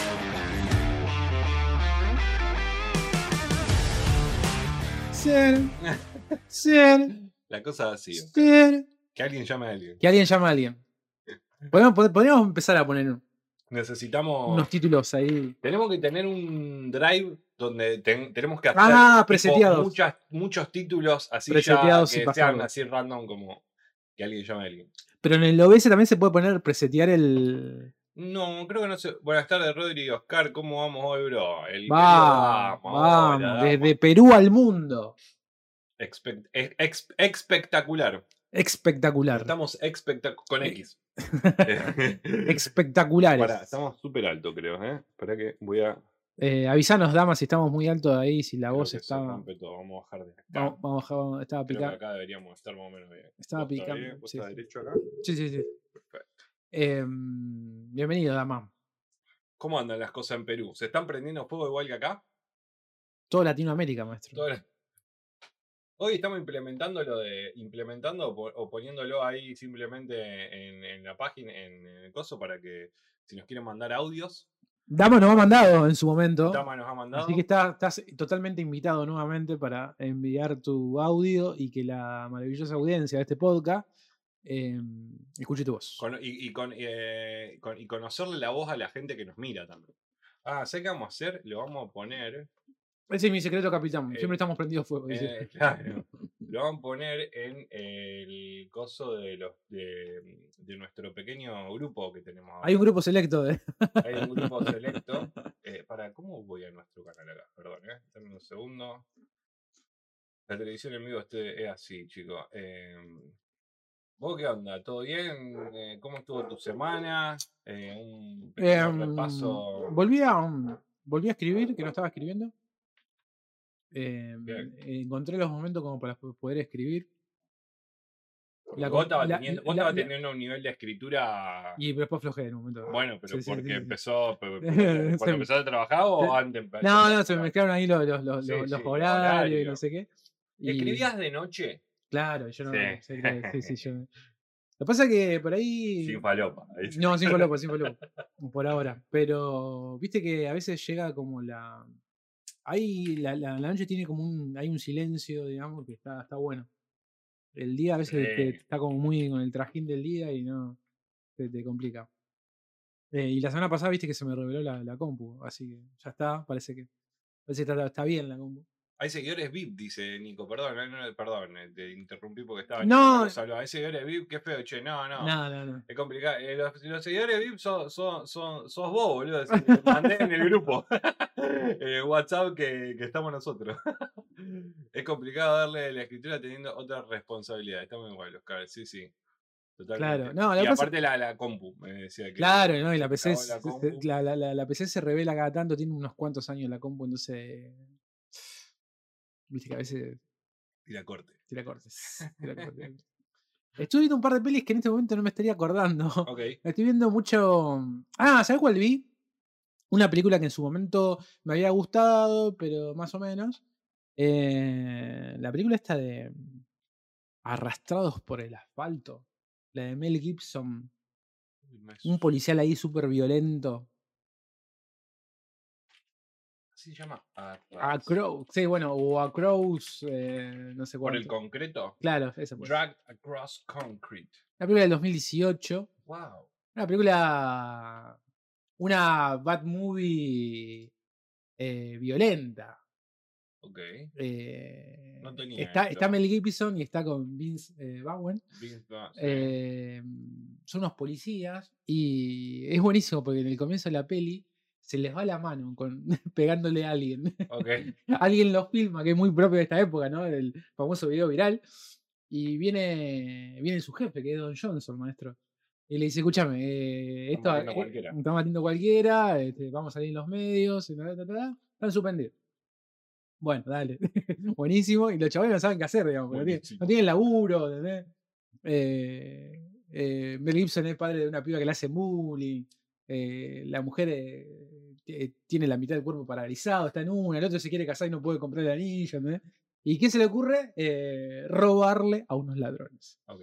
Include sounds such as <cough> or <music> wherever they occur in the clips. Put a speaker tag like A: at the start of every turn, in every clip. A: <laughs>
B: Ser, ser,
A: La cosa así. o sea,
B: ser.
A: Que alguien llame a alguien.
B: Que alguien llama a alguien. Podemos- pod- Podríamos empezar a poner
A: Necesitamos.
B: unos títulos ahí.
A: Tenemos que tener un drive donde ten- tenemos que hacer
B: Ah,
A: tipo,
B: preseteados.
A: muchas- muchos títulos así
B: Preseteados
A: ya, que
B: y
A: sean
B: bajarlos.
A: así random como que alguien llame a alguien.
B: Pero en el OBS también se puede poner presetear el.
A: No, creo que no sé. Buenas tardes, Rodri y Oscar. ¿Cómo vamos hoy, bro? El querido
B: Vamos,
A: hola,
B: vamos, desde Perú al mundo.
A: Expect- ex- ex- espectacular.
B: Espectacular.
A: Estamos espectacular con X.
B: <laughs>
A: Eh,
B: Espectaculares.
A: <laughs> Pará, estamos súper alto, creo. ¿eh? Para que voy a.
B: Eh, avisanos, damas, si estamos muy alto ahí, si la
A: creo
B: voz
A: que se
B: está. Vamos,
A: rompe todo, Vamos a bajar de acá.
B: vamos, vamos, estaba
A: Creo que
B: picando.
A: acá deberíamos estar más o menos bien.
B: Estaba
A: ¿Vos está
B: picando.
A: bien? ¿Vos
B: sí,
A: está
B: sí.
A: derecho acá?
B: Sí, sí, sí. Em, bienvenido, dama.
A: ¿Cómo andan las cosas en Perú? ¿Se están prendiendo fuego igual que acá?
B: Todo Latinoamérica, maestro.
A: Todo el- Hoy estamos implementando lo de. implementando o po- o poniéndolo ahí simplemente en, en la página, en, en el coso, para que si nos quieren mandar audios,
B: Dama nos ha mandado en su momento.
A: Dama nos ha mandado.
B: Así que está- estás totalmente invitado nuevamente para enviar tu audio y que la maravillosa audiencia de este podcast em, escuche tu voz.
A: Cono- y, y con, eh, con- y conocerle la voz a la gente que nos mira también. Ah, sé qué vamos a hacer, lo vamos a poner.
B: Ese es mi secreto, capitán.
A: Eh,
B: Siempre estamos prendidos fuego. dice.
A: eh, claro, <laughs> lo vamos a poner en el coso de los de, mm, de nuestro pequeño grupo que tenemos ahora.
B: Hay un grupo selecto
A: <laughs>
B: de.
A: Hay un
B: <laughs>
A: grupo selecto. Eh, para, ¿cómo voy a nuestro canal acá? Perdón, ¿eh? Dame un segundo. La televisión en vivo este, es así, chicos. Eh, ¿Vos qué onda? ¿Todo bien? Eh, ¿Cómo estuvo tu semana? Eh, un pequeño
B: Em,
A: repaso.
B: Volví a, mm, volví a escribir, que no estaba escribiendo. Em,
A: Bien.
B: encontré los momentos como para po- poder escribir. la
A: vos
B: con-
A: estabas
B: la-
A: teniendo, vos
B: la-
A: estabas
B: la-
A: teniendo un nivel de escritura.
B: Y pero después flojé en un momento.
A: Bueno, pero
B: sí, sí,
A: porque
B: sí, sí.
A: empezó. pe-
B: <laughs>
A: pe-
B: Se
A: ¿Cuando
B: me-
A: empezaste a trabajar o antes? empe-
B: no, no, se
A: empezaste
B: me
A: a trabajar?
B: mezclaron ahí los, los, los,
A: Sí,
B: los- los
A: sí, los
B: horarios y no
A: horarios.
B: sé qué. y-
A: ¿Escribías de noche?
B: Claro, yo no.
A: Sí.
B: sé que- sí, sí,
A: <laughs>
B: yo- Lo que pasa es que por ahí.
A: Sin falopa. ¿viste?
B: No, sin falopa, sin
A: <laughs>
B: falopa. Por ahora. Pero viste que a veces llega como la. Ahí la, la, la noche tiene como un. Hay un silencio, digamos, que está, está bueno. El día a veces te-
A: Sí.
B: está como muy con el trajín del día y no. Te, te complica. Eh, y la semana pasada viste que se me reveló la, la compu, así que ya está, parece que. Parece que está, está bien la compu.
A: Hay seguidores VIP, dice Nico. Perdón, eh, no, perdón, eh, te interrumpí porque estaba.
B: No.
A: Saludos. Hay seguidores VIP, qué feo, che. No, no.
B: Nada, no, no.
A: Es complicado. Eh, los, los seguidores VIP son, son, son- sos vos, boludo. si te Mandé en el
B: <laughs>
A: grupo <laughs> eh, WhatsApp que, que estamos nosotros. <laughs> es complicado darle la escritura teniendo otras responsabilidades. Estamos igual, Oscar. Sí, sí. Totalmente.
B: no, lo
A: y
B: que pasa-
A: aparte la, la compu, me decía que.
B: Claro, ¿no? Y la PC,
A: acabó la
B: se- se-
A: compu.
B: la, la- la- la PC se revela cada tanto, tiene unos cuantos años la compu, entonces. Viste que a veces
A: Y la corte.
B: te la cortes. te la
A: <laughs>
B: cortes. Estuve viendo un par de pelis que en este momento no me estaría acordando.
A: Ok.
B: <laughs> Estoy viendo mucho. Ah, ¿sabes cuál vi? Una película que en su momento me había gustado, pero más o menos. Eh, la película esta de Arrastrados por el asfalto. La de Mel Gibson.
A: Uy, me
B: Un policial ahí súper violento.
A: Así se llama.
B: A
A: Arras.
B: Crow, sí, bueno, o a Crows, eh, no sé
A: Por
B: cuál.
A: el concreto.
B: Claro, esa puede ser.
A: Dragged across concrete.
B: Una película del 2018.
A: Wow.
B: Una película. Una bad movie eh, violenta.
A: Ok.
B: eh,
A: No tenía
B: está,
A: esto.
B: está Mel Gibson y está con Vince eh, Bowen.
A: Vince Vaughn, sí.
B: Eh, son unos policías y es buenísimo porque en el comienzo de la peli se les va la mano con, <laughs> pegándole a alguien.
A: Ok.
B: <laughs> alguien lo filma, que es muy propio de esta época, ¿no? Del famoso video viral. Y viene, viene su jefe, que es Don Johnson, maestro. Y le dice, escúchame, eh, esto
A: Estamos
B: eh,
A: matando cualquiera".
B: estamos matando cualquiera, este, vamos a salir en los medios, y ta, ta, ta, ta". están suspendidos. Bueno, dale. <laughs> Buenísimo. Y los chavales no saben qué hacer, digamos, porque no tienen,
A: Buenísimo.
B: no tienen laburo, ¿entendés? Eh, eh, Mel Gibson es padre de una piba que le hace bullying eh, la mujer eh, ti- eh, tiene la mitad del cuerpo paralizado, está en una, el otro se quiere casar y no puede comprar el <laughs> anillo. ¿entendés? ¿Y qué se le ocurre? Eh, robarle a unos ladrones.
A: Ok.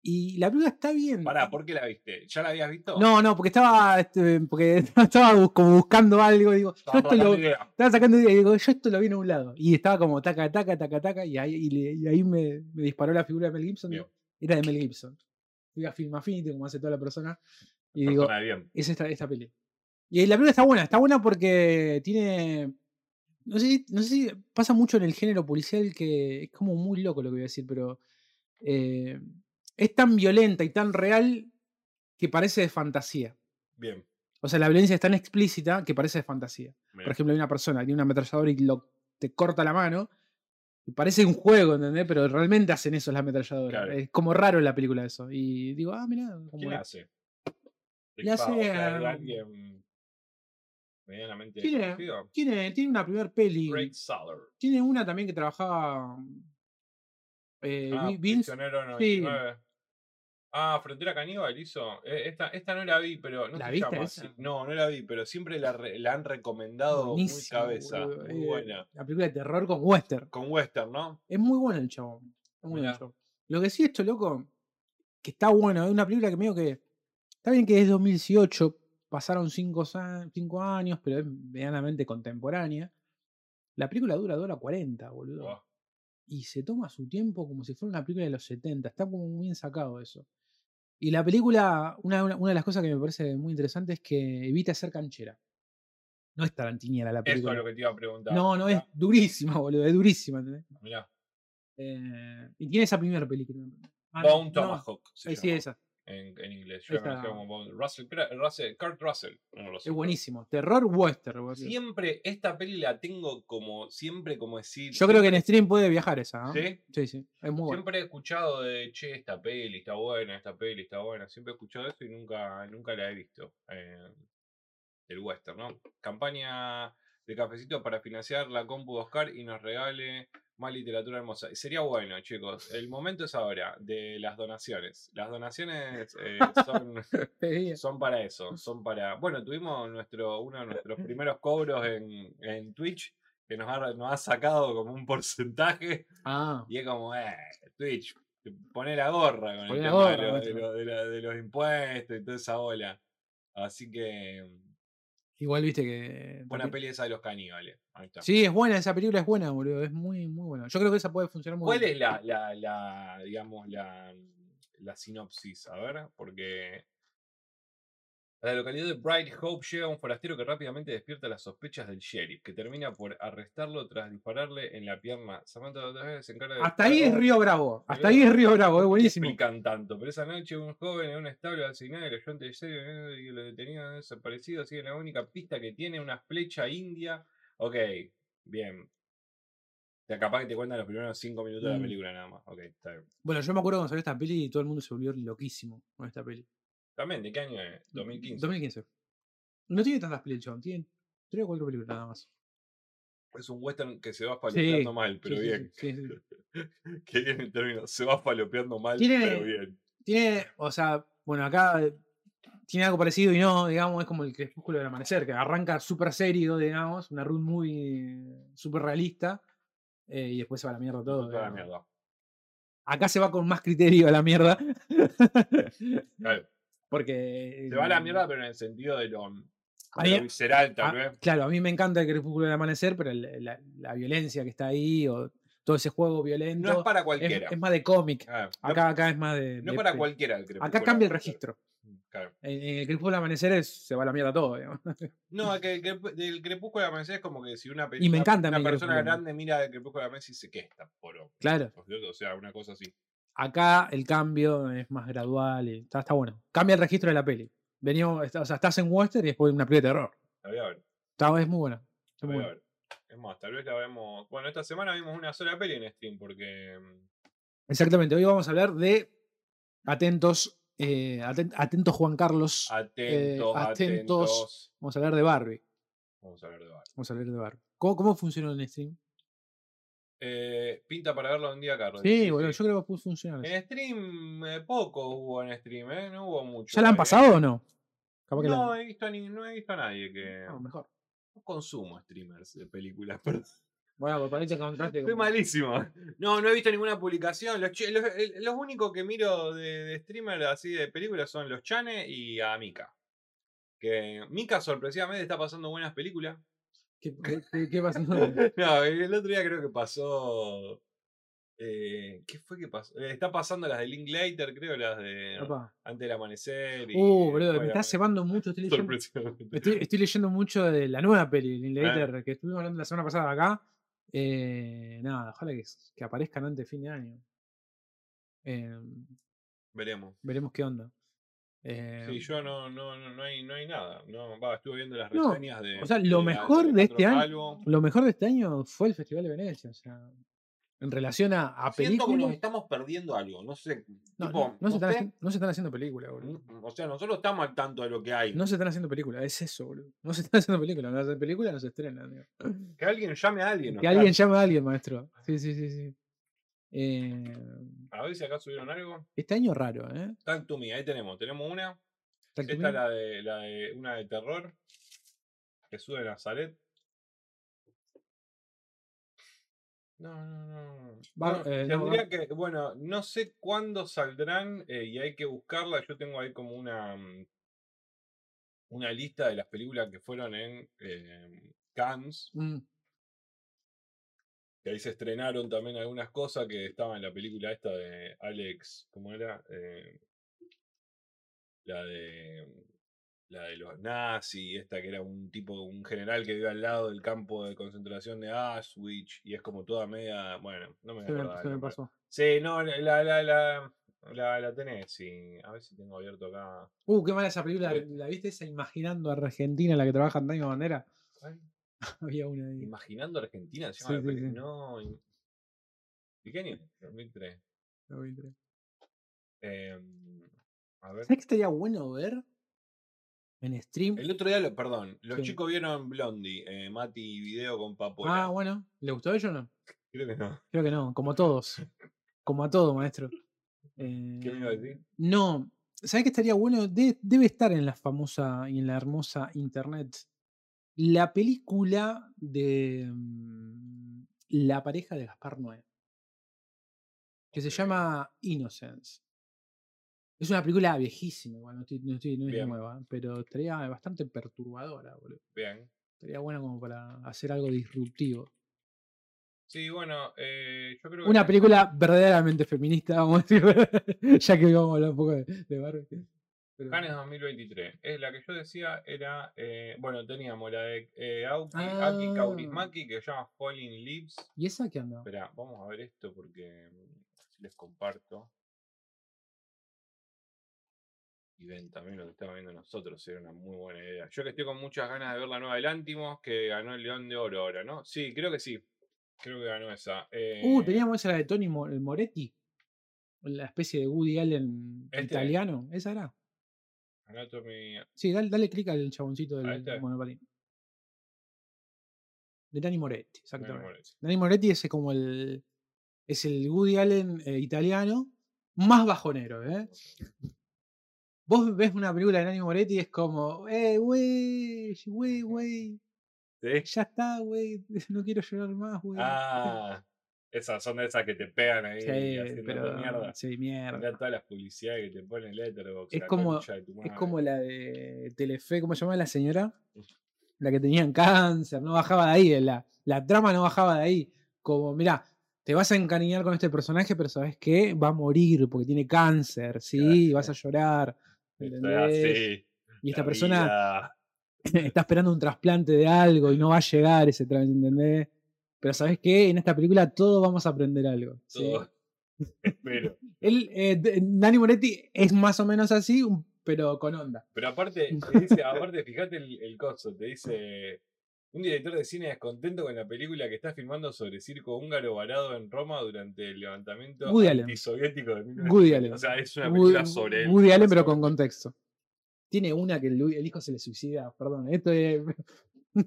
B: Y la película está bien.
A: Pará, ¿por qué la viste? ¿Ya la habías visto?
B: No, no, porque estaba, este, porque <laughs> estaba bu- como buscando algo, digo, yo
A: Estaba
B: esto lo-
A: sacando idea.
B: estaba sacando ideas, y digo, yo esto lo vi en un lado. Y estaba como taca, taca, taca, taca, y ahí, y le- y ahí me, me disparó la figura de Mel Gibson. digo, Era de Mel Gibson. Fui a Film Affinity, como hace toda la persona, y digo,
A: Persona de bien.
B: es esta, esta peli. Y la película está buena, está buena porque tiene. No sé, si- no sé si pasa mucho en el género policial que es como muy loco lo que voy a decir, pero eh, es tan violenta y tan real que parece de fantasía.
A: Bien.
B: O sea, la violencia es tan explícita que parece de fantasía.
A: mirá.
B: Por ejemplo, hay una persona que tiene una ametralladora y lo, te corta la mano. Y parece un juego, ¿entendés? Pero realmente hacen eso las ametralladoras.
A: Claro.
B: Es como raro en la película eso. Y digo, ah, mira,
A: ¿Quién la hace?
B: Le
A: Tipo,
B: hace
A: o sea,
B: a-
A: de alguien medianamente
B: ¿Quién era?
A: conocido.
B: tiene, tiene una primer peli.
A: Craig Saller.
B: Tiene una también que trabajaba. Eh,
A: Ah,
B: Vi- Vince.
A: Prisionero
B: sí.
A: 99. Ah, Frontera Caníbal hizo. Eh, Esta, esta no la vi, pero. No
B: ¿La
A: se
B: viste
A: llama
B: esa?
A: así. No, no la vi, pero siempre la, re- la han recomendado muy
B: Buenísimo,
A: cabeza.
B: boludo,
A: Muy
B: eh,
A: buena.
B: La película de terror con western.
A: Con Western, ¿no?
B: Es muy bueno el chabón. Es muy bueno el
A: Mirá.
B: chabón. Lo que sí, esto loco, que está bueno. Es una película que medio que. Está bien que es 2018, pasaron 5 años, pero es medianamente contemporánea. La película dura 2 horas 40, boludo.
A: Buah,
B: y se toma su tiempo como si fuera una película de los 70. Está como muy bien sacado eso. Y la película, una, una- una de las cosas que me parece muy interesante es que evita ser canchera. No es tarantiniana la
A: Eso
B: película.
A: es lo que te iba a preguntar.
B: no, no, es durísima, boludo, es durísima. ¿entendés?
A: Mirá.
B: Eh, y tiene esa primera película. Ah, no,
A: Bone
B: no,
A: Tomahawk. se
B: eh, sí,
A: llama
B: esa.
A: En, en inglés. Yo la
B: Esa.
A: conocía como Bone- Russell, Cra- Russell- Kurt Russell. no, Russell
B: Es
A: Crowe.
B: buenísimo. Terror western. boludo.
A: Siempre esta peli la tengo como. Siempre como decir.
B: Yo creo que en stream puede viajar esa. ¿no?
A: ¿Sí?
B: sí, sí, Es muy buena.
A: Siempre he escuchado de, che, esta peli está buena, esta peli está buena. Siempre he escuchado eso y nunca, nunca la he visto. eh, del western, ¿no? Campaña de cafecito para financiar la compu de Oscar y nos regale más literatura hermosa. Sería bueno, chicos. El momento es ahora de las donaciones. Las donaciones eh, son, son para eso. Son para. Bueno, tuvimos nuestro, uno de nuestros primeros cobros en, en Twitch que nos ha, nos ha sacado como un <laughs> porcentaje.
B: Ah,
A: Y es como, eh, Twitch, te pone la gorra con el
B: Poné la
A: tema de
B: gorra,
A: lo- de,
B: maestro.
A: lo- de la- de los impuestos y toda esa bola. Así que,
B: igual viste que.
A: buena
B: también-
A: peli esa de los caníbales. Ahí está.
B: Sí, es buena, esa película es buena, boludo. Es muy, muy buena. Yo creo que esa puede funcionar muy
A: ¿Cuál
B: bien.
A: es la, la, la, digamos, la, la sinopsis? A ver, porque... A la localidad de Bright Hope llega un forastero que rápidamente despierta las sospechas del sheriff, que termina por arrestarlo tras dispararle en la pierna. Samantha otra vez se encarga de...
B: Hasta
A: buscar
B: ahí es
A: cómo-
B: Río Bravo. Hasta
A: Boludo,
B: ahí es Río Bravo, es buenísimo.
A: explican tanto. Pero esa noche un joven en un establo asignado de ayudante de serio eh, y lo detenido desaparecido, así que la única pista que tiene una flecha india. Ok, bien. O sea, capaz que te cuentan los primeros cinco minutos de
B: Mm.
A: la película nada más. Ok, está bien.
B: Bueno, yo me acuerdo cuando salió esta peli y todo el mundo se volvió loquísimo con esta peli.
A: También, ¿de qué año
B: Mm,
A: es? 2015.
B: 2015. No tiene tantas pelis, chabón. Tiene tres o cuatro películas nada más.
A: Es un western que se va falopeando
B: Sí,
A: mal, pero
B: Sí, sí,
A: bien.
B: sí, sí, sí.
A: <laughs> Qué bien el término. Se va falopeando mal,
B: Tiene-
A: pero bien.
B: Tiene, o sea, bueno, acá eh, tiene algo parecido y no, digamos, es como el crepúsculo del amanecer, que arranca súper serio, digamos, una run muy súper realista eh, y después se va a la mierda todo.
A: Toda la
B: digamos.
A: mierda.
B: Acá se va con más criterio a la mierda. <laughs>
A: Claro,
B: Porque.
A: Se va a la
B: mm,
A: mierda, pero en el sentido de lo,
B: a
A: de
B: mí-
A: lo visceral,
B: a-
A: tal vez.
B: claro, a mí me encanta el crepúsculo del amanecer, pero el- la, la violencia que está ahí, o todo ese juego violento.
A: No es para
B: es-
A: cualquiera.
B: es más de cómic.
A: Ah, no-
B: Acá, acá es más de.
A: No
B: de-
A: para
B: de-
A: cualquiera el
B: Acá
A: crepúsculo,
B: cambia el
A: claro,
B: registro.
A: claro.
B: En, en el crepúsculo del amanecer es- se va a la mierda todo, digamos. <laughs>
A: No, es que el, crep- del crepúsculo de la Messi es como que si una, pe-
B: Y me
A: una-
B: encanta a
A: una
B: mí el
A: persona
B: Crepúsculo de la
A: grande mira el crepúsculo de la Messi y dice, ¿qué está? Poro?
B: Claro.
A: O sea, una cosa así.
B: Acá el cambio es más gradual y está, está bueno. Cambia el registro de la peli. Veníamos, está- o sea, estás en western y después una peli de terror.
A: La voy a ver,
B: Está, es muy buena. es
A: la
B: muy
A: voy a
B: buena.
A: ver. Es más, tal vez la vemos... Bueno, esta semana vimos una sola peli en stream porque... mm,
B: Eh, Exactamente. Hoy vamos a hablar de atentos, eh, aten- atentos Juan Carlos. atentos.
A: Atentos, atentos.
B: Vamos a hablar de Barbie.
A: Vamos a hablar de Barbie.
B: Vamos a hablar de Barbie. ¿Cómo, cómo funcionó en stream?
A: Eh, pinta para verlo un día, Carlos.
B: Sí, boludo, yo creo que pudo funcionar. eso.
A: En stream, eh, poco hubo en stream, ¿eh? No hubo mucho.
B: ¿Ya la han
A: hoy, ¿eh?
B: pasado o no? eh, Capaz que la-
A: No he, visto a ni- no he visto a nadie que...
B: Ah, mejor.
A: No consumo streamers de películas, <laughs> perdón.
B: Bueno, pues para ahí te encontraste
A: Estoy
B: con-
A: malísimo. No, no he visto ninguna publicación. Los, chi- los, el- los únicos que miro de, de streamer así de películas son los Chane y a Mika. Que Mika sorpresivamente está pasando buenas películas. <laughs>
B: ¿Qué, qué- qué- qué <laughs> pasó?
A: No, el otro día creo que pasó. eh, ¿Qué fue que pasó? Eh, está pasando las de Linklater, creo, las de
B: Papá.
A: Antes del Amanecer. y
B: Uh, boludo,
A: después
B: me
A: del
B: estás cebando mucho. Estoy leyendo,
A: Sorpresivamente.
B: estoy, estoy leyendo mucho de la nueva peli, Linklater, que estuvimos hablando la semana pasada acá. Eh, nada, ojalá que, que aparezcan antes de fin de año. Eh,
A: Veremos.
B: veremos qué onda. Eh,
A: Sí, yo no, no, no, no hay, no hay nada. No, va, estuve viendo las
B: No,
A: reseñas de.
B: o sea, lo
A: de la-
B: mejor de este
A: Alejandro
B: año-
A: Calvo.
B: Lo mejor de este año fue el Festival de Venecia. O sea, en relación a, a
A: Siento que nos
B: películas.
A: estamos perdiendo algo. No sé.
B: No,
A: tipo,
B: no- no se están
A: usted-
B: haciendo, no se están haciendo películas, boludo.
A: Mm, O sea, nosotros estamos al tanto de lo que hay.
B: No se están haciendo películas, es eso, boludo. No se están haciendo películas, no hacen películas, no se estrenan. digo.
A: Que alguien llame a alguien.
B: Que
A: Oscar.
B: alguien llame a alguien, maestro. Sí, sí, sí, sí. Eh,
A: A ver si acá subieron algo.
B: este año raro, ¿eh?
A: Tank to Me, ahí tenemos. Tenemos una.
B: Tal que
A: Esta
B: bien.
A: la de, la de una de terror. Jesús de Nazaret. No, no, no.
B: Va-
A: Bueno,
B: eh, no, va-
A: tendría que, bueno, no sé cuándo saldrán eh, y hay que buscarla. Yo tengo ahí como una mm, una lista de las películas que fueron en eh, Cannes.
B: Mm,
A: Que ahí se estrenaron también algunas cosas que estaban en la película esta de Alex, ¿cómo era? Eh, la de la de los nazis, esta que era un tipo, un general que vive al lado del campo de concentración de Auschwitz y es como toda media, bueno, pues. no me
B: se me-
A: acuerdo.
B: se me pasó.
A: Sí, no, la la la la, la, la tenés, sí. A ver si tengo abierto acá.
B: Uh, qué mala esa película.
A: Eh.
B: ¿La viste esa Imaginando a Argentina, la que trabaja Antonio Bandera?
A: ¿Cuál?
B: <laughs> Había una ahí.
A: Imaginando Argentina, se
B: Sí,
A: llama la
B: sí,
A: peli-
B: sí.
A: No. im- ¿Y qué año es? 2003.
B: no me enteré.
A: Em, a ver.
B: ¿Sabes qué estaría bueno ver? En stream.
A: El otro día, lo, perdón, los
B: Sí.
A: chicos vieron Blondie, eh, Mati video con Papola.
B: Ah, bueno. ¿Le gustó a ellos o no?
A: Creo que no.
B: Creo que no, como a todos. Como a todo, maestro.
A: <laughs> ¿Qué me iba a
B: Eh,
A: decir?
B: No, ¿sabés qué estaría bueno? De- debe estar en la famosa y en la hermosa internet. La película de mm, la pareja de Gaspar Noé. Que se
A: Ok.
B: llama Innocence. Es una película viejísima, igual, no, estoy- no estoy- no es
A: Bien.
B: nueva, pero estaría bastante perturbadora, boludo.
A: Bien.
B: Estaría bueno como para hacer algo disruptivo.
A: Sí, bueno, eh, yo creo
B: Una
A: que.
B: película verdaderamente feminista, vamos a decir, <laughs> ya que vamos a hablar un poco de, de Barbie. pero-
A: Cannes 2023. Es la que yo decía era. eh, bueno, teníamos la de eh, Auki, Aki
B: Ah.
A: Kaurismaki que se llama Falling Leaves.
B: ¿Y esa qué anda?
A: Espera, vamos a ver esto porque mm, así les comparto. Y ven también lo que estamos viendo nosotros, era una muy buena idea. Yo que estoy con muchas ganas de ver la nueva del Antimos, que ganó el León de Oro ahora, ¿no? Sí, creo que sí. Creo que ganó esa.
B: Uh,
A: Eh,
B: teníamos esa la de Tony Mo- el Moretti. La especie de Woody Allen
A: Este.
B: italiano. Esa era.
A: Eh, Anatomy-
B: Sí, dale, dale clic al chaboncito del
A: este.
B: monopatín. De Dani Moretti,
A: no me
B: exactamente. Dani,
A: acuerdo.
B: Moretti es eh, como el. Es el Woody Allen eh, italiano más bajonero, ¿eh? Vos ves una película de Dani Moretti y es como, eh, wey, wey, wey,
A: ¿Sí?
B: ya está, wey, <laughs> no quiero llorar más, wey.
A: Ah, esas son de esas que te pegan ahí
B: sí,
A: haciendo
B: pero,
A: mierda.
B: sí, mierda.
A: Mirá todas las publicidades que te ponen Letterboxd.
B: Es
A: la
B: como-
A: concha de tu
B: Es
A: madre.
B: como la de Telefe, ¿cómo se llamaba la señora? La que tenían cáncer, no bajaba de ahí, la, la trama no bajaba de ahí. Como, mirá, te vas a encariñar con este personaje, pero sabes que va a morir porque tiene cáncer, sí, vas a llorar.
A: Esto es
B: ¿entendés?
A: así,
B: y esta <laughs>
A: ah, la
B: persona
A: vida.
B: está esperando un trasplante de algo y no va a llegar ese trasplante, ¿entendés? Pero sabes que en esta película todos vamos a aprender algo. ¿sí?
A: todo. Espero.
B: Él, eh, D- Dani Moretti es más o menos así, un- pero con onda. <laughs>
A: Pero aparte, te dice, aparte, fíjate el, el coso, te dice. Un director de cine descontento con la película que está filmando sobre circo húngaro varado en Roma durante el levantamiento
B: Woody Allen.
A: antisoviético de 1970.
B: Woody Allen.
A: O sea, es una
B: Woody,
A: película sobre él.
B: Woody Allen, pero
A: sobre-
B: con contexto. Tiene una que el, el hijo se le suicida, perdón. Esto es. <laughs>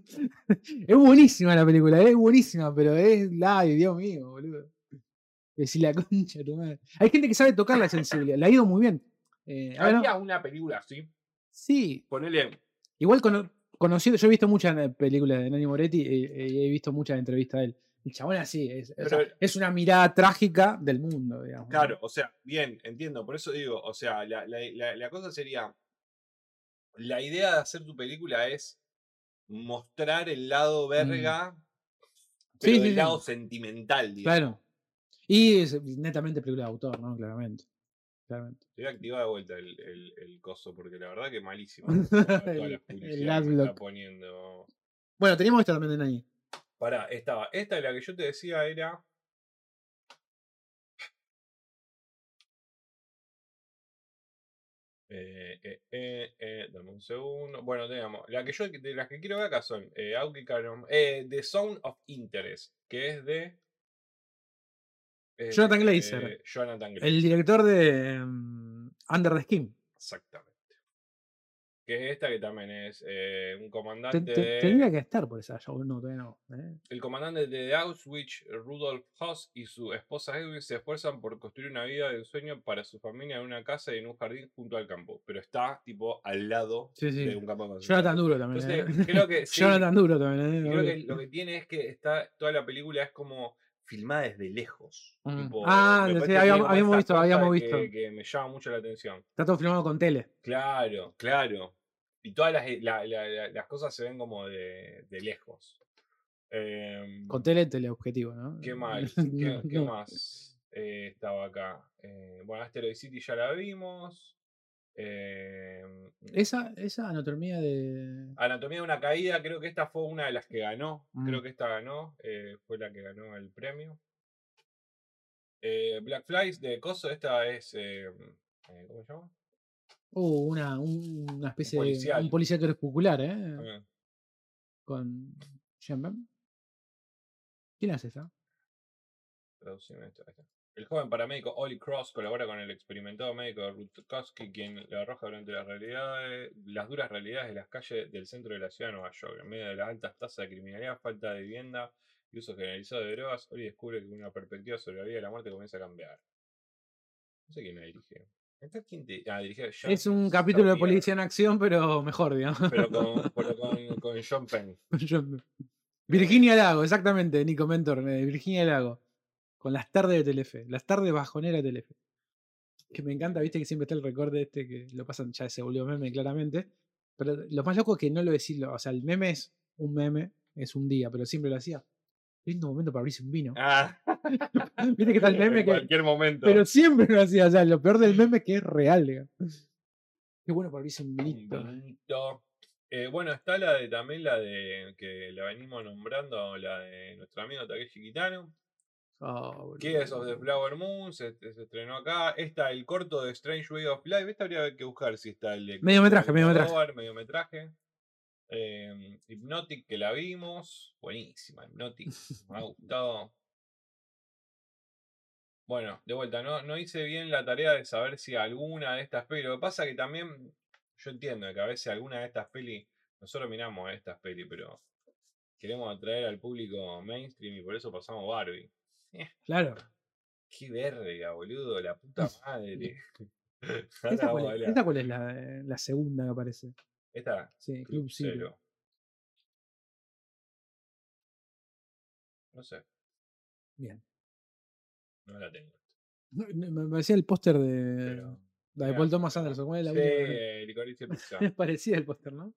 B: es buenísima la película, es buenísima, pero es. Ay, Dios mío, boludo. Decir la concha de tu madre. Hay gente que sabe tocar la sensibilidad, la ha ido muy bien. Eh, ahora-
A: Había una película así,
B: sí,
A: ponele.
B: igual cono- conocido, yo he visto muchas eh, películas de Nani Moretti eh, eh, y he visto muchas entrevistas de él. El chabón así, es, o
A: Pero
B: sea,
A: el-
B: es una mirada trágica del mundo, digamos.
A: Claro, o sea, bien, entiendo. Por eso digo, o sea, la, la- la- la cosa sería. La idea de hacer tu película es mostrar el lado verga,
B: Mm.
A: pero
B: Sí,
A: el
B: sí, sí.
A: lado sentimental, digamos.
B: Claro. Y es eh, netamente película de autor, ¿no? Claramente. Claramente.
A: Te voy a activar de vuelta el, el, el coso, porque la verdad que malísimo.
B: <laughs>
A: ¿no? Toda la
B: El- el
A: publicidad que me está
B: adblock.
A: poniendo.
B: Bueno, teníamos esta también de Nani.
A: Pará, estaba. Esta de la que yo te decía era. Eh, eh, eh, eh, dame un segundo. Bueno, teníamos. La que yo, de las que quiero ver acá son eh, Aoki Karam- eh, The Zone of Interest, que es de.
B: Jonathan Glazer.
A: eh, Jonathan Glazer.
B: El director de em, Under the Skin.
A: Exactamente. Que es esta que también es eh, un
B: Te-
A: comandante.
B: te-
A: de-
B: tendría que estar por esa show. No, todavía no. ¿eh?
A: El comandante de Auschwitz, Rudolf Hoss, y su esposa Edwin se esfuerzan por construir una vida de ensueño para su familia en una casa y en un jardín junto al campo. Pero está, tipo, al lado
B: Sí, sí.
A: de un campo de
B: Jonathan
A: concentración.
B: Duro también. ¿eh?
A: Entonces,
B: <laughs>
A: creo que, sí,
B: Jonathan Duro también. ¿eh?
A: creo que lo que tiene es que está toda la película es como filmada desde lejos.
B: Mm.
A: Tipo,
B: Ah,
A: me
B: sí,
A: parece que
B: habíamos-
A: tiene como
B: habíamos
A: esa
B: visto,
A: cosa
B: habíamos
A: de que-
B: visto.
A: que me llama mucho la atención.
B: Está todo filmado con tele.
A: Claro, claro. Y todas las, eh, la- la- la- las cosas se ven como de, de lejos. Em,
B: Con tele, teleobjetivo, ¿no? <laughs>
A: ¿Qué más?
B: No,
A: ¿Qué, qué
B: no.
A: más eh, estaba acá? Eh, bueno, Asteroid City ya la vimos. Em,
B: Esa, esa anatomía de.
A: Anatomía de una caída, creo que esta fue una de las que ganó. Creo
B: Mm.
A: que esta ganó. eh, fue la que ganó el premio. Eh, Black Flies de Coso, esta es. em, eh, ¿Cómo se llama?
B: Uh, una, un- una especie de.
A: policial.
B: Un policía crepuscular, ¿eh?
A: Ah,
B: Con. Sean Penn. ¿Quién hace esa?
A: Traducime esto, ahí está. El joven paramédico Ollie Cross colabora con el experimentado médico Rutkowski, quien le arroja durante las, realidades, las duras realidades de las calles del centro de la ciudad de Nueva York. En medio de las altas tasas de criminalidad, falta de vivienda y uso generalizado de drogas, Ollie descubre que una perspectiva sobre la vida y la muerte comienza a cambiar. No sé quién la dirigió. ¿Acá quién te- Ah, dirigió Jean
B: Es un capítulo de
A: Sapir,
B: Policía en Acción, pero mejor, digamos. <laughs>
A: Pero con, pero con, con John Penn.
B: Yo- Virginia Lago, exactamente, Nico Mentor, eh, Virginia Lago. Con las tardes de Telefe, las tardes bajonera de Telefe. Que me encanta, viste que siempre está el recorte este que lo pasan, ya se volvió meme claramente. Pero lo más loco es que no lo decís, lo- o sea, el meme es un meme, es un día, pero siempre lo hacía. Lindo momento para abrirse un vino.
A: Ah,
B: <laughs> Viste que está el
A: <laughs>
B: meme
A: en
B: que.
A: cualquier momento.
B: Pero siempre lo hacía, o sea, lo peor del meme es que es real, digamos. Qué bueno para abrirse un
A: Un
B: vinito. eh.
A: vinito. Eh, bueno, está la de también la de que la venimos nombrando, la de nuestro amigo Takeshi Kitano.
B: Ah,
A: Kids of the
B: boludo.
A: Flower Moon se, se estrenó acá. Está el corto de Strange Way of Life. Este habría que buscar si está el de.
B: Mediometraje,
A: de
B: mediometraje.
A: Almodóvar, mediometraje. Eh, Hypnotic, que la vimos. Buenísima, Hypnotic. Me ha gustado. Bueno, de vuelta, no, no hice bien la tarea de saber si alguna de estas pelis. Lo que pasa que también yo entiendo que a veces alguna de estas pelis. Nosotros miramos estas pelis, pero queremos atraer al público mainstream y por eso pasamos Barbie.
B: Claro.
A: Qué verga, boludo, la puta <laughs> madre. Anda,
B: ¿Esta cuál,
A: vos,
B: es,
A: habla.
B: ¿Esta cuál es eh, la, de- la segunda que aparece?
A: Esta,
B: Sí,
A: Club
B: Club Zero.
A: Zero. No sé,
B: Bien.
A: no la tengo.
B: No, no, Me parecía el póster de,
A: Pero,
B: la de
A: mirá,
B: Paul Thomas
A: pero-
B: Anderson. ¿Cuál es la
A: sí,
B: última? <laughs>
A: Licorice Pizza.
B: Me parecía el póster, ¿no?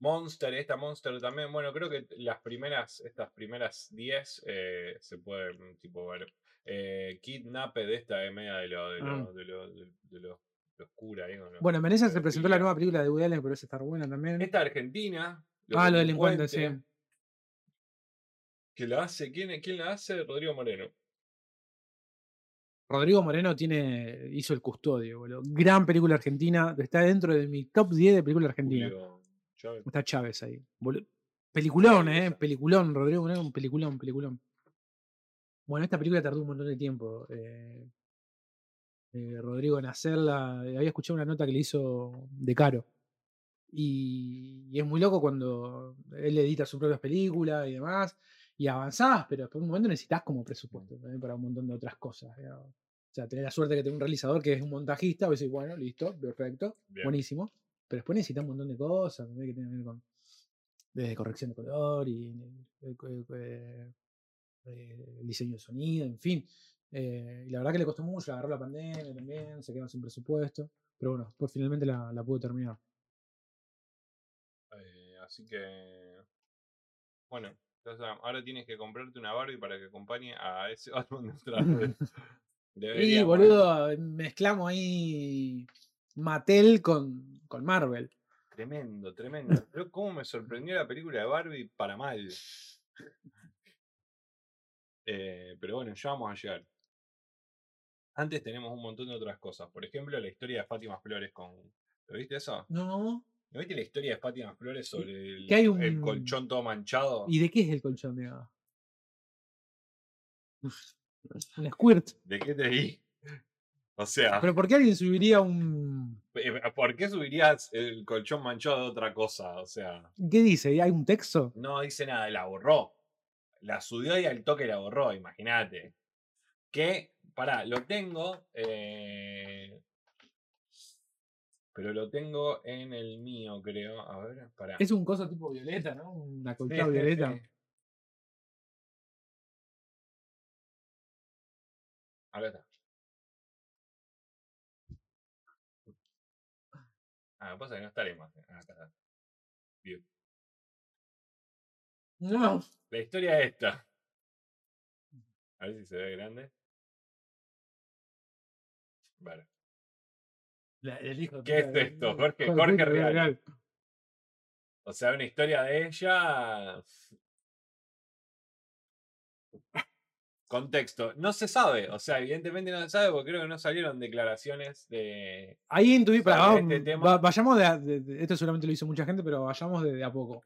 A: Monster, esta Monster también. Bueno, creo que las primeras, estas primeras 10 eh, se pueden tipo ver. Eh, Kidnapped, esta de media de lo, de
B: Ah.
A: lo, de lo, de, de lo, lo oscura. ahí, ¿no?
B: Bueno, en Venecia se
A: Pero
B: presentó la
A: pila.
B: nueva película de Woody Allen, pero esa está buena también.
A: Esta Argentina.
B: ah, lo delincuente, sí.
A: Que la hace, ¿quién, ¿quién la hace? Rodrigo Moreno.
B: Rodrigo Moreno tiene, hizo El Custodio, boludo. Gran película argentina. Está dentro de mi top 10 de película argentina.
A: Julio Chávez.
B: Está Chávez ahí. boludo. Peliculón,
A: Ahí
B: ¿eh?
A: está.
B: Peliculón, Rodrigo Moreno, un peliculón, peliculón. Bueno, esta película tardó un montón de tiempo. eh, eh, Rodrigo en hacerla. eh, Había escuchado una nota que le hizo De Caro. Y, y es muy loco cuando él edita sus propias películas y demás. Y avanzás, pero después de un momento necesitas como presupuesto también para un montón de otras cosas. digamos. O sea, tener la suerte que tenés un realizador que es un montajista, vos decís, bueno, listo, perfecto
A: Bien.
B: buenísimo. Pero después necesitas un montón de cosas, ¿entendés? que tienen que ver con de corrección de color y eh, eh, eh, eh, diseño de sonido, en fin. Eh, y la verdad que le costó mucho, agarró la pandemia también, se quedó sin presupuesto. Pero bueno, pues finalmente la, la pudo terminar.
A: Eh, así que. Bueno, ya saben, ahora tienes que comprarte una Barbie para que acompañe a ese <laughs> álbum de Stradler.
B: <laughs> Y
A: Deberíamos. ¿eh?
B: boludo, eh, mezclamos ahí Mattel con, con Marvel.
A: Tremendo, tremendo. Pero cómo me sorprendió la película de Barbie para mal. Eh, pero bueno, ya vamos a llegar. Antes tenemos un montón de otras cosas. Por ejemplo, la historia de Fátima Flores con. ¿Lo viste eso?
B: No.
A: ¿No viste la historia de Fátima Flores sobre el,
B: que hay un-
A: el colchón todo manchado?
B: ¿Y de qué es el colchón de hada? Un squirt.
A: ¿De qué te di? <laughs> O sea,
B: Pero ¿por qué alguien subiría un...
A: eh, ¿por qué subirías el colchón manchado de otra cosa? O sea,
B: ¿Qué dice? ¿Hay un texto?
A: no dice nada, la borró. La subió y al toque la borró, imagínate. Que, pará, lo tengo. eh, pero lo tengo en el mío, creo. A ver, pará.
B: Es un coso tipo violeta, ¿no? Una
A: Sí,
B: colchón
A: sí,
B: violeta.
A: sí. Ahora está. Ah, pasa que no está la imagen. Ah, acá está.
B: No.
A: La historia es esta. A ver si se ve grande. Vale.
B: La- el hijo de
A: ¿Qué
B: puta
A: es
B: de-
A: esto, Jorge?
B: hijo de
A: Jorge
B: puta,
A: Real. O sea, una historia de ella. Contexto. No se sabe. O sea, evidentemente no se sabe porque creo que no salieron declaraciones de.
B: Ahí intuí, para,
A: Sobre
B: vamos,
A: este tema.
B: va- vayamos de, a- de- de- Esto seguramente lo hizo mucha gente, pero vayamos de, de a poco.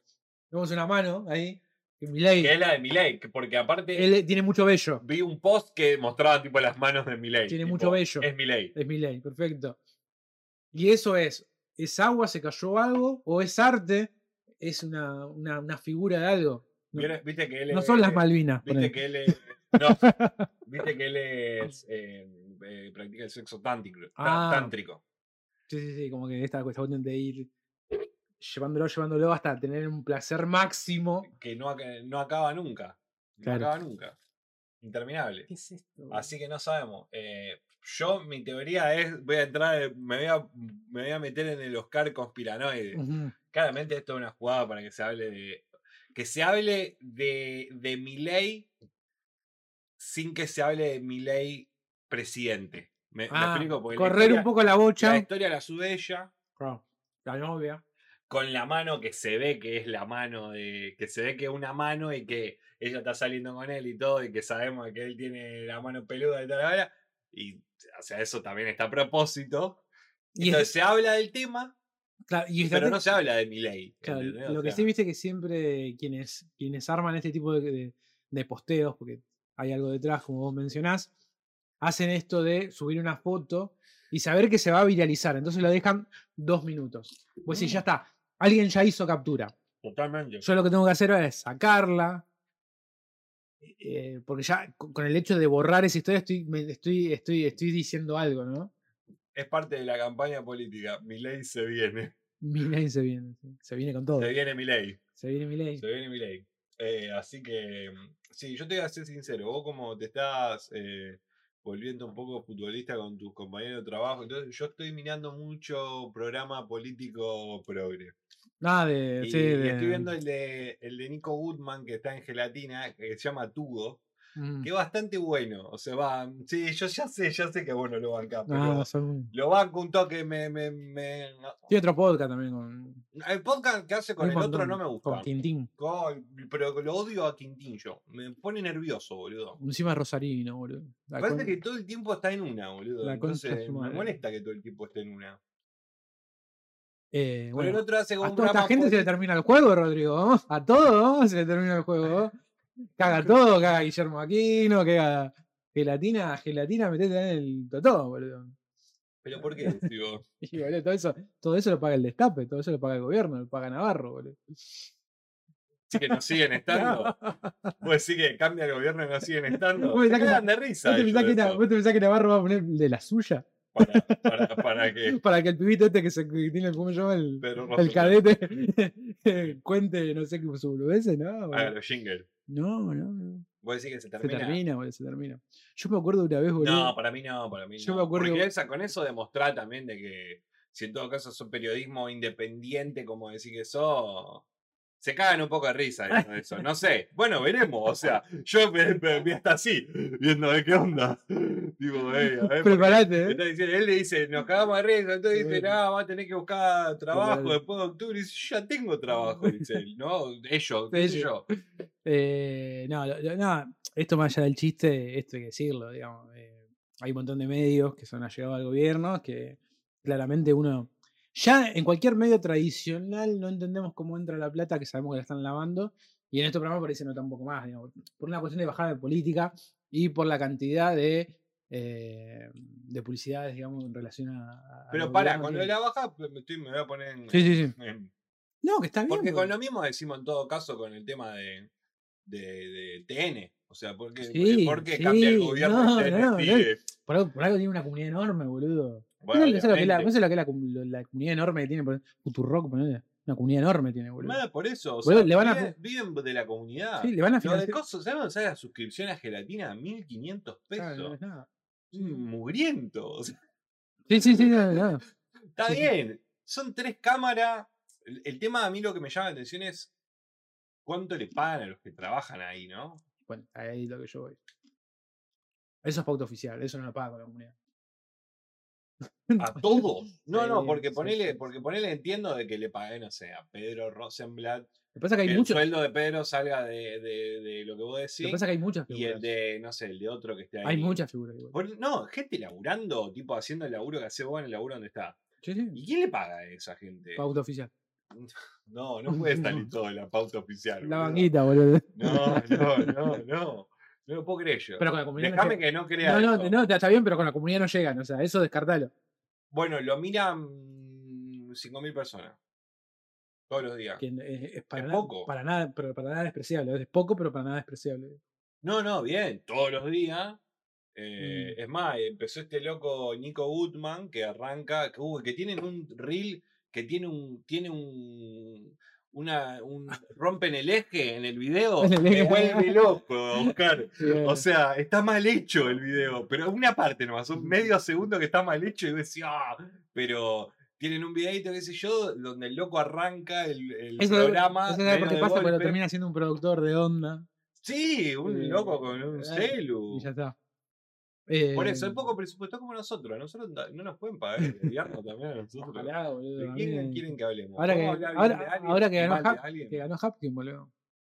B: Vemos una mano ahí. que Milei,
A: Que es la de Milei. que- Porque aparte
B: Él tiene mucho vello.
A: vi un post que mostraba tipo las manos de Milei.
B: Tiene
A: tipo,
B: mucho vello.
A: Es Milei.
B: Es Milei, perfecto. Y eso es, ¿es agua, se cayó algo? ¿O es arte? ¿Es una, una, una figura de algo? No,
A: ¿Vieron- Viste que él
B: no son las
A: es-
B: Malvinas.
A: Viste
B: ponele.
A: que
B: <laughs>
A: él es. no, viste que él es, eh, eh, practica el sexo tántrico. tá-
B: Ah.
A: tántrico.
B: Sí, sí, sí, como que esta esta cuestión de ir llevándolo, llevándolo hasta tener un placer máximo.
A: Que no, ac- no acaba nunca. No
B: Claro.
A: acaba nunca. Interminable.
B: ¿Qué es esto?
A: Así que no sabemos. Eh, yo, mi teoría es, voy a entrar, eh, me voy a, me voy a meter en el Oscar conspiranoide.
B: Ujú.
A: Claramente esto es una jugada para que se hable de... Que se hable de, de Milei sin que se hable de Milei presidente. ¿Me, me
B: Ah,
A: explico? Porque la
B: correr
A: historia-
B: un poco la
A: La
B: bocha.
A: historia la sube ella
B: Claro, La novia.
A: con la mano que se ve que es la mano de. que se ve que es una mano y que ella está saliendo con él y todo, y que sabemos que él tiene la mano peluda y tal, la bla, Y, o sea, eso también está a propósito.
B: Y,
A: Entonces
B: es-
A: se habla del tema,
B: claro, y
A: pero
B: estate-
A: no se habla de Milei.
B: Claro,
A: ¿entendés? O
B: lo que
A: sea,
B: sí viste que siempre quienes, quienes arman este tipo de, de- de posteos, porque hay algo detrás, como vos mencionás, hacen esto de subir una foto y saber que se va a viralizar. Entonces lo dejan dos minutos. Pues si ya está, alguien ya hizo captura.
A: Totalmente.
B: Yo lo que tengo que hacer ahora es sacarla. eh, porque ya co- con el hecho de borrar esa historia estoy, me- estoy, estoy, estoy diciendo algo, ¿no? <laughs>
A: Es parte de la campaña política. Milei se viene.
B: Milei se viene, sí, se viene con todo.
A: Se viene Milei.
B: Se viene Milei.
A: Se viene Milei. Eh, así que, mm, sí, yo te voy a ser sincero, vos como te estás eh, volviendo un poco futbolista con tus compañeros de trabajo, entonces yo estoy mirando mucho programa político progre.
B: Nada de.
A: Y,
B: Eh, sí,
A: y
B: de-
A: estoy viendo el de, el de Nico Goodman que está en gelatina, eh, que se llama Tugo,
B: Mm.
A: que es bastante bueno. O sea, va, mm, sí, yo ya sé, ya sé que vos no lo bancás, pero
B: Ah, son un-
A: lo banco un toque, me, me, me-
B: Tiene otro podcast también con.
A: El podcast que hace con
B: hay
A: el
B: un
A: otro
B: montón,
A: no me gusta.
B: Con Quintín.
A: Ay, pero lo odio a Quintín yo. Me pone nervioso, boludo.
B: Encima de Rosarino, boludo. La
A: Parece
B: con-
A: que todo el tiempo está en una, boludo.
B: la concha de
A: Entonces
B: su
A: me
B: madre.
A: molesta que todo el tiempo esté en una.
B: Eh,
A: Pero
B: bueno,
A: el otro hace como
B: a
A: un
B: toda esta
A: programa
B: gente se le
A: poli-
B: termina el juego, Rodrigo. ¿eh? A todos se le termina el juego. ¿eh? Caga todo, caga Guillermo Aquino, caga gelatina, gelatina, metete en el totó, boludo.
A: Pero ¿por qué?
B: <laughs>
A: decís vos?
B: Y, boludo, todo, eso, todo eso lo paga el destape, todo eso lo paga el gobierno, lo paga Navarro, boludo.
A: Así que no
B: <laughs>
A: siguen estando. Pues sí que cambia el gobierno y no siguen estando.
B: Vos
A: Se
B: pensás que
A: cagan de risa.
B: ¿Vos te,
A: ellos
B: pensás
A: de
B: que Na-
A: eso.
B: vos te pensás que Navarro va a poner de la suya?
A: Para, para,
B: <laughs>
A: para que.
B: Para que el pibito este que se que tiene el, ¿cómo se llama? El,
A: Pero
B: el cadete <laughs> cuente, no sé qué su boludece, ¿no?
A: A los jingles.
B: No, no, no.
A: Vos decís que se
B: Se
A: termina.
B: termina, boludo, se termina. Yo me acuerdo una vez, boludo.
A: No, para mí no, para mí
B: Yo
A: no.
B: me acuerdo-
A: Porque esa- con eso demostrar también de que si en todo caso son periodismo independiente, como decir que eso, se cagan un poco de risa de eso. No sé. Bueno, veremos. O sea, yo me, me- me hasta así, viendo de qué onda. Digo, eh, a ver. porque
B: Preparate, ¿eh?
A: está diciendo- él le dice, nos cagamos de risa, entonces dice,
B: Bueno.
A: no, va a tener que buscar trabajo
B: Claro.
A: después de octubre. Y dice, yo ya tengo trabajo, dice él, ¿no? Ellos, qué sé yo.
B: Ellos. Eh, no, lo- lo- no, esto más allá del chiste, esto hay que decirlo, digamos. eh, hay un montón de medios que son allegados al gobierno, que claramente uno... Ya en cualquier medio tradicional no entendemos cómo entra la plata, que sabemos que la están lavando, y en estos programas parece no tampoco más, digamos, por una cuestión de bajada de política y por la cantidad de, eh, de publicidades, digamos, en relación a... a
A: Pero
B: los
A: pará,
B: gobiernos
A: cuando
B: que-
A: la baja, me, estoy- me voy a poner en-
B: Sí, sí, sí.
A: en
B: No, que está bien. pues.
A: Porque con
B: boludo.
A: lo mismo decimos en todo caso con el tema de, de, de TN. O sea, ¿por qué,
B: Sí,
A: por qué cambia el
B: sí,
A: gobierno
B: no,
A: de TN?
B: no, no.
A: Sigue-
B: Por algo, por algo tiene una comunidad enorme, boludo.
A: Bueno,
B: ¿Sabes lo que es la,
A: obviamente.
B: ¿sabes lo que es la comu- lo- la comunidad enorme que tiene? por- Futurock, ponele, Una comunidad enorme tiene, boludo.
A: Nada por eso. O
B: Boludo,
A: sea,
B: le van a-
A: viven- viven de la comunidad.
B: Sí, le van a
A: Lo de
B: financiar.
A: coso, ¿sabes dónde sale la suscripción a gelatina? a 1500
B: Claro, no
A: pesos.
B: es nada.
A: Mm, Mugriento. o sea, <laughs>
B: Sí, sí, sí, no, no.
A: está
B: Sí, sí.
A: bien. Son tres cámaras. El, el tema a mí lo que me llama la atención es cuánto le pagan a los que trabajan ahí, ¿no?
B: Bueno, ahí es lo que yo voy. Eso es pauta oficial, eso no lo paga con la comunidad.
A: A
B: <laughs>
A: todos. No, no,
B: Sí,
A: porque
B: sí,
A: ponele,
B: sí,
A: porque ponele entiendo de que le paguen, no sé, a Pedro Rosenblatt.
B: Lo que pasa es
A: Que
B: que hay
A: el
B: muchos.
A: sueldo de Pedro salga de, de- de lo que vos
B: Lo
A: decís.
B: que pasa es que hay muchas
A: y el
B: figuras.
A: de, no sé, el de otro que esté ahí.
B: Hay muchas figuras igual.
A: Pon- No, gente laburando, tipo haciendo el laburo que hace vos en el laburo donde está.
B: Sí, sí,
A: ¿Y quién le paga a esa gente?
B: <laughs> Pauta oficial.
A: No, no puede salir
B: No.
A: todo de la pauta oficial.
B: La
A: boludo.
B: banquita, boludo.
A: No, no, no, no. No lo puedo creer yo.
B: Pero con la comunidad.
A: Déjame
B: no,
A: que no crea.
B: llega. no,
A: eso.
B: no, no, está bien, pero con la comunidad no llegan. O sea, eso descartalo.
A: Bueno, lo miran 5.000 personas. Todos los días.
B: que es, es para,
A: Ah, Es
B: nada-
A: poco.
B: para nada, pero para nada despreciable. Es poco, pero para nada despreciable.
A: No, no, bien, todos los días.
B: Mm.
A: Eh, Es más, empezó este loco Nico Gutman que arranca, que, uy, que tienen un reel que tiene un, tiene un,
B: <laughs>
A: una, un, rompen el eje en el video,
B: En el
A: me
B: eje. <laughs> Eh.
A: vuelve loco, Oscar. O
B: Bien.
A: sea, está mal hecho el video, pero una parte nomás,
B: Mm.
A: un medio segundo que está mal hecho y vos decís, ah, pero tienen un videito, qué sé yo, donde el loco arranca el, el
B: Eso-
A: programa.
B: Eso
A: medio
B: es lo que
A: de
B: pasa cuando
A: golpe.
B: termina siendo un productor de onda.
A: Sí, un
B: Eh,
A: loco con un
B: eh,
A: celu.
B: Y ya está.
A: Uh. Por eso,
B: Eh,
A: hay poco presupuesto como nosotros. A nosotros no- no nos pueden pagar el gobierno también a nosotros.
B: ojalá,
A: ¿De
B: boludo, a
A: quién
B: mí-
A: quieren que hablemos?
B: Ahora
A: ¿Podemos
B: que-
A: hablar bien
B: ahora-
A: de alguien
B: ahora que
A: y
B: ganó
A: mal de
B: Hap-
A: alguien?
B: Que ganó Hapkin, boludo.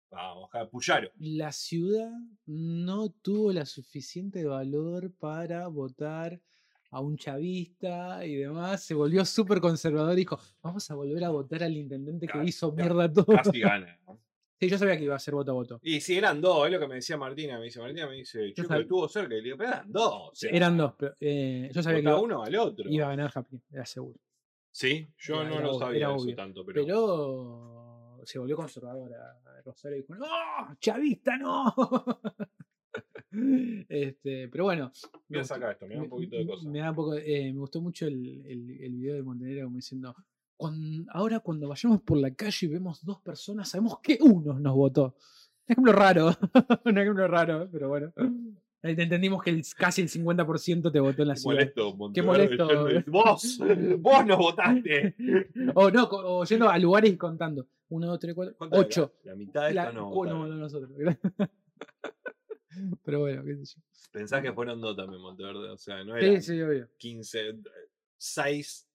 A: Vamos, ja,
B: <laughs>
A: Puyaro.
B: La ciudad no tuvo la suficiente valor para votar a un chavista y demás. Se volvió súper conservador y dijo, vamos a volver a votar al intendente que
A: Ca-
B: hizo
A: ca-
B: mierda todo.
A: Casi gana.
B: Sí, yo sabía que iba a ser voto a voto.
A: Y si eran dos, es lo que me decía Martina. Me dice, Martina me dice, chico,
B: sab-
A: estuvo cerca. Y le digo, pero eran dos. o sea,
B: Eran dos, pero eh, yo sabía que
A: vota
B: iba,
A: uno al otro.
B: iba a ganar Hapkin, era seguro.
A: Sí, yo
B: Era-
A: no
B: era
A: lo
B: obvio,
A: sabía
B: era
A: eso
B: obvio.
A: tanto, pero.
B: pero se volvió conservadora Rosario dijo no chavista no <laughs> este pero bueno
A: Voy a
B: gustó-
A: sacar esto, me da un poquito de cosa.
B: me da un poco- eh, me gustó mucho el, el- el video de Montenegro como diciendo "Cuan- ahora cuando vayamos por la calle y vemos dos personas sabemos que uno nos votó un ejemplo raro <laughs> un ejemplo raro pero bueno Ahí te entendimos que el- casi el 50% te votó en la
A: Qué
B: ciudad
A: molesto,
B: Qué
A: Monteverde,
B: molesto, eh.
A: yendo y- <laughs> Vos, vos nos votaste.
B: o no, co- o yendo a lugares y contando. Uno, dos, tres, cuatro,
A: ¿Cuánto
B: <laughs>
A: era?
B: ocho.
A: La mitad de
B: La-
A: esto Ah, no.
B: oh, no,
A: votaron.
B: no, nosotros. <laughs> Pero bueno, qué sé yo.
A: Pensás que fueron dos también, Monteverde. O sea, no
B: Sí,
A: era.
B: sí, obvio.
A: 15, 6 eh,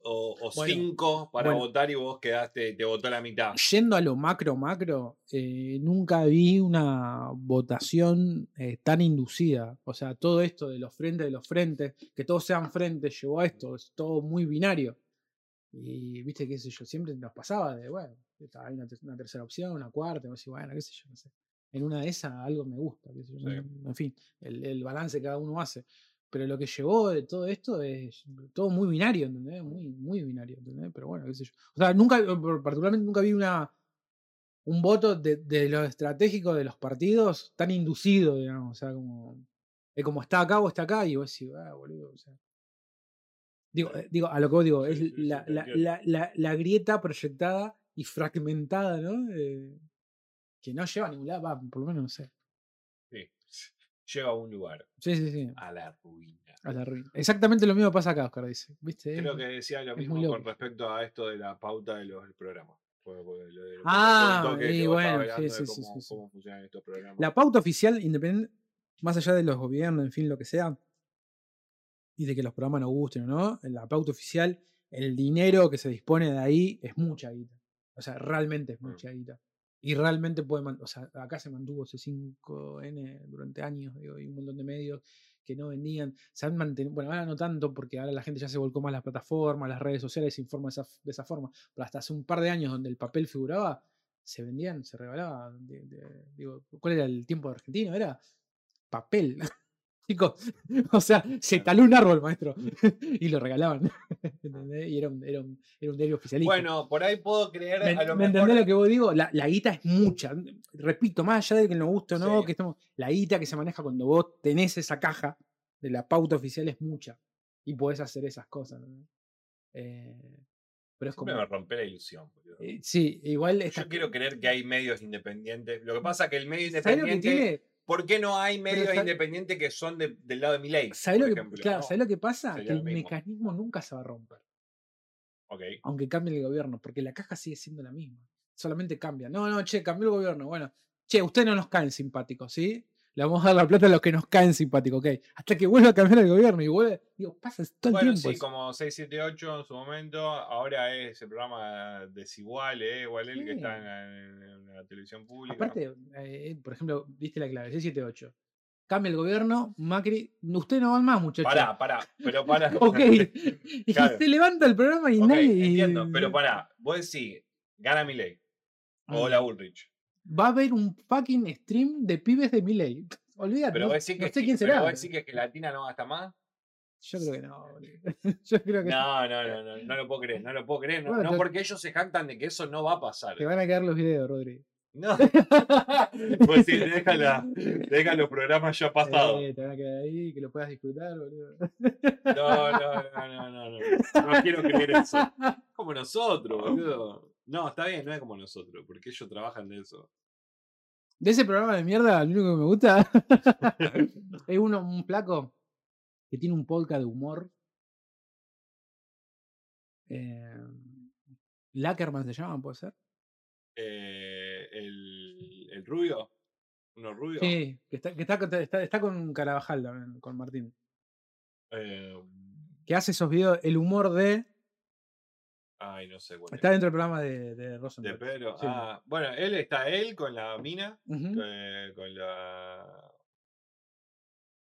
A: o, o
B: Bueno,
A: 5 para
B: bueno.
A: votar y vos quedaste, te votó
B: <laughs>
A: la mitad.
B: Yendo a lo macro, macro, eh, nunca vi una votación eh, tan inducida. O sea, todo esto de los frentes, de los frentes, que todos sean frentes, llevó a esto. Es todo muy binario. Y viste, qué sé yo, siempre nos pasaba de, bueno, esta- hay una, ter- una tercera opción, una cuarta, y vos decís, bueno, qué sé yo, no sé. En una de esas algo me gusta, qué sé yo,
A: Sí.
B: no- en fin, el, el balance que cada uno hace. Pero lo que llevó de todo esto es todo muy binario, ¿entendés? Muy, muy binario, ¿entendés? Pero bueno, qué sé yo. O sea, nunca, eh, por- particularmente nunca vi una un voto de, de lo estratégico de los partidos tan inducido, digamos. O sea, como, es como está acá o está acá, y vos decís, ah, boludo, o sea, Digo, eh, digo, a lo que vos digo,
A: Sí,
B: es
A: sí, sí,
B: la,
A: te
B: la-
A: entiendo.
B: la- la- la grieta proyectada y fragmentada, ¿no? Eh, que no lleva a ningún lado, va, por lo menos no sé.
A: Sí. Lleva a un lugar,
B: Sí, sí, sí.
A: a la ruina.
B: A la ruina. Exactamente lo mismo pasa acá, Oscar dice. ¿Viste?
A: eh, Creo que decía lo
B: es muy
A: mismo con
B: loco.
A: respecto a esto de la pauta de los programas. Fue- fue lo de- fue
B: Ah,
A: un toque que
B: y
A: vos
B: bueno,
A: estabas
B: sí,
A: hablando de
B: sí, sí,
A: cómo-
B: sí, sí.
A: cómo funcionan estos programas.
B: La pauta oficial independiente, más allá de los gobiernos, en fin, lo que sea, y de que los programas no gusten o no, la pauta oficial, el dinero que se dispone de ahí es mucha guita. O sea, realmente es
A: Mm.
B: mucha guita. Y realmente puede, man- o sea, acá se mantuvo C5N durante años, digo, y un montón de medios que no vendían, se han mantenido, bueno, ahora no tanto porque ahora la gente ya se volcó más a las plataformas, las redes sociales se informa de esa, de esa forma, pero hasta hace un par de años donde el papel figuraba, se vendían, se regalaban. de- de- digo, ¿cuál era el tiempo argentino? Era
A: <laughs>
B: papel. <laughs> Chicos, o sea, se
A: Claro.
B: taló un árbol,
A: <laughs>
B: maestro, <laughs> y lo regalaban. <laughs> ¿entendés? Y era un, era un, era un diario oficialista.
A: Bueno, por ahí puedo creer
B: ¿Me,
A: a lo
B: me
A: mejor.
B: entendés lo que vos digo? La, la guita es mucha. Repito, más allá de que nos guste o no,
A: Sí.
B: que estamos, la guita que se maneja cuando vos tenés esa caja de la pauta oficial es mucha. Y podés hacer esas cosas. ¿no? Eh, pero es
A: Siempre
B: como.
A: me rompe la ilusión. boludo.
B: eh, sí, igual. estas-
A: Yo quiero creer que hay medios independientes. Lo que pasa es que el medio
B: ¿sabés lo que
A: independiente.
B: tiene?
A: ¿Por qué no hay medios
B: sabe-
A: independientes que son de- del lado de mi ley?
B: ¿Sabés lo, que, claro, ¿sabés lo que pasa?
A: sería
B: Que
A: lo
B: el
A: mismo.
B: mecanismo nunca se va a romper, aunque cambie el gobierno, porque la caja sigue siendo la misma. Solamente cambia. No, no, che, cambió el gobierno. Bueno, che, ustedes no nos caen simpáticos, ¿sí? Le vamos a dar la plata a los que nos caen simpáticos, ¿ok? Hasta que vuelva a cambiar el gobierno y vuelve. Digo, pasa todo el
A: Bueno,
B: tiempo.
A: sí,
B: eso.
A: como 678 en su momento. Ahora es el programa Desigual, ¿eh? Igual el que está en la, en la televisión pública.
B: Aparte, eh, por ejemplo, viste la clave, 678. Cambia el gobierno, Macri. Ustedes no van más, muchachos.
A: Pará, pará, pero pará.
B: <laughs> Ok. y
A: <laughs> Claro.
B: se levanta el programa y
A: Ok,
B: nadie.
A: entiendo, pero pará. Vos decís, gana mi ley. O la Bullrich.
B: va a haber un fucking stream de pibes de Miley. <laughs> Olvídate.
A: Pero
B: no,
A: vos decís que,
B: no sé
A: gi-
B: quién
A: pero
B: será.
A: vos
B: pero
A: decís que gelatina no gasta más.
B: Yo creo que no.
A: <laughs>
B: boludo. <laughs> Yo creo que
A: No, no, no, no, no lo puedo creer, no lo puedo creer. No,
B: Bueno,
A: no,
B: yo-
A: porque ellos se jactan de que eso no va a pasar.
B: te van a quedar los videos, Rodri.
A: No, <laughs> pues sí, deja, la- deja los programas ya pasados.
B: Eh, te van a quedar ahí, que lo puedas disfrutar, boludo. <laughs>
A: No, no, no, no, no, no. No quiero creer eso. Como nosotros, boludo. No, está bien, no es como nosotros, porque ellos trabajan de eso.
B: De ese programa de mierda, lo único que me gusta <laughs> es uno, un placo que tiene un podcast de humor. Eh, Lackerman se llama, ¿puede ser?
A: Eh, el, el rubio, uno rubio.
B: Sí, que está, que está, con- está, está con Carabajal también, con Martín.
A: Eh,
B: Que hace esos videos, el humor de.
A: ay, no sé cuál es.
B: Está dentro del programa de, de
A: De
B: Rosenberg.
A: Pedro.
B: Sí.
A: Ah, bueno, él está él con la mina.
B: Ujú,
A: eh, con la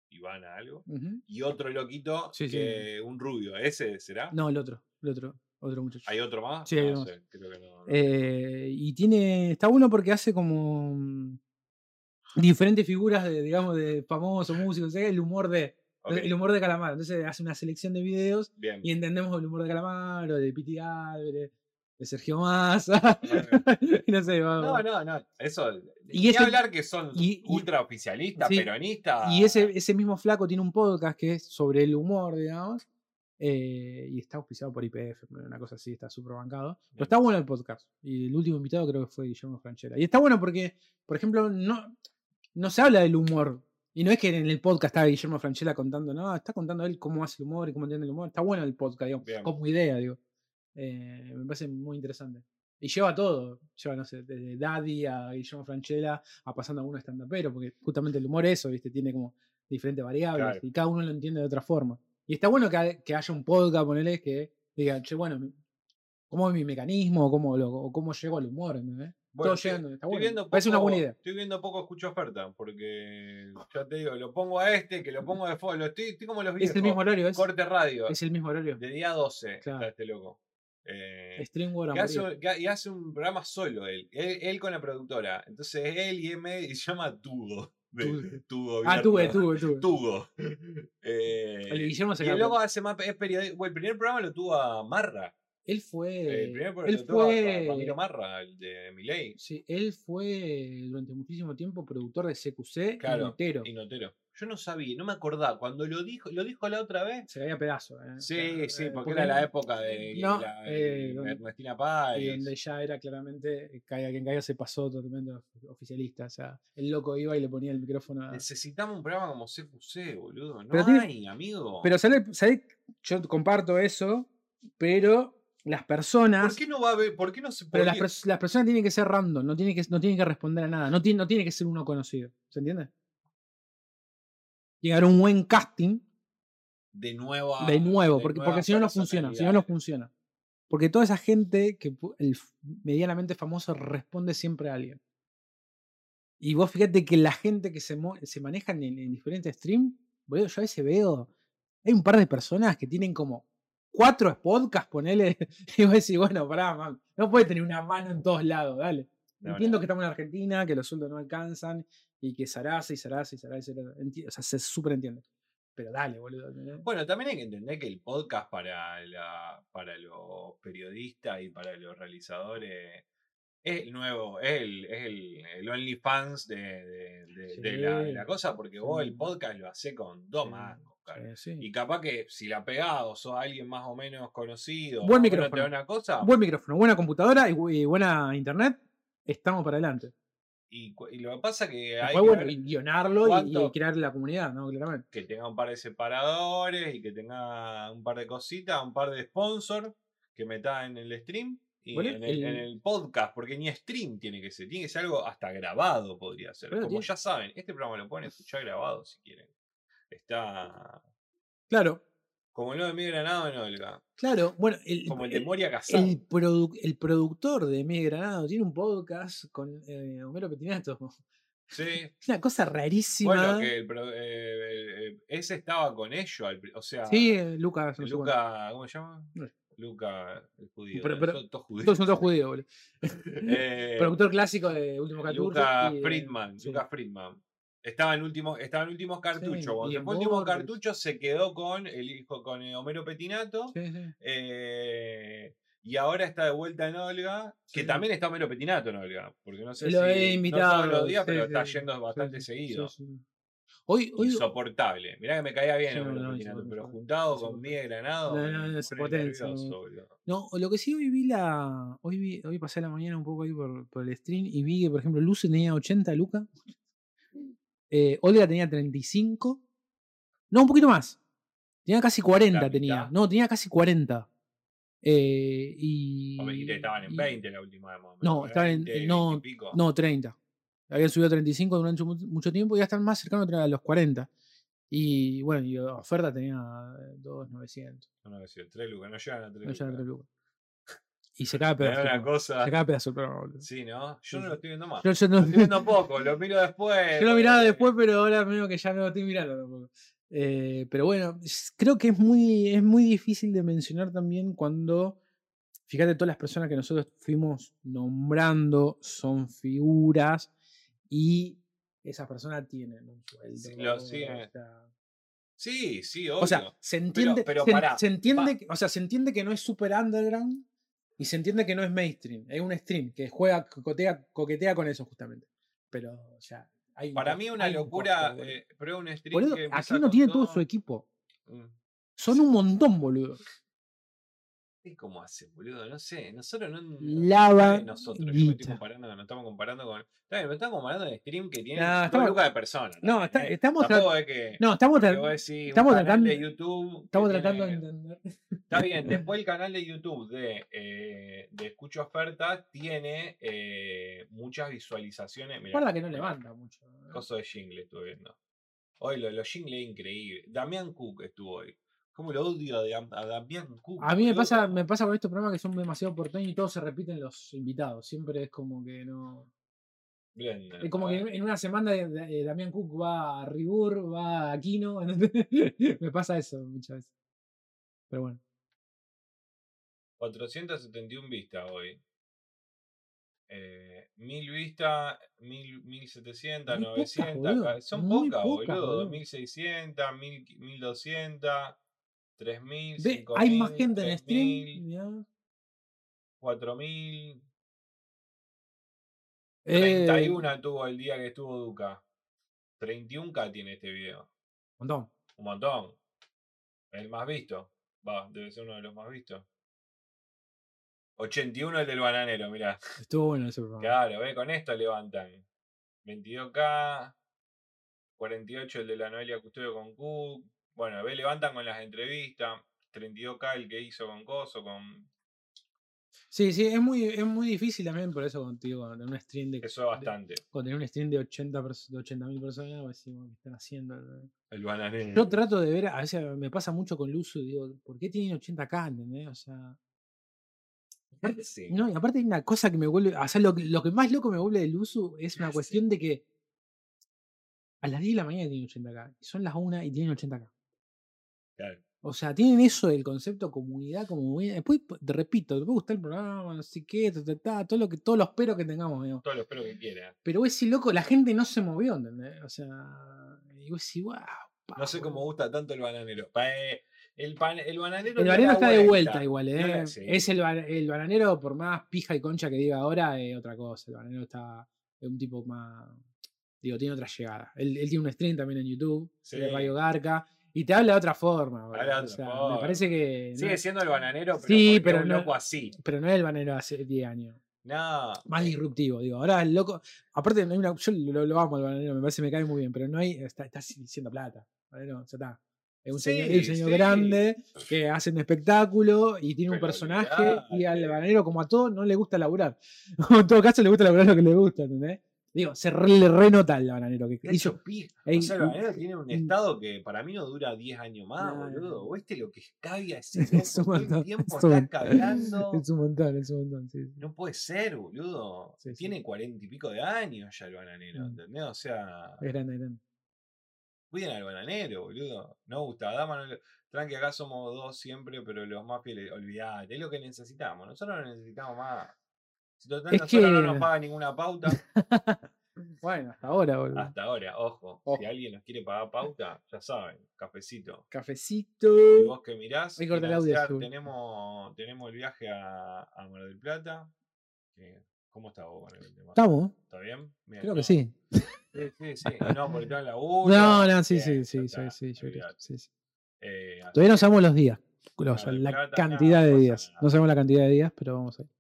A: Ivana algo
B: ujú.
A: y otro loquito
B: Sí, sí.
A: que un rubio ese será
B: No, el otro, el otro, otro muchacho.
A: hay otro más
B: Sí, hay uno
A: no
B: más.
A: sé, creo que no, no.
B: Eh, y tiene. Está bueno porque hace como. mm, Diferentes figuras de, digamos, de famosos músicos, ¿sí? el humor de.
A: Ok,
B: El humor de Calamar. Entonces hace una selección de videos
A: bien <laughs>
B: y entendemos el humor de Calamar, o de Piti Álvarez, de Sergio Massa. <laughs> y no sé, va-
A: no no no eso
B: Y
A: y ni
B: ese-
A: hablar que son
B: y- y-
A: ultra oficialistas
B: sí,
A: peronistas
B: Y ese, ese mismo flaco tiene un podcast que es sobre el humor, digamos. eh, y está auspiciado por IPF, una cosa así, está súper bancado. Pero
A: Bien.
B: está bueno el podcast. Y el último invitado creo que fue Guillermo Franchella. Y está bueno porque, por ejemplo, no, no se habla del humor. Y no es que en el podcast está Guillermo Franchella contando, no, está contando él cómo hace el humor y cómo entiende el humor. Está bueno el podcast, digamos,
A: Bien.
B: como idea, digo. Eh, me parece muy interesante. Y lleva todo. Lleva, no sé, desde Daddy a Guillermo Franchella a pasando a uno stand porque justamente el humor es eso, ¿viste? Tiene como diferentes variables
A: Claro.
B: y cada uno lo entiende de otra forma. Y está bueno que, ha- que haya un podcast, ponele, que diga, che, bueno, mi- ¿cómo es mi mecanismo? ¿Cómo, lo, o ¿cómo llego al humor? ¿entendés?
A: Bueno,
B: Todo
A: estoy-
B: llegando, está
A: estoy
B: bueno.
A: viendo
B: Parece una
A: poco-
B: buena idea.
A: Estoy viendo poco escucho oferta, porque ya te digo, lo pongo a este, que lo pongo de fondo. Estoy, estoy como los viejos.
B: Es el mismo horario, es,
A: Corte radio.
B: es el mismo horario.
A: De día 12
B: Claro.
A: está este loco. Eh,
B: Streamware a
A: que hace,
B: morir.
A: un- que ha- y hace un programa solo él. él. él con la productora. Entonces él y M y se llama Tugo. <laughs>
B: Tugo.
A: de- Tugo
B: Ah, tuve,
A: Bierto.
B: tuve, tuve. <laughs>
A: Tugo. Eh,
B: El Guillermo se
A: y
B: la
A: luego hace más. es periodi- bueno, el primer programa lo tuvo a Marra.
B: Él fue.
A: el primer
B: él
A: productor
B: fue.
A: fue... Ramiro Marra, el de Miley
B: sí, él fue durante muchísimo tiempo productor de CQC
A: Claro,
B: y Notero.
A: y Notero. Yo no sabía, no me acordaba. Cuando lo dijo, lo dijo la otra vez.
B: Se veía pedazo. ¿eh?
A: Sí,
B: Claro,
A: sí,
B: eh,
A: porque era la época de
B: no,
A: la-
B: eh,
A: el-
B: donde-
A: Ernestina
B: y
A: Páez.
B: donde ya era claramente, eh, caiga quien caiga, se pasó totalmente of- oficialista. O sea, el loco iba y le ponía el micrófono a.
A: Necesitamos un programa como CQC, boludo. No
B: Pero tiene-
A: hay, amigo.
B: Pero, ¿sabes? Yo comparto eso, pero las personas.
A: ¿Por qué no va a haber? ¿Por qué no se
B: Pero
A: por
B: las,
A: qué-
B: pers- las personas tienen que ser random, no tienen que, no tienen que responder a nada, no tiene, no tiene que ser uno conocido. ¿Se entiende? Llegar un buen casting
A: de nueva.
B: de nuevo, porque,
A: nuevas
B: porque si no, no funciona. Si no, no
A: personalidades?
B: funciona. Porque toda esa gente que pu- el f- medianamente famoso responde siempre a alguien. Y vos fíjate que la gente que se, mo- se maneja en, en diferentes streams, boludo, yo a veces veo, hay un par de personas que tienen como cuatro podcasts, ponele, <laughs> y vos decís, bueno, pará, man, no puede tener una mano en todos lados, dale.
A: No,
B: Entiendo
A: no.
B: que estamos en Argentina, que los sueldos no alcanzan y que Sarasa y Sarasa y Sarasa, o sea, se súper entiende. Pero dale, boludo. ¿entendés?
A: Bueno, también hay que entender que el podcast para, la, para los periodistas y para los realizadores es el nuevo, es el, es el, el OnlyFans de, de, de- de la, de la
B: Sí,
A: cosa, porque vos el
B: sí.
A: podcast lo hacés con dos
B: Sí,
A: mangos, cara.
B: Eh, sí.
A: Y capaz que si la pegás o sos alguien más o menos conocido,
B: Buen
A: más o menos te
B: micrófono.
A: da una cosa,
B: Buen micrófono, buena computadora y, bu- y buena internet, estamos para adelante.
A: y, cu- y lo que pasa que hay
B: Después,
A: que,
B: bueno,
A: ver
B: y guionarlo y- y,
A: cuánto-
B: crear la comunidad, ¿no? Claramente.
A: que tenga un par de separadores y que tenga un par de cositas, un par de sponsors que meta en el stream y
B: Bueno,
A: en, el, en
B: el-
A: el podcast, porque ni stream tiene que ser, tiene que ser algo hasta grabado, podría ser.
B: Bueno,
A: Como
B: tiene-
A: ya saben, este programa lo pueden escuchar grabado si quieren. Está
B: Claro,
A: como el de mi granado en Olga,
B: claro. Bueno, el,
A: como el de
B: el,
A: Moria Casado.
B: el produ- el productor de Miguel Granado tiene un podcast con eh, Homero Petinato.
A: Sí,
B: Es <laughs> una cosa rarísima.
A: bueno, que el pro- eh, el- ese estaba con ellos, al pri- o sea,
B: Sí, eh, Lucas. no sé cuánto.
A: Luca, ¿cómo se llama?
B: No sé.
A: Luca, el judío.
B: Pero-
A: eh,
B: pero-
A: son
B: Todos
A: todos <laughs> judíos.
B: son todos judíos, boludo.
A: Eh,
B: Productor clásico de Último Caturro.
A: Lucas
B: y de-
A: Friedman,
B: sí.
A: Lucas Friedman. Estaba en último, estaba en últimos cartuchos. Cuando
B: y
A: se
B: en
A: fue último
B: Borges.
A: cartucho se quedó con el hijo con eh, Homero Petinato.
B: Sí, sí.
A: eh, y ahora está de vuelta en Olga, que
B: Sí.
A: también está Homero Petinato en Olga, porque no sé
B: Lo
A: si
B: he
A: no
B: invitado,
A: todos los días,
B: sí,
A: pero está
B: sí,
A: yendo bastante
B: Sí, sí,
A: seguido.
B: sí, sí. Hoy, hoy,
A: Insoportable. Mirá que me caía bien
B: Sí,
A: Homero
B: no, no,
A: Petinato, pero
B: insoportable,
A: juntado con
B: insoportable.
A: Miguel Granado.
B: No,
A: me
B: no, no,
A: pone
B: se potencia,
A: nervioso,
B: no.
A: boludo.
B: No, lo que sí hoy vi la. Hoy vi, hoy pasé la mañana un poco ahí por, por el stream y vi que, por ejemplo, Luce tenía 80 lucas.
A: Mm.
B: eh, Olga tenía 35. No, un poquito más. Tenía casi 40, tenía.
A: mitad.
B: No, tenía casi 40. Eh, y.
A: O me dijiste que estaban en
B: y-
A: 20 la última de momento.
B: No, estaban en- no, No, 30. Habían subido a 35 durante mu- mucho tiempo y ya están más cercanos a los 40. Y bueno, y oferta tenía 2,900.
A: No, no, sí, tres lucas, no llegan a tres
B: No llegan a
A: lucas.
B: tres lucas. Y se cae a
A: Me da
B: pedazos.
A: una
B: el programa.
A: cosa.
B: Se cae a pedazos el programa, boludo.
A: Ah. Sí, ¿no?
B: Sí,
A: Yo no
B: sí.
A: lo estoy viendo más.
B: Yo,
A: Lo
B: yo no,
A: estoy viendo poco, lo miro
B: <laughs>
A: después. eh,
B: yo lo
A: porque-
B: miraba después, pero ahora medio que ya no lo estoy mirando tampoco. Eh, pero bueno, es- creo que es muy, es muy difícil de mencionar también cuando, fíjate, todas las personas que nosotros fuimos nombrando son figuras y esas personas tienen un sueldo.
A: Sí, lo siguen.
B: está-
A: Sí, sí, obvio.
B: O sea, se entiende,
A: pero
B: se, en-
A: pará,
B: se entiende,
A: pa-
B: que- o sea, se entiende que no es super underground y se entiende que no es mainstream. Es un stream que juega, coquetea, coquetea con eso justamente. Pero ya. Hay un
A: para
B: costo,
A: mí una
B: hay un
A: locura,
B: costo, boludo.
A: eh, pero un stream
B: Boludo,
A: que empieza
B: aquí no
A: con
B: tiene todo
A: todo-
B: su equipo.
A: Mm.
B: Son un montón,
A: <laughs>
B: boludo.
A: Sí, ¿Cómo hace, boludo? No sé, nosotros no... no-
B: Lava
A: eh, Nosotros, yo me estoy
B: guita.
A: comparando, nos estamos comparando con... Está bien, pero estamos comparando el stream que tiene
B: No,
A: dos
B: estamos-
A: lucas de personas. Eh,
B: No, está- estamos, tra-
A: Tampoco es que...
B: no, estamos, tra-
A: que vos decís,
B: estamos
A: un canal de
B: tratando-
A: YouTube que
B: estamos
A: tiene-
B: tratando de entender.
A: Está bien, después el canal de YouTube de, eh, de Escucho Oferta tiene eh, muchas visualizaciones. Mirá,
B: Guarda que no
A: mirá,
B: levanta mucho. ¿eh?
A: Coso de jingle estuve viendo. Hoy lo- los jingles increíbles. Damián Cook estuvo hoy. ¿Cómo lo odio de Am- a Damián Cook?
B: A mí me
A: boludo?
B: pasa, me pasa con estos programas que son demasiado porteños y todos se repiten los invitados. Siempre es como que no.
A: Blender,
B: Es eh, como que
A: bueno.
B: en en una semana eh, Da- eh, Damián Cook va a Ribur, va a Aquino. <laughs> ¿entendés? Me pasa eso muchas veces. Pero bueno.
A: 471 vistas hoy. Eh, 1000 vistas, 1000, 1700,
B: Muy pocas,
A: 900.
B: boludo,
A: ca- son
B: muy
A: pocas,
B: pocas,
A: boludo.
B: boludo.
A: 2600, 1000, 1200, 3000.
B: Ve, hay más gente en
A: 5000,
B: stream. mirá.
A: 4000.
B: Eh,
A: 31 tuvo el día que estuvo Duca. 31K tiene este video.
B: montón.
A: Un montón. El más visto. Va, debe ser uno de los más vistos. 81 el del bananero, mirá.
B: Estuvo bueno ese programa.
A: Claro, ve, con esto levantan. 22K. 48 el de la Noelia Custodio con Cook. Bueno, ve, levantan con las entrevistas. 32K el que hizo con Coso, con.
B: Sí, sí, es muy, es muy difícil también por eso contigo, en un stream de,
A: Eso es bastante.
B: con tener un stream de 80 pers- de 80.000 personas, vos decís, bueno, ¿qué están haciendo?
A: El bananero.
B: Yo trato de ver, a veces me pasa mucho con Luzu, digo, ¿por qué tienen 80k? ¿Entendés? O sea,
A: <laughs> Sí.
B: no, y aparte hay una cosa que me vuelve, o sea, lo, que- lo que más loco me vuelve de Luzu es una
A: Sí.
B: cuestión de que a las 10 de la mañana tienen 80k, y son las 1 y tienen 80k.
A: Claro.
B: O sea, tienen eso del concepto comunidad, como muy- después te repito, te puede gustar el programa, no sé qué, ta, ta, ta, todo lo que, todos los peros que tengamos, digamos.
A: Todo lo espero que quiera.
B: Pero ese loco, la gente no se movió, ¿entendés? O sea, y vos decís, wow.
A: No sé cómo gusta tanto el bananero. Pa- eh, El, pan- el bananero.
B: El
A: le da
B: bananero
A: la
B: está de vuelta igual,
A: No
B: ¿eh?
A: la- sí.
B: Es el, ba- el bananero, por más pija y concha que diga ahora, es otra cosa. El bananero está es un tipo más. Digo, tiene otra llegada. Él, él tiene un stream también en YouTube,
A: Sí.
B: de Radio Garca, y te habla de otra forma. boludo.
A: Habla de
B: O
A: otra
B: sea,
A: forma.
B: Me parece que. no
A: Sigue
B: es-
A: siendo el bananero, pero,
B: Sí,
A: porque
B: pero
A: un
B: no-
A: loco así.
B: pero no es el bananero de hace 10 años.
A: No.
B: Más disruptivo, digo. Ahora el loco. Aparte, no hay una, yo lo, lo amo al bananero, me parece que me cae muy bien, pero no hay. Está, está haciendo plata. Bananero, ya está. Es un señor, es un
A: Sí,
B: señor
A: sí.
B: grande que hace un espectáculo y tiene un
A: Pero
B: personaje y al
A: olvidate.
B: bananero, como a todo, no le gusta laburar. <laughs> en todo caso, le gusta laburar lo que le gusta, ¿entendés? Digo, se re, le renota al bananero que
A: Está
B: hizo.
A: hecho pija.
B: Ey,
A: o sea, el
B: y-
A: bananero tiene un
B: y-
A: estado que para mí no dura 10 años
B: No,
A: más,
B: no,
A: boludo.
B: no.
A: O este lo
B: <laughs>
A: que escabia ese
B: Es
A: loco.
B: un
A: todo el
B: montón,
A: tiempo
B: es un
A: está cablando.
B: <laughs> montón. Es un montón, es un montón, sí. sí.
A: No puede ser, boludo.
B: Sí, sí.
A: Tiene cuarenta y pico de años ya el bananero,
B: Mm.
A: ¿entendés? O sea,
B: Es grande, es grande.
A: cuiden al bananero, boludo. No gusta, dama no le- Tranqui, acá somos dos siempre, pero los más fieles, olvidate, es lo que necesitamos. Nosotros no necesitamos más. Si total,
B: Es
A: nosotros no nos
B: que-
A: paga ninguna
B: <laughs>
A: pauta
B: Bueno, hasta ahora, boludo.
A: hasta ahora, ojo. Si
B: Ojo.
A: alguien nos quiere pagar pauta, ya saben, cafecito.
B: Cafecito. <laughs>
A: Y vos que mirás,
B: Ahí corta el audio,
A: financiar,
B: Jul.
A: tenemos, tenemos el viaje a, a Mar del Plata. que- ¿Cómo está vos con el tema?
B: Estamos,
A: ¿Está bien? Bien,
B: creo
A: no.
B: que sí.
A: Sí, sí, sí. No, porque todo el laburo.
B: No, no, sí, sí,
A: Bien, ya
B: sí, sí,
A: está,
B: sí, yo creo-
A: olvidate.
B: sí, sí.
A: Eh, así
B: Todavía no
A: que-
B: sabemos los días, o
A: Mar
B: sea,
A: del
B: la
A: Plata,
B: cantidad
A: no
B: de
A: pasa
B: días.
A: nada.
B: No sabemos la cantidad de días, pero vamos a ver.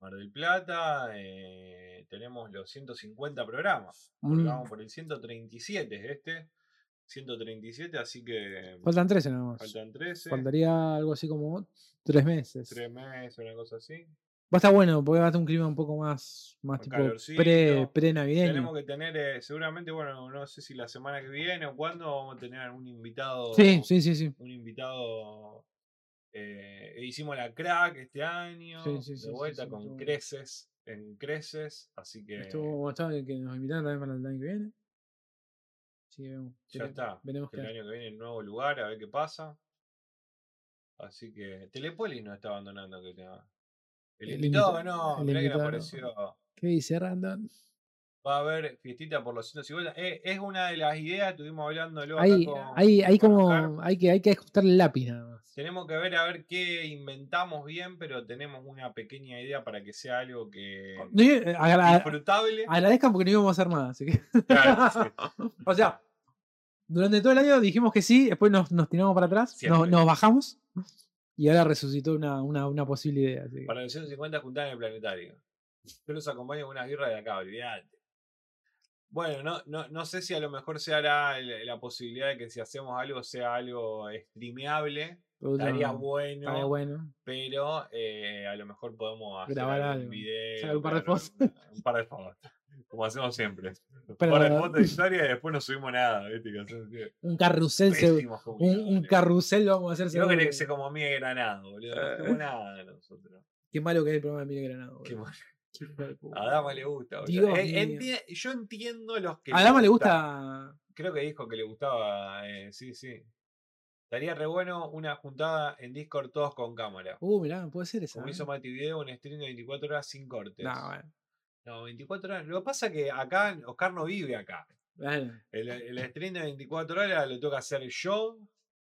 A: Mar del Plata, eh, tenemos los 150 programas. Porque
B: Mm,
A: vamos por el 137 es este. 137, así que
B: Faltan 13 nada más.
A: faltan 13.
B: Faltaría algo así como 3 meses.
A: 3 meses, una cosa así.
B: Va a estar bueno, porque va a estar un clima un poco más, más
A: Con
B: tipo
A: calorcito.
B: pre- pre-navideño.
A: Tenemos que tener, eh, seguramente, bueno, no sé si la semana que viene o cuándo vamos a tener algún invitado.
B: sí, sí, sí, sí.
A: un invitado. eh, hicimos la crack este año.
B: Sí, sí, sí,
A: de
B: sí,
A: vuelta
B: sí,
A: con
B: estuvo bueno.
A: creces. En creces. Así que
B: Estuvo bueno, está bien que nos invitaron también para el año que viene. Así que vemos.
A: ya
B: vere-
A: está.
B: Veremos
A: El
B: qué.
A: año que viene en nuevo lugar, a ver qué pasa. Así que Telepolis no está abandonando que tema. El,
B: El
A: invitado
B: invita-
A: ganó,
B: el
A: mirá que
B: invitado.
A: le apareció.
B: ¿Qué dice Randon?
A: Va a haber fiestita por los 150. Eh, es una de las ideas, estuvimos hablándolo acá
B: Hay,
A: con-
B: hay, hay
A: con Oscar.
B: como. Hay que, hay que ajustar el lápiz nada más.
A: Tenemos que ver a ver qué inventamos bien, pero tenemos una pequeña idea para que sea algo que
B: No, yo, eh, agra-
A: disfrutable.
B: Agradezcan porque no íbamos a hacer nada, así que. <laughs>
A: Claro, sí.
B: O sea, durante todo el año dijimos que sí, después nos, nos tiramos para atrás, nos,
A: Siempre.
B: nos bajamos y ahora resucitó una, una, una posible idea. así que-
A: Para los 150 juntar en el planetario. Yo los acompaño con unas birras de acá, olvídate. Bueno, no, no, no sé si a lo mejor se hará el- la posibilidad de que si hacemos algo sea algo streameable.
B: pero ya
A: Estaría
B: estaría
A: bueno,
B: bueno.
A: pero eh, a lo mejor podemos hacer
B: Grabar
A: algún
B: algo,
A: video,
B: sacar un par de
A: claro,
B: fotos.
A: una- Un par de fotos. Como hacemos siempre. Un
B: <laughs> Pero-
A: par de fotos de historia y después no subimos nada. ¿viste? Que
B: <laughs>
A: hacemos, tío,
B: Un carrusel, se-
A: pésimos
B: un, un
A: comunicadores.
B: carrusel lo vamos a hacer.
A: Yo
B: seguro
A: quería
B: que-
A: que sea como mi granado, boludo. No hacemos
B: <laughs>
A: nada nosotros.
B: Qué malo que es el programa de Miguel Granado.
A: Qué
B: boludo.
A: mal.
B: Qué hijo de puta.
A: A Dama le gusta, boludo.
B: Dios
A: Eh,
B: mío.
A: entie- yo entiendo los que.
B: A Dama le gusta.
A: Creo que dijo que le gustaba. eh, sí, sí. Estaría re bueno una juntada en Discord todos con cámara.
B: Uh, mirá, puede ser esa.
A: Como
B: ¿eh?
A: hizo Mati Video, un stream de 24 horas sin cortes.
B: No, bueno.
A: No, 24 horas. Lo que pasa es que acá Oscar no vive acá.
B: Bueno,
A: El, el stream de 24 horas lo tengo que hacer yo.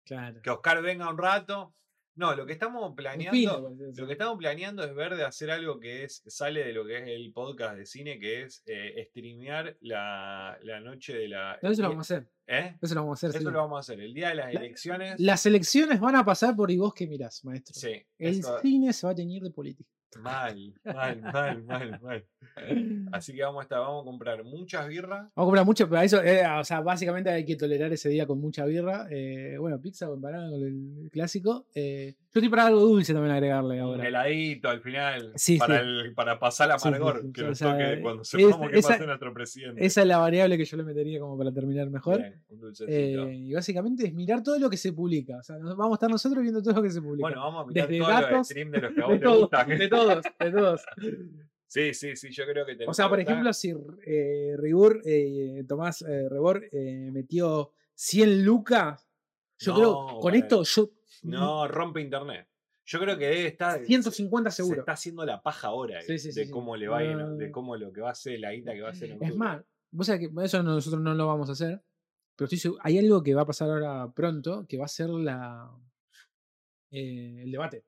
B: claro.
A: Que Oscar venga un rato. No, lo que estamos
B: Un
A: planeando.
B: pino, parece eso.
A: Lo que estamos planeando es ver de hacer algo que es, sale de lo que es el podcast de cine, que es eh, streamear la, la noche de la.
B: No, eso lo
A: eh,
B: vamos a hacer.
A: ¿eh?
B: Eso lo vamos a hacer.
A: Eso
B: sí.
A: lo vamos a hacer. El día de las
B: La-
A: elecciones.
B: Las elecciones van a pasar por y vos que mirás, maestro.
A: Sí.
B: El
A: eso-
B: cine se va a teñir de política.
A: mal, mal, mal, mal, mal.
B: Vamos
A: Así que vamos a estar, vamos a comprar muchas birras.
B: a comprar mucho, pero eso, eh, o sea, básicamente hay que tolerar ese día con mucha birra. eh, bueno, pizza o empanada con el clásico. eh, yo estoy para algo dulce también agregarle
A: Un
B: ahora.
A: heladito al final.
B: Sí,
A: para,
B: sí.
A: el- para pasar la
B: Sí, sí,
A: amargor.
B: sí,
A: Que
B: o
A: nos
B: sea,
A: toque cuando
B: es-
A: sepamos qué
B: esa-
A: pasa nuestro presidente.
B: Esa es la variable que yo le metería como para terminar mejor.
A: Bien, un dulcecito.
B: Eh, y básicamente es mirar todo lo que se publica. O sea, nos- vamos a estar nosotros viendo todo lo que se publica.
A: bueno, vamos a mirar
B: desde
A: todos
B: datos,
A: los streams de
B: <laughs>
A: los que
B: de,
A: a vos te
B: todos,
A: gusta.
B: <laughs> de todos, de todos.
A: Sí, sí, sí, yo creo que te
B: <laughs> O sea, por ejemplo, si eh, Ribur, eh, Tomás eh, Rebor eh, metió 100 lucas, yo creo,
A: No,
B: con
A: para-
B: esto yo
A: No, rompe internet. Yo creo que debe estar.
B: 150
A: se
B: seguro.
A: está haciendo la paja ahora eh,
B: Sí, sí, sí,
A: de
B: sí.
A: cómo le va a ir,
B: No, no,
A: de
B: no.
A: cómo lo que va a ser, la guita que va a hacer. en
B: Es
A: octubre.
B: más, vos sabés que eso nosotros no lo vamos a hacer, pero estoy seguro, hay algo que va a pasar ahora pronto, que va a ser la eh, el debate.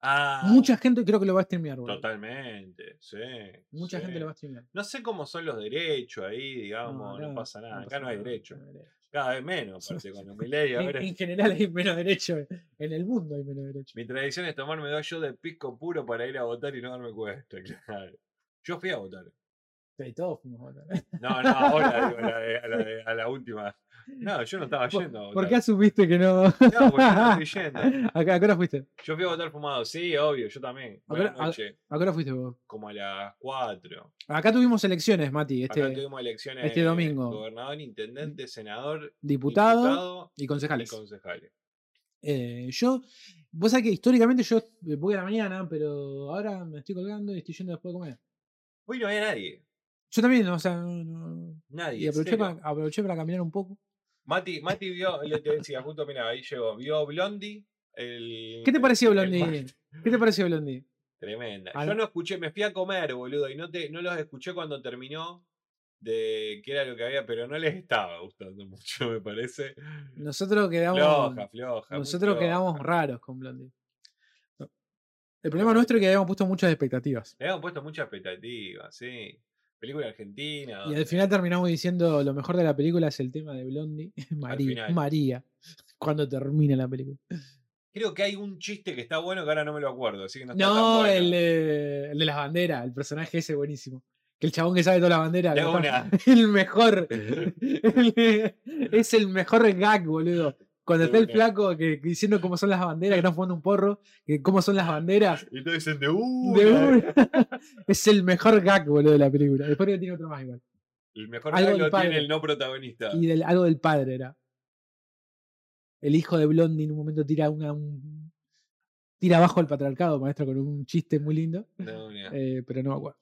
A: Ah,
B: Mucha gente creo que lo va a streamear, boludo.
A: Totalmente, sí.
B: Mucha
A: sí.
B: gente lo va a streamear.
A: No sé cómo son los derechos ahí, digamos, no,
B: acá
A: pasa nada.
B: pasa
A: Acá no hay
B: nada,
A: derecho.
B: no hay derecho.
A: Cada vez menos, aparte, con Milei.
B: En, <laughs>
A: ahora.
B: en general hay menos derecho. En el mundo hay menos derecho.
A: Mi tradición es tomarme dos yo de pisco puro para ir a votar y no darme cuenta, <laughs> claro. Yo fui a votar.
B: Y todos fuimos a votar.
A: No, no, ahora digo, a la, de- a la de- a la última. No, yo no estaba
B: ¿Por-
A: yendo. a
B: ¿Por
A: votar.
B: qué asumiste que no? ¿A
A: No, porque yo no estoy yendo.
B: <laughs> qué a qué hora fuiste?
A: Yo fui a votar fumado, sí, obvio, yo también.
B: A
A: Buenas
B: ver, a-
A: noches,
B: ¿A qué hora fuiste vos?
A: como a las 4.
B: Acá tuvimos elecciones, Mati. Este,
A: Acá tuvimos elecciones.
B: este domingo.
A: Gobernador, intendente, senador,
B: diputado,
A: diputado
B: y
A: y
B: concejales.
A: concejales.
B: Eh, yo, vos sabés que históricamente yo voy a la mañana, pero ahora me estoy colgando y estoy yendo después de comer.
A: Hoy no había nadie.
B: Yo también, o sea, no- no-
A: Nadie.
B: y
A: en
B: aproveché
A: serio.
B: para, aproveché para caminar un poco.
A: Mati, Mati vio, le te decía, justo, mira, ahí llegó, vio Blondie. El,
B: ¿Qué te pareció,
A: el- el
B: Blondie? ¿Qué te pareció, Blondie?
A: Tremenda.
B: A
A: Yo
B: la-
A: no escuché, me fui a comer, boludo, y no, te, no los escuché cuando terminó de qué era lo que había, pero no les estaba gustando <laughs> mucho, me parece.
B: Nosotros quedamos,
A: Floja, floja. muy
B: nosotros
A: floja.
B: quedamos raros con Blondie. No. El problema nuestro es que habíamos puesto muchas expectativas.
A: Le habíamos puesto mucha expectativa, sí. Película argentina.
B: Y
A: donde-
B: al final terminamos diciendo lo mejor de la película es el tema de Blondie. <laughs> María.
A: final.
B: María. Cuando termina la película.
A: Creo que hay un chiste que está bueno que ahora no me lo acuerdo, así que no está tan
B: No,
A: bueno.
B: el, eh, el de las banderas, el personaje ese buenísimo. Que el chabón que sabe todas las banderas.
A: <laughs> De
B: lo está-
A: una.
B: <laughs> El mejor. El- es el mejor gag, boludo. Cuando
A: De
B: está el
A: una.
B: flaco que, que diciendo cómo son las banderas, que están fumando un porro, que cómo son las banderas.
A: <laughs> Y todos dicen de
B: De
A: una.
B: una. <laughs> es el mejor gag, boludo, de la película. Después creo que tiene otro más igual.
A: El mejor
B: Algo
A: gag
B: del
A: lo tiene
B: padre.
A: el no protagonista.
B: Y del, algo del padre era. El hijo de Blondie en un momento tira una. un- tira abajo al patriarcado, maestro, con un chiste muy lindo.
A: De una.
B: eh, pero no me acuerdo.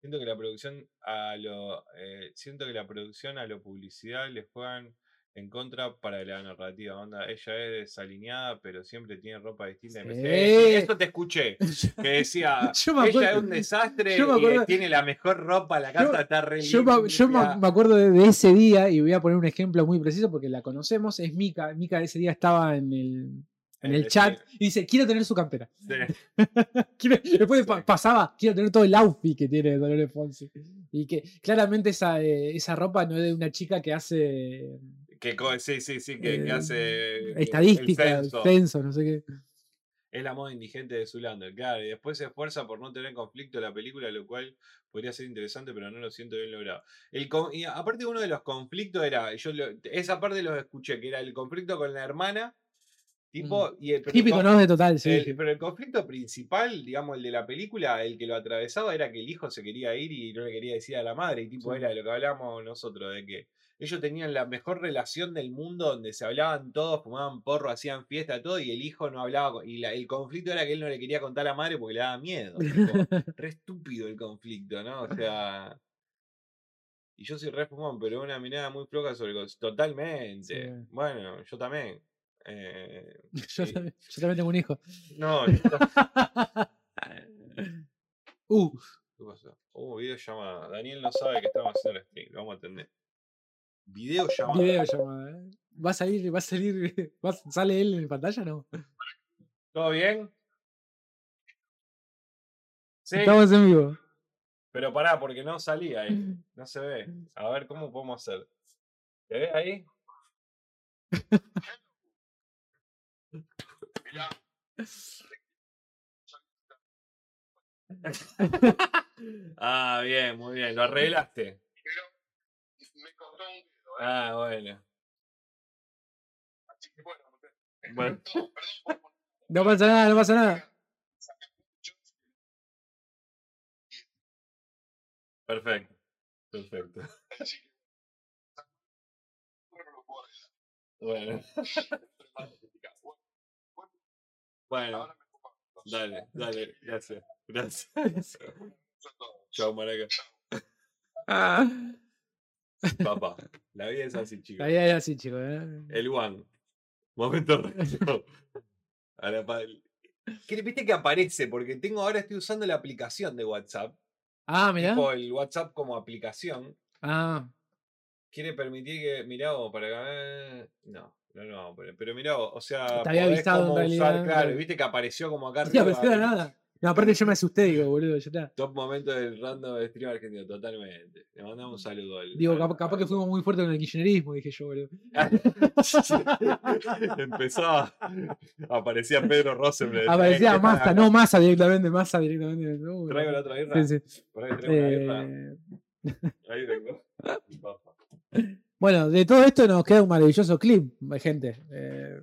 A: Siento que la producción a lo eh, siento que la producción a lo publicidad le juegan en contra para la narrativa, onda, ella es desalineada, pero siempre tiene ropa distinta. y me decía, "Eh, sí,
B: Sí.
A: esto te escuché, que decía,
B: <laughs> Yo me
A: ella es
B: acuerdo-
A: un desastre,
B: yo me
A: y, eh,
B: acuerdo-
A: tiene la mejor ropa, la casa está re
B: Yo, me, yo me-
A: limpia".
B: me acuerdo de, de ese día, y voy a poner un ejemplo muy preciso porque la conocemos, es Mika. Mika ese día estaba en el, en el
A: En el
B: chat y dice, quiero tener su campera. <laughs>
A: Sí,
B: Quiero- después
A: Sí.
B: pa- pasaba, quiero tener todo el outfit que tiene Dolores Fonsi. Y que claramente esa, eh, esa ropa no es de una chica que hace
A: que, co- sí, sí, sí, que, que
B: eh,
A: hace el- el
B: estadística, el
A: censo.
B: censo, no sé qué.
A: Es la moda indigente de Zulander, claro. Y después se esfuerza por no tener conflicto la película, lo cual podría ser interesante, pero no lo siento bien logrado. El con- y aparte uno de los conflictos era, yo lo- esa parte los escuché, que era el conflicto con la hermana, tipo, y el, pero el
B: Mm. Típico,
A: con-
B: ¿no? De total, sí.
A: el- pero el conflicto principal, digamos, el de la película, el que lo atravesaba era que el hijo se quería ir y no le quería decir a la madre, y tipo
B: Sí.
A: era de lo que hablábamos nosotros, de que ellos tenían la mejor relación del mundo, donde se hablaban todos, fumaban porro, hacían fiesta, todo, y el hijo no hablaba, con- y la- el conflicto era que él no le quería contar a la madre porque le daba miedo. tipo,
B: <laughs>
A: re estúpido el conflicto, ¿no? O sea... Y yo soy re fumón, pero una mirada muy floja sobre... el cons- Totalmente.
B: Sí.
A: Bueno, yo también.
B: <laughs>
A: Eh,
B: <laughs> yo,
A: sí.
B: también, yo también tengo un
A: <laughs>
B: hijo. <laughs>
A: no, yo
B: uh,
A: ¿Qué pasó? Uh, videollamada. Daniel no sabe que estamos haciendo el stream. Lo vamos a atender.
B: <laughs>
A: Videollamada.
B: video llamada. ¿eh? Va a salir, va a salir, va a- ¿sale él en pantalla no?
A: ¿Todo bien? Sí,
B: Estamos en
A: <laughs>
B: vivo.
A: pero pará, porque no salí
B: Mm.
A: ahí. No se ve. A ver, ¿cómo podemos hacer? ¿Te ves ahí? Ah, bien, muy bien. Lo arreglaste.
C: me costó un dedo, ¿eh?
A: Ah, bueno.
C: Así que bueno,
A: Bueno.
C: perdón, perdón por
B: No pasa nada, no pasa nada.
A: Perfecto. Perfecto.
C: poner los bordes,
A: Bueno,
C: pero más complicado. Bueno,
A: bueno.
C: ahora me ocupo de los dos.
A: Dale, dale. Gracias. <laughs> Gracias.
C: Son dos.
A: Chao, maraca.
B: Ah.
A: Ah. Papá. La vida es así,
B: La
A: chicos.
B: vida era así, chicos. ¿eh?
A: El one.
B: <laughs>
A: Momento recto. A la pa- ¿Qué- Viste que aparece, porque tengo ahora estoy usando la aplicación de WhatsApp.
B: Ah, mirá.
A: Tipo el WhatsApp como aplicación.
B: Ah,
A: Quiere permitir que. Mirá vos, para acá. eh, No, no lo vamos a poner. Pero mirá vos, o sea,
B: Te había avisado en
A: como
B: realidad,
A: claro,
B: claro.
A: viste que apareció
B: <laughs>
A: como acá
B: hostia,
A: arriba,
B: pero era
A: viste,
B: nada. No, aparte yo me asusté, digo, boludo, ya está.
A: Top momento del random de stream argentino, totalmente. Le mandamos un saludo al.
B: Digo,
A: al-
B: cap- capaz que
A: al-
B: fuimos muy fuertes con el kirchnerismo, dije yo,
A: <laughs>
B: boludo. Ah,
A: Empezaba. Aparecía Pedro Rosenblatt.
B: Aparecía
A: masa
B: Massa, no Massa directamente, Massa directamente. Uh,
A: Traigo la
B: la-
A: otra birra.
B: Sí, sí.
A: Por ahí traigo una birra.
B: Eh, <laughs>
A: Ahí vengo. Papá.
B: bueno, de todo esto nos queda un maravilloso clip, gente. eh,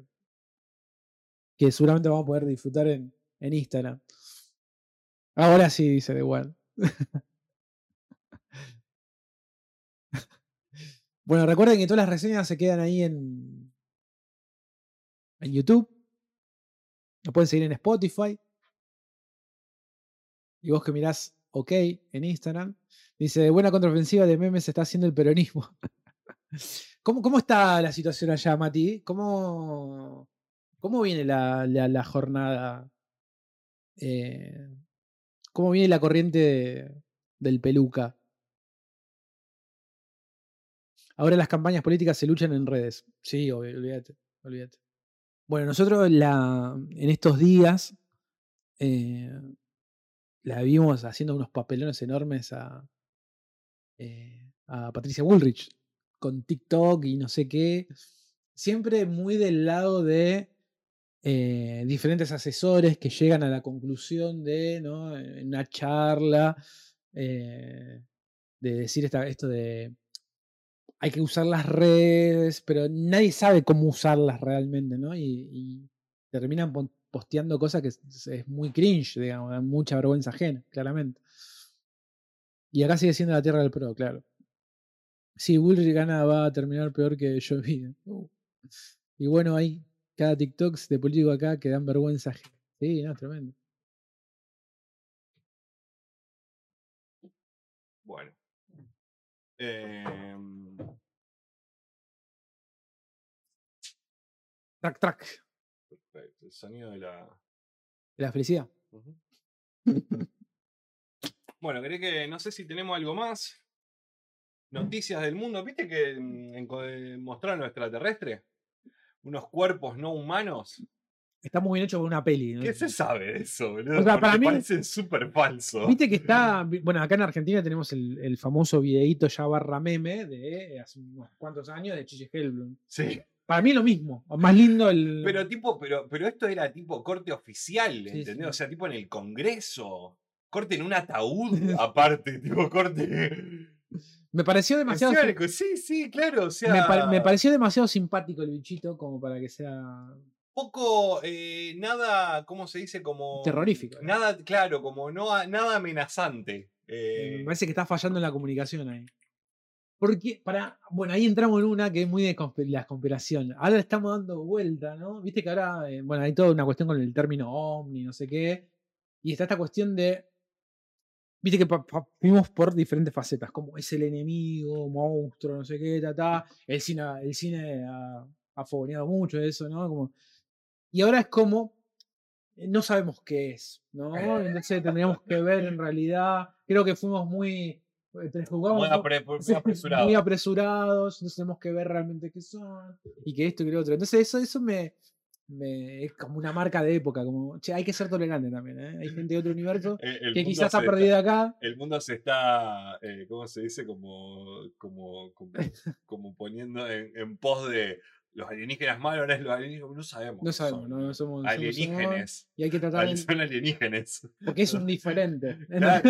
B: que seguramente vamos a poder disfrutar en, en Instagram. Ahora sí, dice de igual. <laughs> bueno, recuerden que todas las reseñas se quedan ahí en, en YouTube. Nos pueden seguir en Spotify. Y vos que mirás OK en Instagram. Dice, de buena contraofensiva de memes se está haciendo el peronismo. ¿Cómo, ¿Cómo está la situación allá, Mati? ¿Cómo, cómo viene la, la- la jornada? Eh, ¿Cómo viene la corriente de- del peluca? Ahora las campañas políticas se luchan en redes. Sí, obvi- olvídate, olvídate. Bueno, nosotros la, en estos días eh, la vimos haciendo unos papelones enormes a, eh, a Patricia Bullrich con TikTok y no sé qué. Siempre muy del lado de eh, diferentes asesores que llegan a la conclusión de, ¿no? En una charla, eh, de decir esta- esto de hay que usar las redes, pero nadie sabe cómo usarlas realmente, ¿no? Y, y terminan pon- posteando cosas que es, es muy cringe, digamos, da mucha vergüenza ajena, claramente. Y acá sigue siendo la tierra del pro, claro. Sí, Bullrich gana va a terminar peor que yo Biden. Uh. Y bueno, hay cada TikToks de político acá que dan vergüenza. ajena. Sí, no, es tremendo.
A: Bueno. Em,
B: Track, track.
A: perfecto. El sonido de la.
B: De la felicidad.
A: Ujú. Bueno, creo que no sé si tenemos algo más. Noticias del mundo. ¿Viste que mm, en co- eh, mostraron los extraterrestres? Unos cuerpos no humanos.
B: Está muy bien hecho por una peli. ¿no?
A: ¿Qué se sabe de eso, boludo?
B: sea, para
A: Porque
B: mí-
A: Parece súper falso.
B: Viste que está. vi- Bueno, acá en Argentina tenemos el, el famoso videíto ya barra meme de eh, hace unos cuantos años de Chiche Helblum.
A: Sí.
B: Para mí es lo mismo. o Más lindo el.
A: Pero tipo, pero, pero esto era tipo corte oficial,
B: sí,
A: ¿entendés?
B: sí.
A: O sea, tipo en el Congreso. Corte en
B: <laughs>
A: un ataúd, aparte, tipo corte.
B: me pareció demasiado.
A: Encima
B: sim-
A: le co- Sí, sí, claro. O sea,
B: Me, pa- me pareció demasiado simpático el bichito como para que sea.
A: poco, eh, nada, ¿cómo se dice? Como.
B: Terrorífico, ¿no?
A: Nada, claro, como no, a- nada amenazante.
B: Eh,
A: Eh,
B: Me parece que está fallando en la comunicación ahí. Porque, para, bueno, ahí entramos en una que es muy de conspi- la conspiración. Ahora le estamos dando vuelta, ¿no? Viste que ahora, eh, bueno, hay toda una cuestión con el término omni, no sé qué. Y está esta cuestión de. Viste que pa- pa- fuimos por diferentes facetas, como es el enemigo, monstruo, no sé qué, ta, ta. El cine, el cine ha, ha fogoneado mucho eso, ¿no? Como, y ahora es como eh, no sabemos qué es, ¿no? Entonces tendríamos que ver en realidad. Creo que fuimos muy eh, prejuzgamos
A: muy
B: mu-
A: apre-
B: <laughs>
A: muy
B: sí,
A: apresurado.
B: muy apresurados, entonces tenemos que ver realmente qué son y que esto y que lo otro. Entonces eso, eso me, me- es como una marca de época, como, che, hay que ser tolerante también, ¿eh? Hay gente de otro universo
A: Eh, el
B: que
A: mundo
B: quizás
A: se
B: ha
A: está-
B: perdido acá.
A: El mundo se está, eh, ¿cómo se dice? Como,
B: <laughs>
A: como, como, como poniendo en, en pos de los alienígenas malos, ahora es los alienígenas, no sabemos.
B: No
A: qué
B: sabemos,
A: son,
B: no, no somos somos- somos-
A: Alienígenes. <laughs>
B: Y hay que tratar
A: Ali-
B: de,
A: Son
B: <laughs>
A: alienígenes.
B: porque es un
A: <laughs>
B: diferente.
A: Claro,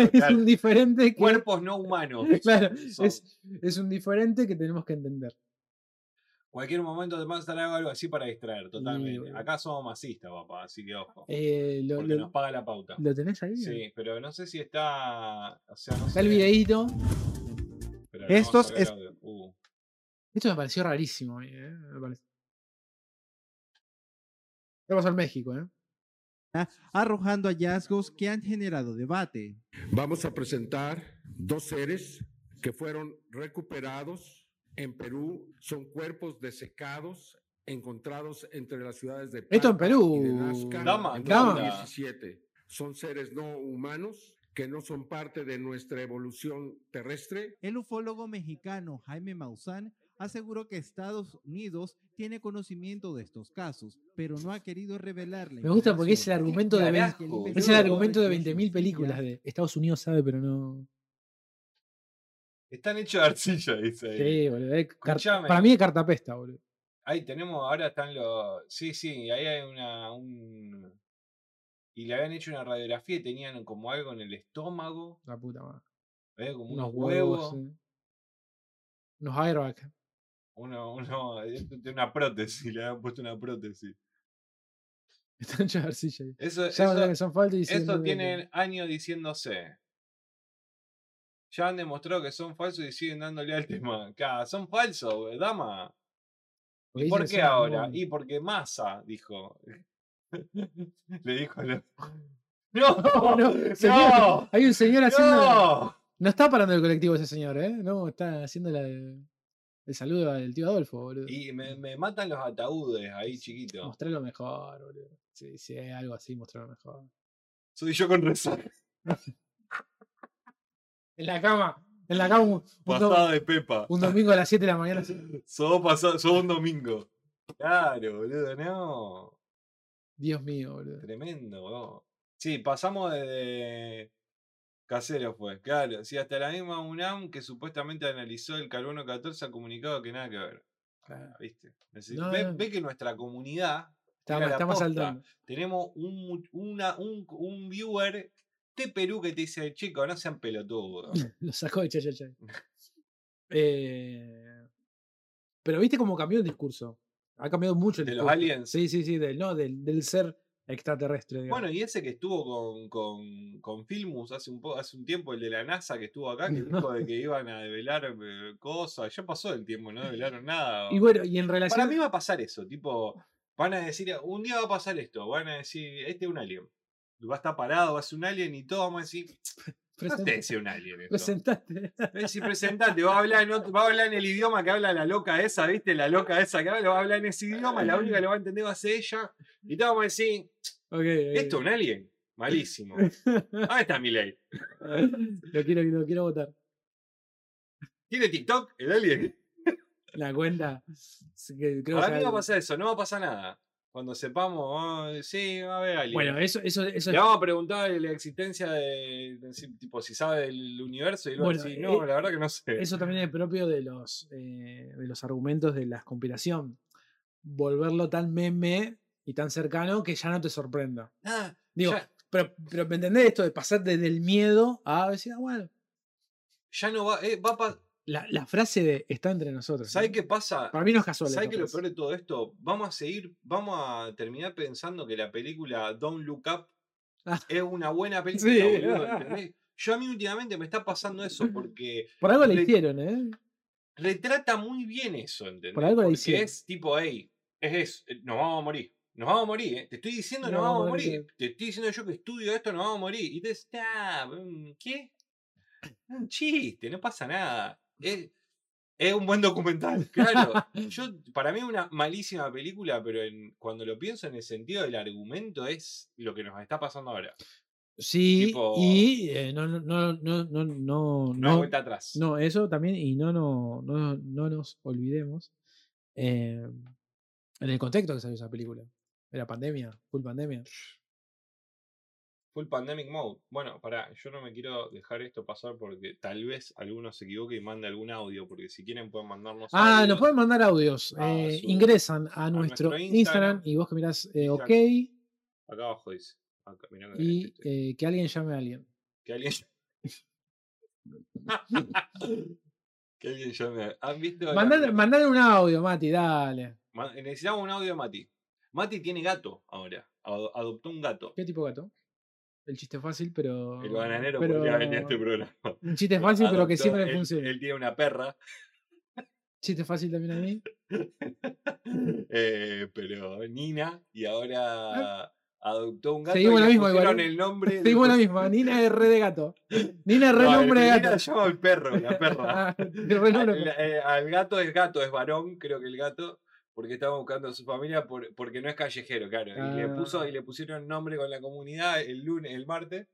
B: <laughs> es
A: claro.
B: un diferente que,
A: Cuerpos no humanos.
B: <laughs> Claro,
A: son.
B: es, es un diferente que tenemos que entender.
A: Cualquier momento te mandan algo, algo así para distraer, totalmente.
B: boludo.
A: Acá somos masistas, papá, así que ojo.
B: Eh, lo,
A: Porque
B: lo-
A: nos paga la pauta.
B: ¿lo tenés ahí?
A: Sí, pero no sé si está. O sea, no
B: Está el
A: sé,
B: videíto.
A: pero le vamos a
B: Estos
A: sacar
B: es-
A: audio. Uh.
B: Esto me pareció rarísimo a mí, ¿eh? Me parece. ¿Qué pasó en México, eh?
D: arrojando hallazgos que han generado debate.
E: Vamos a presentar dos seres que fueron recuperados en Perú. Son cuerpos desecados encontrados entre las ciudades de
B: Esto en
E: Palpa
B: Perú.
E: y de Nazca
A: Dama,
E: en
B: dama.
E: 2017. Son seres no humanos que no son parte de nuestra evolución terrestre.
D: El ufólogo mexicano Jaime Maussan aseguró que Estados Unidos tiene conocimiento de estos casos, pero no ha querido revelar la
B: Me gusta porque es el
D: información.
B: argumento de, vein-
A: carajo, boludo?
B: es el
A: Yo-
B: argumento de 20.000 películas de Estados Unidos sabe, pero no.
A: Están hechos de arcilla, dice ahí.
B: Sí, boludo. es car-
A: Escuchame.
B: Para mí es cartapesta, boludo.
A: Ahí tenemos, ahora están los. Sí, sí, ahí hay una. Un... Y le habían hecho una radiografía y tenían como algo en el estómago,
B: La puta madre.
A: había como
B: Unos
A: unos,
B: huevos.
A: huevos,
B: sí. Unos airbags.
A: uno, uno, de una prótesis, le habían puesto una prótesis.
B: <laughs> Están hechos de arcilla.
A: Eso,
B: Ya
A: eso,
B: no que son faltas y siguen
A: eso
B: dando vueltas.
A: tienen años diciéndose. Ya han demostrado que son falsos y siguen dándole al <laughs> tema. Claro, son falsos, we- dama.
B: Porque
A: ¿Y por
B: dicen
A: qué
B: son
A: ahora?
B: hormonas.
A: Y porque Massa dijo. <laughs> Le dijo. a los- ¡No!
B: <laughs> No, no,
A: <laughs>
B: señor,
A: ¡No!
B: Hay un señor haciendo.
A: ¡No!
B: No está parando el colectivo ese señor, ¿eh? No, está haciendo la de- el saludo al tío Adolfo, boludo. <laughs>
A: Y me, me matan los ataúdes ahí, chiquito.
B: Mostrarlo mejor, boludo. Sí, sí, algo así, mostrarlo mejor.
A: Soy yo
B: <laughs>
A: con resaca.
B: En la cama, en la cama, un, un do-
A: Pasada
B: <laughs>
A: de Pepa.
B: un domingo a las 7 de la mañana. así.
A: Sos, pasa- sos un domingo. Claro, boludo, no.
B: Dios mío, boludo.
A: Tremendo, weón. Sí, pasamos desde. Casero fue, pues, claro. Sí, hasta la misma UNAM que supuestamente analizó el carbono 14 ha comunicado que nada que ver.
B: Claro,
A: ¿Viste? Necesi-
B: No,
A: ve,
B: no.
A: ve que nuestra comunidad.
B: Está,
A: era
B: más-
A: la
B: está más al
A: posta.
B: tanto.
A: Tenemos un, mu- una, un, un viewer de Perú que te dice, chico, no sean pelotudos.
B: <laughs> Lo sacó de Chayachay.
A: Mm.
B: Eh, pero viste cómo cambió el discurso. Ha cambiado mucho el
A: ¿De los
B: discurso.
A: aliens?
B: Sí, sí, sí, del, no, del, del ser extraterrestre. digamos.
A: bueno, y ese que estuvo con, con, con Filmus hace un, po- hace un tiempo, el de la NASA que
B: <laughs>
A: estuvo acá, que dijo de que iban a develar eh, cosas. Ya pasó el tiempo, no develaron nada.
B: y bueno, y en
A: Para
B: relación.
A: mí va a pasar eso, tipo, van a decir, un día va a pasar esto, van a decir, este es un alien. Va a estar parado, va a ser un alien y todo, vamos a decir, no
B: <laughs> present-
A: te decía un alien. esto".
B: presentaste. <laughs>
A: Eh, Si presentate, va a, hablar en otro- va a hablar en el idioma que habla la loca esa, ¿viste? La loca esa que habla, va a hablar en ese idioma, la única que lo va a entender va a ser ella. Y te vamos a decir,
B: Ok, ok.
A: ¿esto es un alien?
B: <laughs>
A: Malísimo. Ah, ¿Dónde está Miley?
B: lo, quiero, lo quiero votar.
A: ¿Tiene TikTok el alien?
B: La cuenta. sí que creo
A: Para
B: que
A: mí
B: ya-
A: va a pasar eso, no va a pasar nada. Cuando sepamos, ah, sí, va a haber alien.
B: Bueno, eso, eso, eso
A: Le
B: es.
A: vamos a preguntar la existencia de, de si- tipo, si sabe del universo y luego
B: Bueno,
A: decir, no,
B: eh,
A: la verdad que no sé.
B: Eso también es propio de los, eh, de los argumentos de la conspiración. Volverlo tan meme y tan cercano que ya no te sorprenda.
A: Ah,
B: Digo,
A: ya,
B: pero, pero ¿me entendés esto de pasar desde el miedo a decir, ah, bueno,
A: ya no va, eh, va a pasar.
B: la, la frase de está entre nosotros.
A: ¿Sabes
B: ¿no?
A: qué pasa?
B: Para mí no es casual.
A: ¿Sabes
B: esa
A: qué es lo
B: frase.
A: peor de todo esto? Vamos a seguir, vamos a terminar pensando que la película Don't Look Up
B: Ah.
A: es
B: <laughs>
A: una buena película,
B: Sí.
A: boludo, ¿entendés?
B: <laughs>
A: Yo a mí últimamente me está pasando eso porque
B: Por algo la
A: le-
B: hicieron, ¿eh?
A: retrata muy bien eso, ¿entendés?
B: Por algo la
A: porque
B: hicieron.
A: es tipo, hey, es eso, eh, nos vamos a morir. Nos vamos a morir, ¿eh? Te estoy diciendo, nos vamos a morir. Te estoy diciendo yo que estudio esto, nos vamos a morir. Y te dices, "Ah, mm, ¿qué? Un chiste, no pasa nada. Es, es un buen documental, claro. <laughs> Yo, para mí es una malísima película, pero en- cuando lo pienso en el sentido del argumento es lo que nos está pasando ahora.
B: Sí,
A: tipo-
B: y eh, no, no, no, no, no, no,
A: No hay
B: no,
A: vuelta atrás.
B: no, eso también, y no, no, no, no nos olvidemos eh, en el contexto que salió esa película. Era pandemia, full pandemia.
A: Full Pandemic Mode. Bueno, pará, yo no me quiero dejar esto pasar porque tal vez alguno se equivoque y mande algún audio, porque si quieren pueden mandarnos.
B: Ah, nos
A: audios.
B: pueden mandar audios.
A: Ah,
B: eh,
A: su-
B: ingresan a, nuestro,
A: nuestro
B: Instagram,
A: Instagram.
B: y vos que mirás eh,
A: Exacto.
B: OK
A: Acá abajo dice. Acá, mirá que-
B: y
A: este, este,
B: eh, que alguien llame a alguien.
A: que alguien. <laughs> que alguien llame. a- ¿Han visto? la-
B: Mandale, mandale un audio, Mati, dale.
A: Ma- Necesitamos un audio de Mati. Mati tiene gato ahora. ado- adoptó un gato.
B: ¿Qué tipo de gato? El chiste fácil, pero.
A: El bananero
B: Ah, pero-
A: podría venir a este programa.
B: Un
A: <laughs>
B: chiste fácil, pero que
A: Adoptó-
B: siempre
A: él-
B: funciona.
A: Él tiene una perra.
B: Chiste fácil también a
A: <laughs>
B: mí. <laughs>
A: Eh, pero Nina y ahora adoptó un gato
B: Ah. Seguimos
A: y
B: la
A: le
B: misma igual,
A: pusieron
B: ¿eh?
A: el nombre de <laughs>
B: Seguimos la misma. Nina es re de gato. Nina es re nombre de gato.
A: llama al perro,
B: <laughs>
A: la perra.
B: Ah, de re nombre.
A: <laughs> al, eh, al gato es gato, es varón, creo que el gato, porque estaba buscando a su familia por- porque no es callejero, claro. Y le puso
B: Ah.
A: y le pusieron nombre con la comunidad el lunes, el martes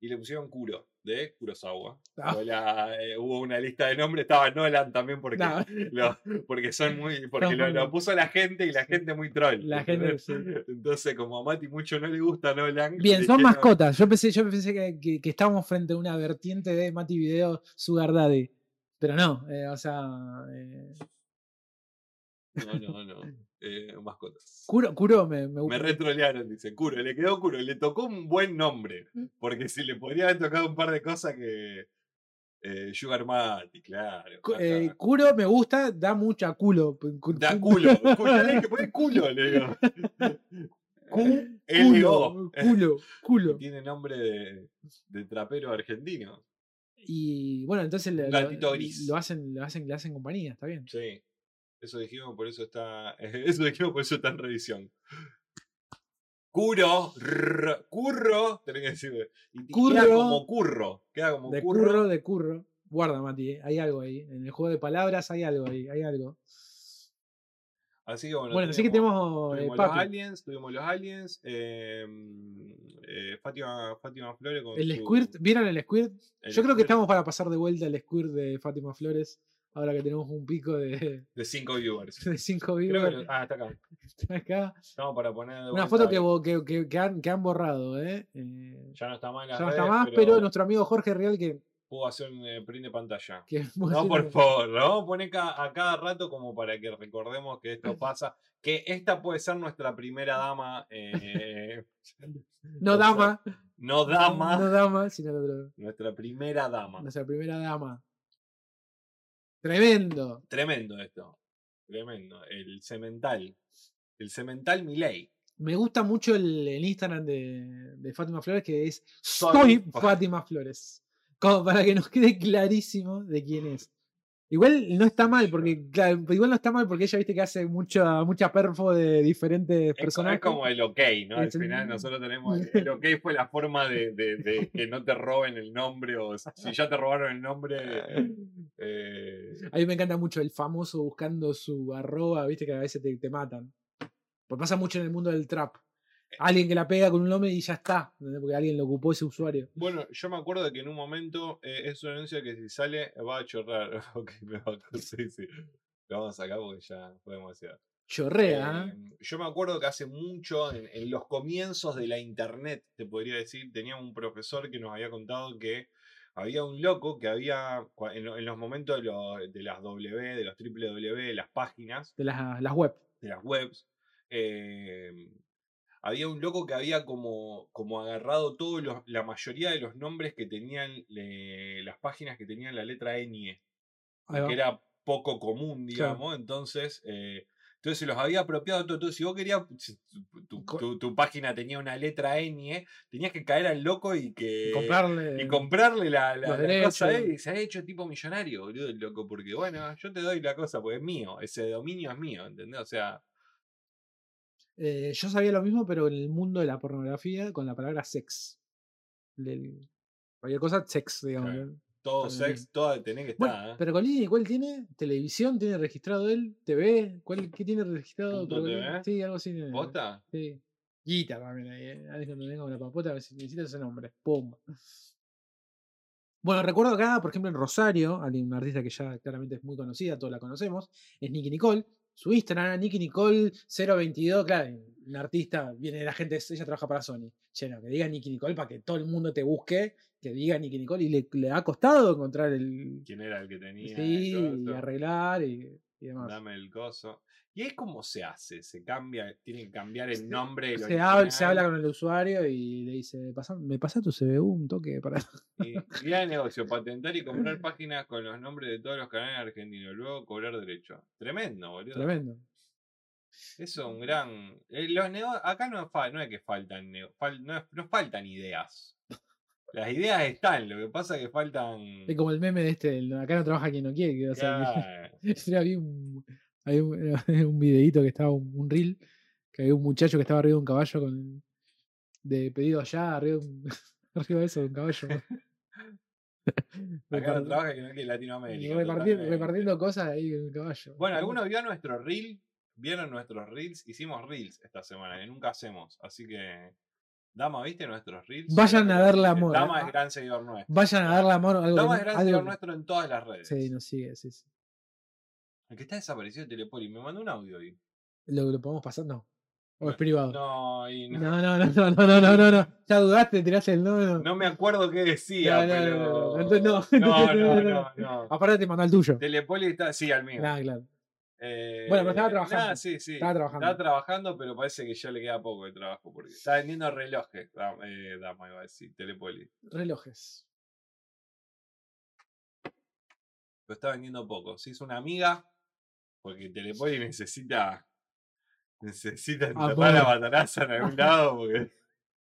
A: y le pusieron Kuro, de Kurosawa.
B: Ah.
A: Fue la- eh, hubo una lista de nombres, estaba Nolan también porque <laughs>
B: No,
A: lo- porque son
B: <laughs>
A: muy. Porque lo,
B: muy
A: lo
B: mal.
A: puso la gente y la gente muy troll.
B: La gente,
A: ¿entendés? <laughs> Entonces, como a Mati mucho no le gusta Nolan.
B: Bien,
A: le
B: son
A: dijeron-
B: mascotas. Yo pensé, yo pensé que, que- que estábamos frente a una vertiente de Mati Video Sugar Daddy. Pero no, eh, o sea. eh,
A: No, no, no. Eh, mascotas.
B: Kuro, Kuro me, me
A: Me
B: gusta.
A: retrolearon, dice. Curo, le quedó Curo. Le tocó un buen nombre.
B: Mm.
A: Porque si le podría haber tocado un par de cosas que. eh, Sugar Mati, claro.
B: Cu-
A: ajá.
B: eh, Kuro me gusta, da mucha culo. pues, Cu-
A: Da culo. culo ya le
B: <laughs>
A: dije, poné culo, le digo.
B: Cu-
A: L.O..
B: culo, <laughs> culo,
A: <laughs>
B: culo.
A: Tiene nombre de, de trapero argentino.
B: Y bueno, entonces le-
A: Un
B: lo,
A: gatito gris.
B: lo hacen, lo hacen, le hacen compañía, está bien.
A: Sí. Eso dijimos, por eso está. <laughs> Eso dijimos, por eso está en revisión. Curo, rrr, curro, tenés que decirle. Y te- Queda
B: Curro.
A: como curro. Queda como
B: De
A: curro.
B: curro, de curro. Guarda, Mati, eh, hay algo ahí. En el juego de palabras hay algo ahí, hay algo.
A: Así que bueno.
B: Bueno, así que tenemos eh,
A: tuvimos los
B: Papi,
A: aliens, tuvimos los aliens. Eh, eh, Fátima, Fátima Flores con
B: El
A: su-
B: Squirt, ¿vieron el Squirt?
A: el
B: Yo creo que
A: squirt
B: estamos para pasar de vuelta el Squirt de Fátima Flores, ahora que tenemos un pico de <laughs>
A: De 5 viewers.
B: de 5
A: Creo que
B: vivos
A: lo- ah, está acá.
B: acá.
A: Estamos para poner. de
B: Una
A: vuelta
B: foto que,
A: el-
B: bo- que, que- que han, que han borrado, ¿eh? Eh,
A: Ya no está mal.
B: ya no está más, pero nuestro amigo Jorge Real que...
A: Puedo hacer un eh, print de pantalla.
B: que <laughs>
A: No, por favor, lo vamos a poner ca- a cada rato como para que recordemos
B: <laughs>
A: que esto pasa. Que esta puede ser nuestra primera dama.
B: <laughs>
A: eh, o
B: No
A: sea,
B: dama.
A: no dama.
B: No dama, sino el otro.
A: Nuestra primera dama.
B: Nuestra primera dama. Tremendo.
A: Tremendo esto. Tremendo. El cemental. El cemental Miley.
B: Me gusta mucho el, el Instagram de, de Fátima Flores que es
A: Soy
B: Soy
A: Fa-
B: Fátima Flores. Como para que nos quede clarísimo de quién es. Igual no está mal, porque claro, igual no está mal porque ella viste que hace mucha, mucha perfo de diferentes
A: Es, co- es
B: personajes.
A: como el ok, ¿no? Al
B: Es un-
A: final nosotros tenemos. El el ok fue la
B: <laughs>
A: forma de, de- de que no te roben el nombre. O si si ya te robaron
B: <laughs>
A: el nombre. eh,
B: A mí me encanta mucho el famoso buscando su arroba, viste que a veces te, te matan. Porque pasa mucho en el mundo del trap.
A: Eh.
B: Alguien que la pega con un nombre y ya está, ¿entendés? porque alguien lo ocupó ese usuario.
A: Bueno, yo me acuerdo de que en un momento eh, es una anuncia que si sale va a chorrar. <laughs> ok, me va a sí, sí. Lo vamos a sacar porque ya fue demasiado.
B: Chorrea. ¿eh?
A: Em, yo me acuerdo que hace mucho, en, en los comienzos de la internet, te podría decir, teníamos un profesor que nos había contado que había un loco que había, cua- en, lo- en los momentos de, los- de las W, de los W, las páginas,
B: De las, las web.
A: de las webs, eh, había un loco que había como, como agarrado todos los, la mayoría de los nombres que tenían eh, las páginas que tenían la letra ñ,
B: Ahí va.
A: que era poco común,
B: Claro.
A: digamos, entonces... eh, entonces se los había apropiado todo. Entonces, si vos querías, si tu, tu-
B: Co-
A: tu- tu página tenía una letra ñ, tenías que caer al loco eh, y que.
B: Y comprarle.
A: Y comprarle la,
B: los
A: la, la cosa de él,
B: derechos.
A: y se ha hecho tipo millonario, boludo, el loco, porque bueno, yo te doy la cosa, porque es mío, ese dominio es mío, ¿entendés? O sea,
B: Eh, yo sabía lo mismo, pero en el mundo de la pornografía, con la palabra sex. Del- cualquier cosa, sex, digamos.
A: Claro.
B: ¿no?
A: todo
B: Está bien.
A: sex, todo tenés que estar.
B: Bueno,
A: ¿eh?
B: pero Colini, ¿cuál tiene? ¿Televisión tiene registrado él? ¿TV? ¿Cuál, ¿Qué tiene registrado?
A: Punto
B: Pergolini?
A: TV.
B: Sí, algo así. tiene,
A: ¿Posta?
B: Sí. Guita también ahí, eh. Ahí cuando venga con la papota, a ver si necesita ese nombre. Pum. Bueno, recuerdo acá, por ejemplo, en Rosario, alguien, una artista que ya claramente es muy conocida, todos la conocemos, es Nicky Nicole, su Instagram era Nicky Nicole 022, claro, un artista, viene la gente, ella trabaja para Sony. Che, no, que diga Nicky Nicole para que todo el mundo te busque, que diga Nicky Nicole y le, le ha costado encontrar el...
A: ¿Quién era el que tenía?
B: Sí,
A: el
B: y
A: coso?
B: arreglar y, y demás.
A: Dame el coso. ¿Y ahí cómo se hace? ¿Se cambia? ¿Tienen que cambiar el
B: Se-
A: nombre? del
B: se, habla, se
A: original?
B: habla con el usuario y le dice, "Pasa- me pasa tu CBU un toque para...
A: Y gran negocio, patentar y comprar páginas con los nombres de todos los canales argentinos, luego cobrar derechos. Tremendo,
B: <laughs>
A: boludo.
B: Tremendo.
A: Eso es un gran. eh, los nego- Acá no, fa- no es que faltan nego- fal- no, es- no faltan ideas. Las ideas están, lo que pasa es que faltan.
B: Es como el meme de este, el, acá no trabaja quien no quiere. Que, o sea, <laughs> que-
A: Claro.
B: Sí, había un, había un, <laughs> un videíto que estaba un, un reel, que había un muchacho que estaba arriba de un caballo con de pedido allá, arriba de, un- <laughs> arriba de eso, de un caballo.
A: <laughs> Acá no
B: Repar-
A: trabaja que no quiere Latinoamérica.
B: repartir-
A: totalmente.
B: repartiendo cosas ahí en un caballo.
A: Bueno, algunos vio nuestro reel, vieron nuestros reels, hicimos reels esta semana, que nunca hacemos. Así que, Dama, ¿viste nuestros reels?
B: Vayan a darle amor, eh.
A: Dama
B: Ah.
A: es gran seguidor nuestro.
B: Vayan a darle amor algo que
A: Dama
B: no-
A: es gran
B: algo
A: seguidor
B: que-
A: nuestro en todas las redes.
B: Sí, nos sigue, sí, sí.
A: El que está desaparecido es Telepoli, me mandó un audio hoy.
B: ¿Lo, lo podemos pasar? No. O es
A: Bueno,
B: privado.
A: No, y no,
B: No, no, no, no, no, no, no, no, no. Ya dudaste, tiraste el no, no.
A: no me acuerdo qué decía,
B: No, no, no, no,
A: pero...
B: no, <laughs>
A: no,
B: no,
A: no,
B: no,
A: no, no.
B: Aparte te mandó el tuyo.
A: Telepoli está, sí, al mío.
B: Nah, claro.
A: Eh,
B: Bueno, pero estaba
A: nah,
B: trabajando.
A: sí, sí.
B: Estaba trabajando.
A: Está trabajando, pero parece que ya le queda poco de trabajo. Porque está vendiendo relojes. da- eh, Dama iba a decir, Telepoli.
B: Relojes.
A: Lo está vendiendo poco. Si es una amiga, porque Telepoli necesita.
B: Ah,
A: Necesita tapar a
B: Amor.
A: Mataraza
B: <laughs>
A: en algún lado, porque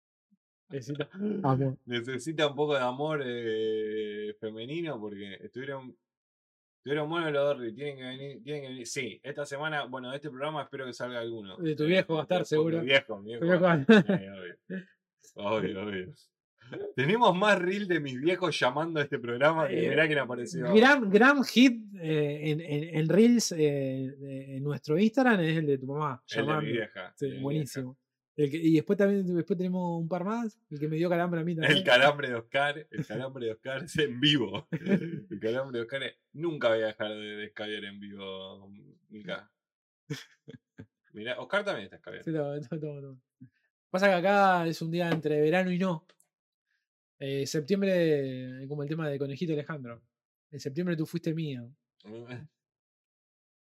A: <laughs>
B: Necesito amor.
A: necesita un poco de amor eh, femenino, porque estuvieron. Estuvieron buenos los dos, y tienen que venir, tienen que venir. Sí, esta semana, bueno, de este programa espero que salga alguno.
B: De tu
A: eh,
B: viejo va a estar,
A: por
B: seguro.
A: Mi viejo, mi viejo. va a
B: Pero
A: estar.
B: Juan,
A: Eh, obvio. Obvio,
B: <laughs>
A: obvio. Tenemos más reel de mis viejos llamando a este programa que
B: Eh,
A: mirá quién apareció.
B: gran, gran hit eh, en, en- en Reels eh, de- en nuestro Instagram es el de tu mamá.
A: el de
B: llamando.
A: mi vieja.
B: Sí,
A: el de mi
B: buenísimo. El que- y después también después tenemos un par más. El que me dio calambre a mí
A: vieja. El
B: también.
A: calambre de Oscar, el calambre de Oscar es en vivo. El calambre de Oscar es- nunca voy a dejar de, de escabiar en vivo, Mica. Mirá, Oscar también está escabiando.
B: Sí, todo, todo, todo, todo. Pasa que acá es un día entre verano y no. Eh, septiembre, como el tema de Conejito Alejandro. En septiembre tú fuiste mío.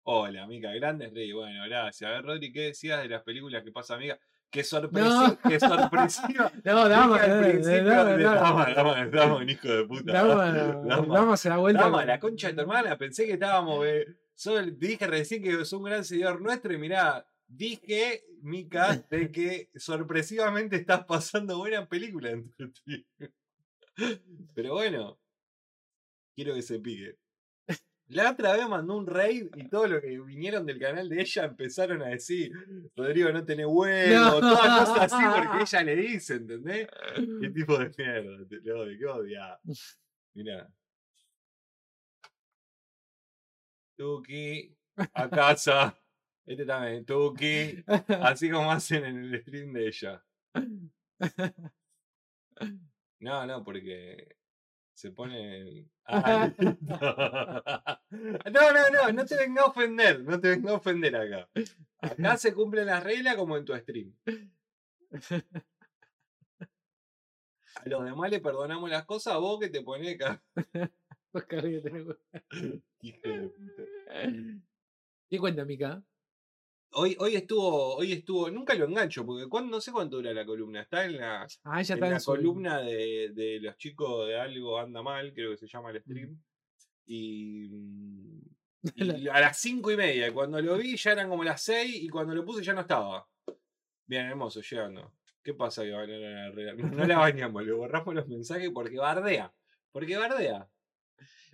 A: Hola, Mica, grandes rey. Bueno, gracias. A ver, Rodri, ¿qué decías de las películas que pasa, amiga? Qué sorpresiva, qué sorpresiva.
B: <laughs> No, dama,
A: Dije al
B: eh, eh,
A: principio
B: dama,
A: de
B: dama.
A: Dama, dama, dama, un hijo de puta. <laughs>
B: Dama,
A: Dama,
B: dama se da vuelta.
A: Dama,
B: con-
A: la concha de tu hermana, pensé que estábamos. eh, solo te dije recién que es un gran seguidor nuestro y mirá, dije, Mica, de que sorpresivamente estás pasando buena película <laughs> entre ti. Pero bueno, quiero que se pique. La otra vez mandó un raid y todos los que vinieron del canal de ella empezaron a decir, Rodrigo, no tenés huevo, todas cosas así porque ella le dice, ¿entendés? ¿Qué tipo de mierda? Te, le odio, qué odia. Mirá. Tuki, a casa. Este también, Tuki. Así como hacen en el stream de ella. No, no, porque se pone. <laughs> Ah, listo. no, no, no, no te venga a ofender. No te venga a ofender acá. Acá se cumplen las reglas como en tu stream. A los demás le perdonamos las cosas, a vos que te pones acá.
B: <laughs>
A: <laughs>
B: Oscar, que te lo-
A: Hijo
B: <laughs>
A: de puta.
B: ¿Qué cuenta, Mica?
A: Hoy, hoy estuvo, hoy estuvo, nunca lo engancho, porque cuán- no sé cuánto dura la columna. Está en la,
B: Ah, ella
A: en
B: está en
A: la
B: su-
A: columna de, de los chicos de algo anda mal, creo que se llama el stream. Y, mm,
B: <laughs> La-
A: y a las cinco y media, cuando lo vi ya eran como las seis y cuando lo puse ya no estaba. Bien, hermoso, llegando. ¿Qué pasa que van a la red? No,
B: <laughs>
A: no la bañamos, le borramos los mensajes porque bardea. Porque bardea.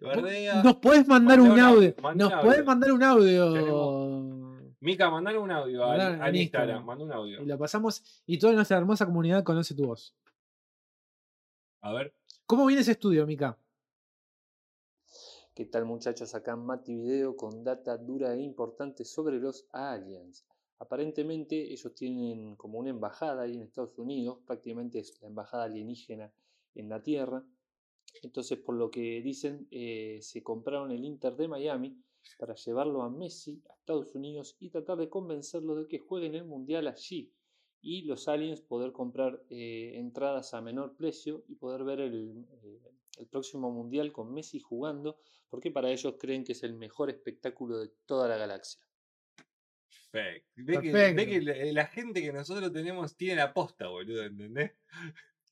B: ¿Vos
A: Bardea.
B: Nos puedes mandar
A: mandá
B: un
A: un audio,
B: audio.
A: mandá un
B: Nos puedes
A: audio.
B: mandar un audio.
A: Mica, mandale un audio al,
B: Mandá en
A: al Instagram.
B: Instagram.
A: Manda un audio.
B: Y lo pasamos. Y toda nuestra hermosa comunidad conoce tu voz.
A: A ver.
B: ¿Cómo viene ese estudio, Mica?
F: ¿Qué tal muchachos? Acá Mati Video con data dura e importante sobre los aliens. Aparentemente ellos tienen como una embajada ahí en Estados Unidos, prácticamente es la embajada alienígena en la Tierra. Entonces, por lo que dicen, eh, se compraron el Inter de Miami para llevarlo a Messi a Estados Unidos y tratar de convencerlo de que jueguen el Mundial allí y los aliens poder comprar eh, entradas a menor precio y poder ver el, eh, el próximo Mundial con Messi jugando porque para ellos creen que es el mejor espectáculo de toda la galaxia.
A: Perfecto. Ve que, ve
B: Perfecto.
A: que la, la gente que nosotros tenemos tiene la posta, boludo, ¿entendés?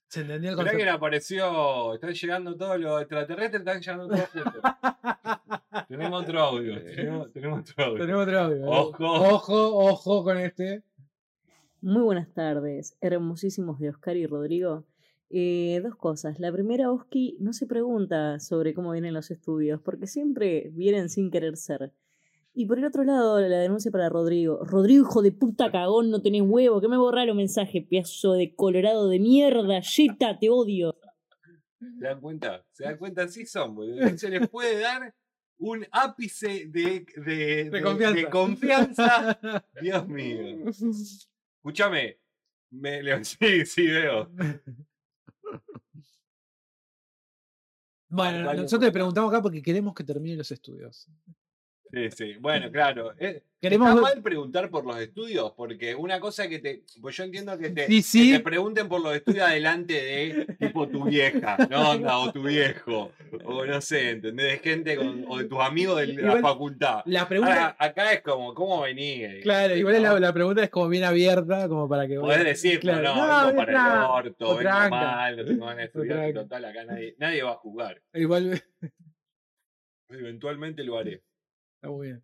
B: Se entendía el
A: Mirá que
B: concepto.
A: le apareció, están llegando todos los extraterrestres, están llegando todos
B: <laughs>
A: juntos. tenemos otro audio, tenemos, tenemos otro audio.
B: Tenemos otro audio, ¿eh?
A: Ojo.
B: ojo, ojo con este.
G: Muy buenas tardes, hermosísimos de Oscar y Rodrigo. Eh, dos cosas. La primera, Oski no se pregunta sobre cómo vienen los estudios, porque siempre vienen sin querer ser. Y por el otro lado, la denuncia para Rodrigo. Rodrigo, hijo de puta cagón, no tenés huevo, que me borraron mensaje, piazo de colorado de mierda, yeta, te odio.
A: ¿Se dan cuenta? ¿Se dan cuenta? Así son, boludo. No Se les puede dar un ápice de, de, de- de confianza. Dios mío. Escúchame. Me, le- <laughs> sí, sí, veo.
B: <laughs> Bueno,
A: Varios
B: nosotros te preguntamos acá porque queremos que termine los estudios.
A: Sí, sí. Bueno, claro. eh,
B: Queremos
A: Está
B: ver-
A: mal preguntar por los estudios, porque una cosa que te. Pues yo entiendo que te,
B: Sí,
A: que
B: sí.
A: te pregunten por los estudios adelante de tipo tu vieja, ¿no? Onda, o tu viejo. O no sé, ¿entendés? De gente con- o de tus amigos de la
B: Igual-
A: facultad.
B: La
A: Ahora,
B: pregunta,
A: acá es como, ¿cómo venía?
B: claro, igual es la,
A: ¿no?
B: la pregunta es como bien abierta, como para que...
A: Podés decir,
B: claro.
A: no,
B: No,
A: vengo para
B: tranca,
A: el orto,
B: o
A: vengo
B: tranca,
A: mal, no tengo ganas de
B: o
A: estudiar, y
B: tranca.
A: total, acá nadie, nadie va a jugar.
B: Igual...
A: Eventualmente lo haré.
B: Está muy bien.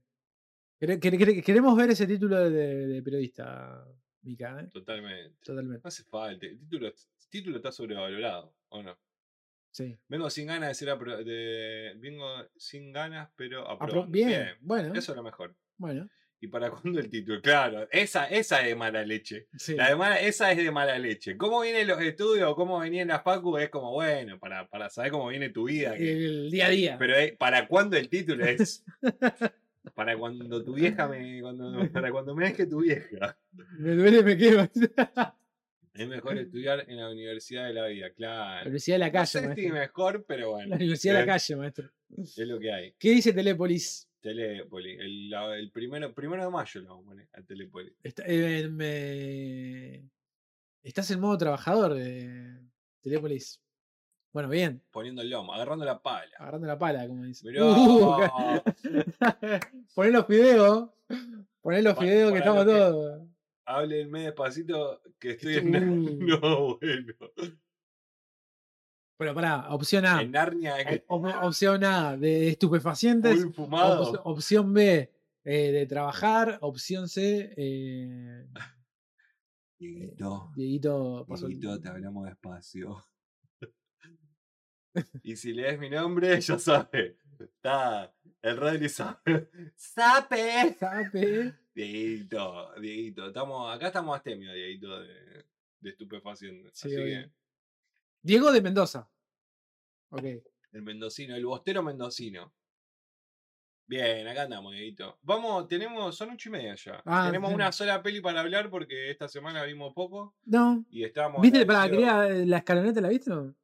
B: Quere- quere- quere- Queremos ver ese título de, de periodista, Mica, ¿eh?
A: Totalmente.
B: Totalmente.
A: No hace falta. El título, el título está sobrevalorado, ¿o no?
B: Sí.
A: Vengo sin ganas de ser apro- de- vengo sin ganas, pero
B: Apro-
A: aprobando.
B: bien, bueno.
A: Eso es lo mejor.
B: Bueno,
A: ¿Y para cuándo el título? Claro, esa, esa es de mala leche.
B: sí.
A: La de mala- esa es de mala leche. ¿Cómo vienen los estudios? ¿Cómo venían las facu? Es como, bueno, para, para saber cómo viene tu vida. que-
B: El día a día.
A: Pero eh, ¿para cuándo el
B: <laughs>
A: título es? Para cuando tu vieja me. Cuando, para cuando me deje tu vieja.
B: Me duele, me
A: <laughs>
B: quema.
A: Es
B: <laughs>
A: mejor estudiar en la universidad de la vida,
B: La
A: claro.
B: Universidad de la
A: No
B: Calle,
A: sé si
B: maestro.
A: mejor, pero
B: La <laughs>
A: bueno.
B: Universidad de la
A: es-
B: Calle, maestro.
A: Es lo que hay.
B: ¿Qué dice Telépolis?
A: Telepoli. El, la- el primero, primero de mayo lo vamos a poner a Telepoli.
B: Está- eh, me- Estás en modo trabajador de Telépolis. Bueno, bien.
A: Poniendo el lomo, agarrando la pala.
B: Agarrando la pala, como dice.
A: Mirá.
B: Uh, <laughs> poné los fideos. Poné los
A: Pa-
B: fideos que
A: para
B: estamos
A: lo que-
B: todos.
A: Háblenme despacito que estoy en. Nar-
B: Uh.
A: <laughs> No, bueno.
B: Bueno, pará, opción A.
A: En Narnia es que
B: Op- op- opción A, de estupefacientes.
A: full
B: Op-
A: fumado.
B: opción B, eh, de trabajar. Opción C, eh,
A: Dieguito.
B: Dieguito pasó el-
A: Dieguito, te hablamos despacio. <laughs> y si lees mi nombre, ya sabe. Está el Rodri sabe. <laughs> ¡Sape!
B: Sape.
A: Dieguito, Dieguito. Estamos, acá estamos astemio, Dieguito, de, de estupefaciente.
B: Sí,
A: Así
B: obvio.
A: que
B: Diego de Mendoza. Ok.
A: el mendocino, el bostero mendocino. Bien, acá andamos, Dieguito. Vamos, tenemos, son ocho y media ya.
B: Ah,
A: tenemos
B: bien.
A: una sola peli para hablar porque esta semana vimos poco
B: No.
A: y estamos.
B: ¿Viste? pará,
A: agradecidos-
B: quería- eh, la escaloneta, ¿la viste? No?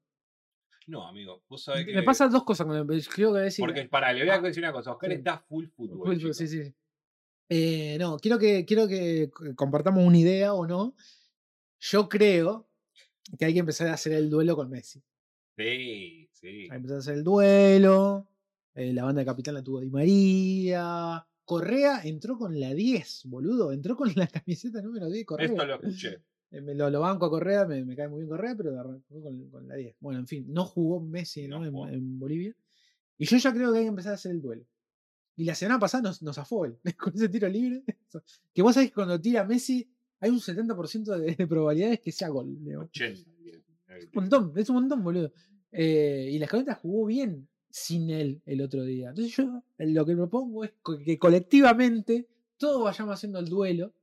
A: No, amigo, vos sabés que.
B: Me pasan dos cosas con el creo que decir.
A: Porque para, le voy a decir una cosa, Oscar
B: Sí.
A: está full fútbol.
B: Full-
A: chico.
B: sí, sí. Eh, no, quiero que, quiero que c- compartamos una idea o no. Yo creo que hay que empezar a hacer el duelo con Messi.
A: Sí, sí.
B: Ahí empezó a hacer el duelo. eh, la banda de capitán la tuvo Di María. Correa entró con la 10, boludo. Entró con la <laughs> camiseta número 10, Correa.
A: Esto lo escuché.
B: Eh, me lo, lo banco a Correa, me, me cae muy bien Correa, pero arrancó con, con la 10. Bueno, en fin, no jugó Messi
A: No
B: ¿no? En-
A: jugó.
B: En, Bolivia. Y yo ya creo que hay que empezar a hacer el duelo. Y la semana pasada nos, nos afó él <laughs> con ese tiro libre. que vos sabés que cuando tira Messi hay un 70% de, de probabilidades que sea gol. digamos. <laughs>
A: 80.
B: Un montón, es un montón, boludo. Eh, y la escaloneta jugó bien sin él el otro día. Entonces yo lo que propongo es co- que colectivamente todos vayamos haciendo el duelo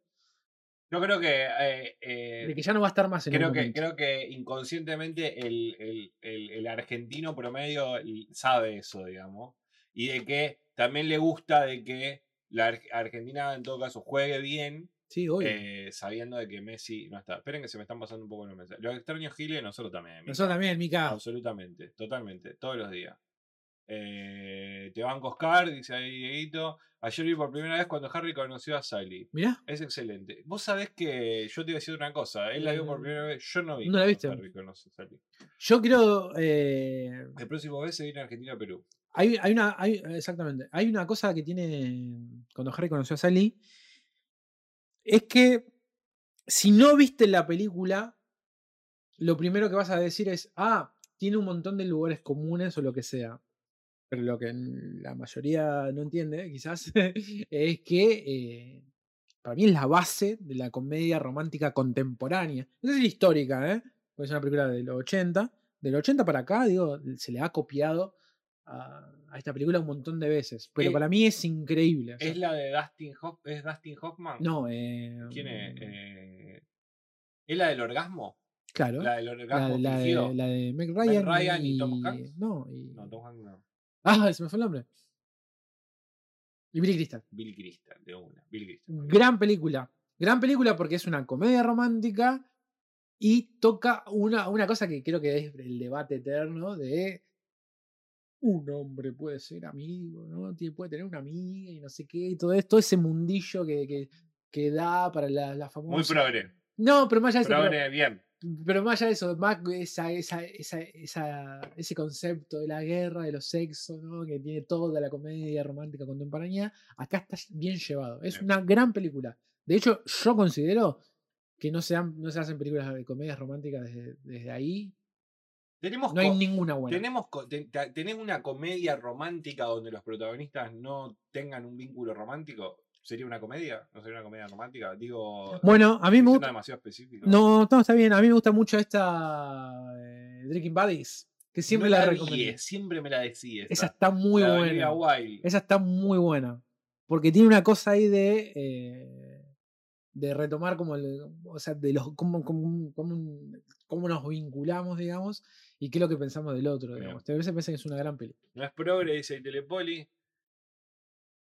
A: Yo creo que. eh, eh,
B: de que ya no va a estar más en el
A: Creo que,
B: momento.
A: creo que inconscientemente el, el- el- el argentino promedio l- sabe eso, digamos. Y de que también le gusta de que la Ar- Argentina, en todo caso, juegue bien,
B: Sí, obvio.
A: eh, sabiendo de que Messi no está. Esperen que se me están pasando un poco los mensajes. Los extraños Giles, nosotros también. Mica.
B: Nosotros también, Mica.
A: Absolutamente, totalmente, todos los días. Eh, te banco Oscar, dice ahí Dieguito. Ayer vi por primera vez cuando Harry conoció a Sally.
B: Mirá,
A: Es excelente. Vos sabés que yo te iba a decir una cosa. Él la vio por
B: Eh,
A: primera vez. Yo no vi.
B: no la
A: cuando
B: viste.
A: Harry conoció a Sally.
B: yo quiero. eh,
A: El próximo vez se viene a Argentina a Perú.
B: hay, hay una. hay- exactamente. Hay una cosa que tiene. Cuando Harry conoció a Sally. Es que. Si no viste la película. Lo primero que vas a decir es. Ah, tiene un montón de lugares comunes o lo que sea. Pero lo que n- la mayoría no entiende, quizás. <laughs> es que. eh, para mí es la base de la comedia romántica contemporánea. No sé si histórica, ¿eh? Porque es una película de los 80. Del 80 para acá, digo, se le ha copiado a, a esta película un montón de veces. Pero
A: Eh,
B: para mí es increíble. o sea,
A: ¿Es la de Dustin, Hoff ¿es Dustin Hoffman?
B: No, eh,
A: ¿Quién es? Eh, ¿Es la del orgasmo?
B: claro.
A: ¿La del
B: La,
A: orgasmo
B: la de,
A: fingido?
B: la de Meg Ryan,
A: Ryan y Tom Hanks?
B: No, y-
A: No, Tom Hanks no.
B: <laughs> Ah, se me fue el nombre. Y Billy Crystal.
A: Bill Crystal, de una. Bill Crystal.
B: Gran película. Gran película porque es una comedia romántica y toca una, una cosa que creo que es el debate eterno de un hombre puede ser amigo, ¿no? Tie- puede tener una amiga y no sé qué, y todo esto, ese mundillo que, que, que da para la, la famosa.
A: Muy progre.
B: No, pero más allá de eso, pero-
A: Progre, bien.
B: pero más allá de eso, más esa, esa, esa, esa- ese concepto de la guerra, de los sexos, ¿no? que tiene toda la comedia romántica contemporánea, acá está bien llevado. Es
A: Bien.
B: una gran película. De hecho, yo considero que no se, han- no se hacen películas de comedias románticas desde, desde ahí.
A: Tenemos,
B: No hay
A: co-
B: ninguna buena.
A: tenemos co- te- ta- ¿Tenés una comedia romántica donde los protagonistas no tengan un vínculo romántico? ¿Sería una comedia? ¿No sería una comedia romántica? Digo,
B: Bueno, a mí me
A: siendo
B: gusta.
A: demasiado específico.
B: No, no, está bien. A mí me gusta mucho esta eh, Drinking Buddies, que siempre
A: No
B: la,
A: vi,
B: recomiendo.
A: eh, Siempre me la decís.
B: Esa
A: esa.
B: está muy
A: La de
B: buena.
A: Olivia Wilde.
B: Esa está muy buena. Porque tiene una cosa ahí de. eh, de retomar como el- o sea, de los cómo, cómo- cómo un- cómo nos vinculamos, digamos, y qué es lo que pensamos del otro,
A: Bien.
B: digamos. A veces piensan que es una gran peli.
A: No es progre, dice el Telepoli.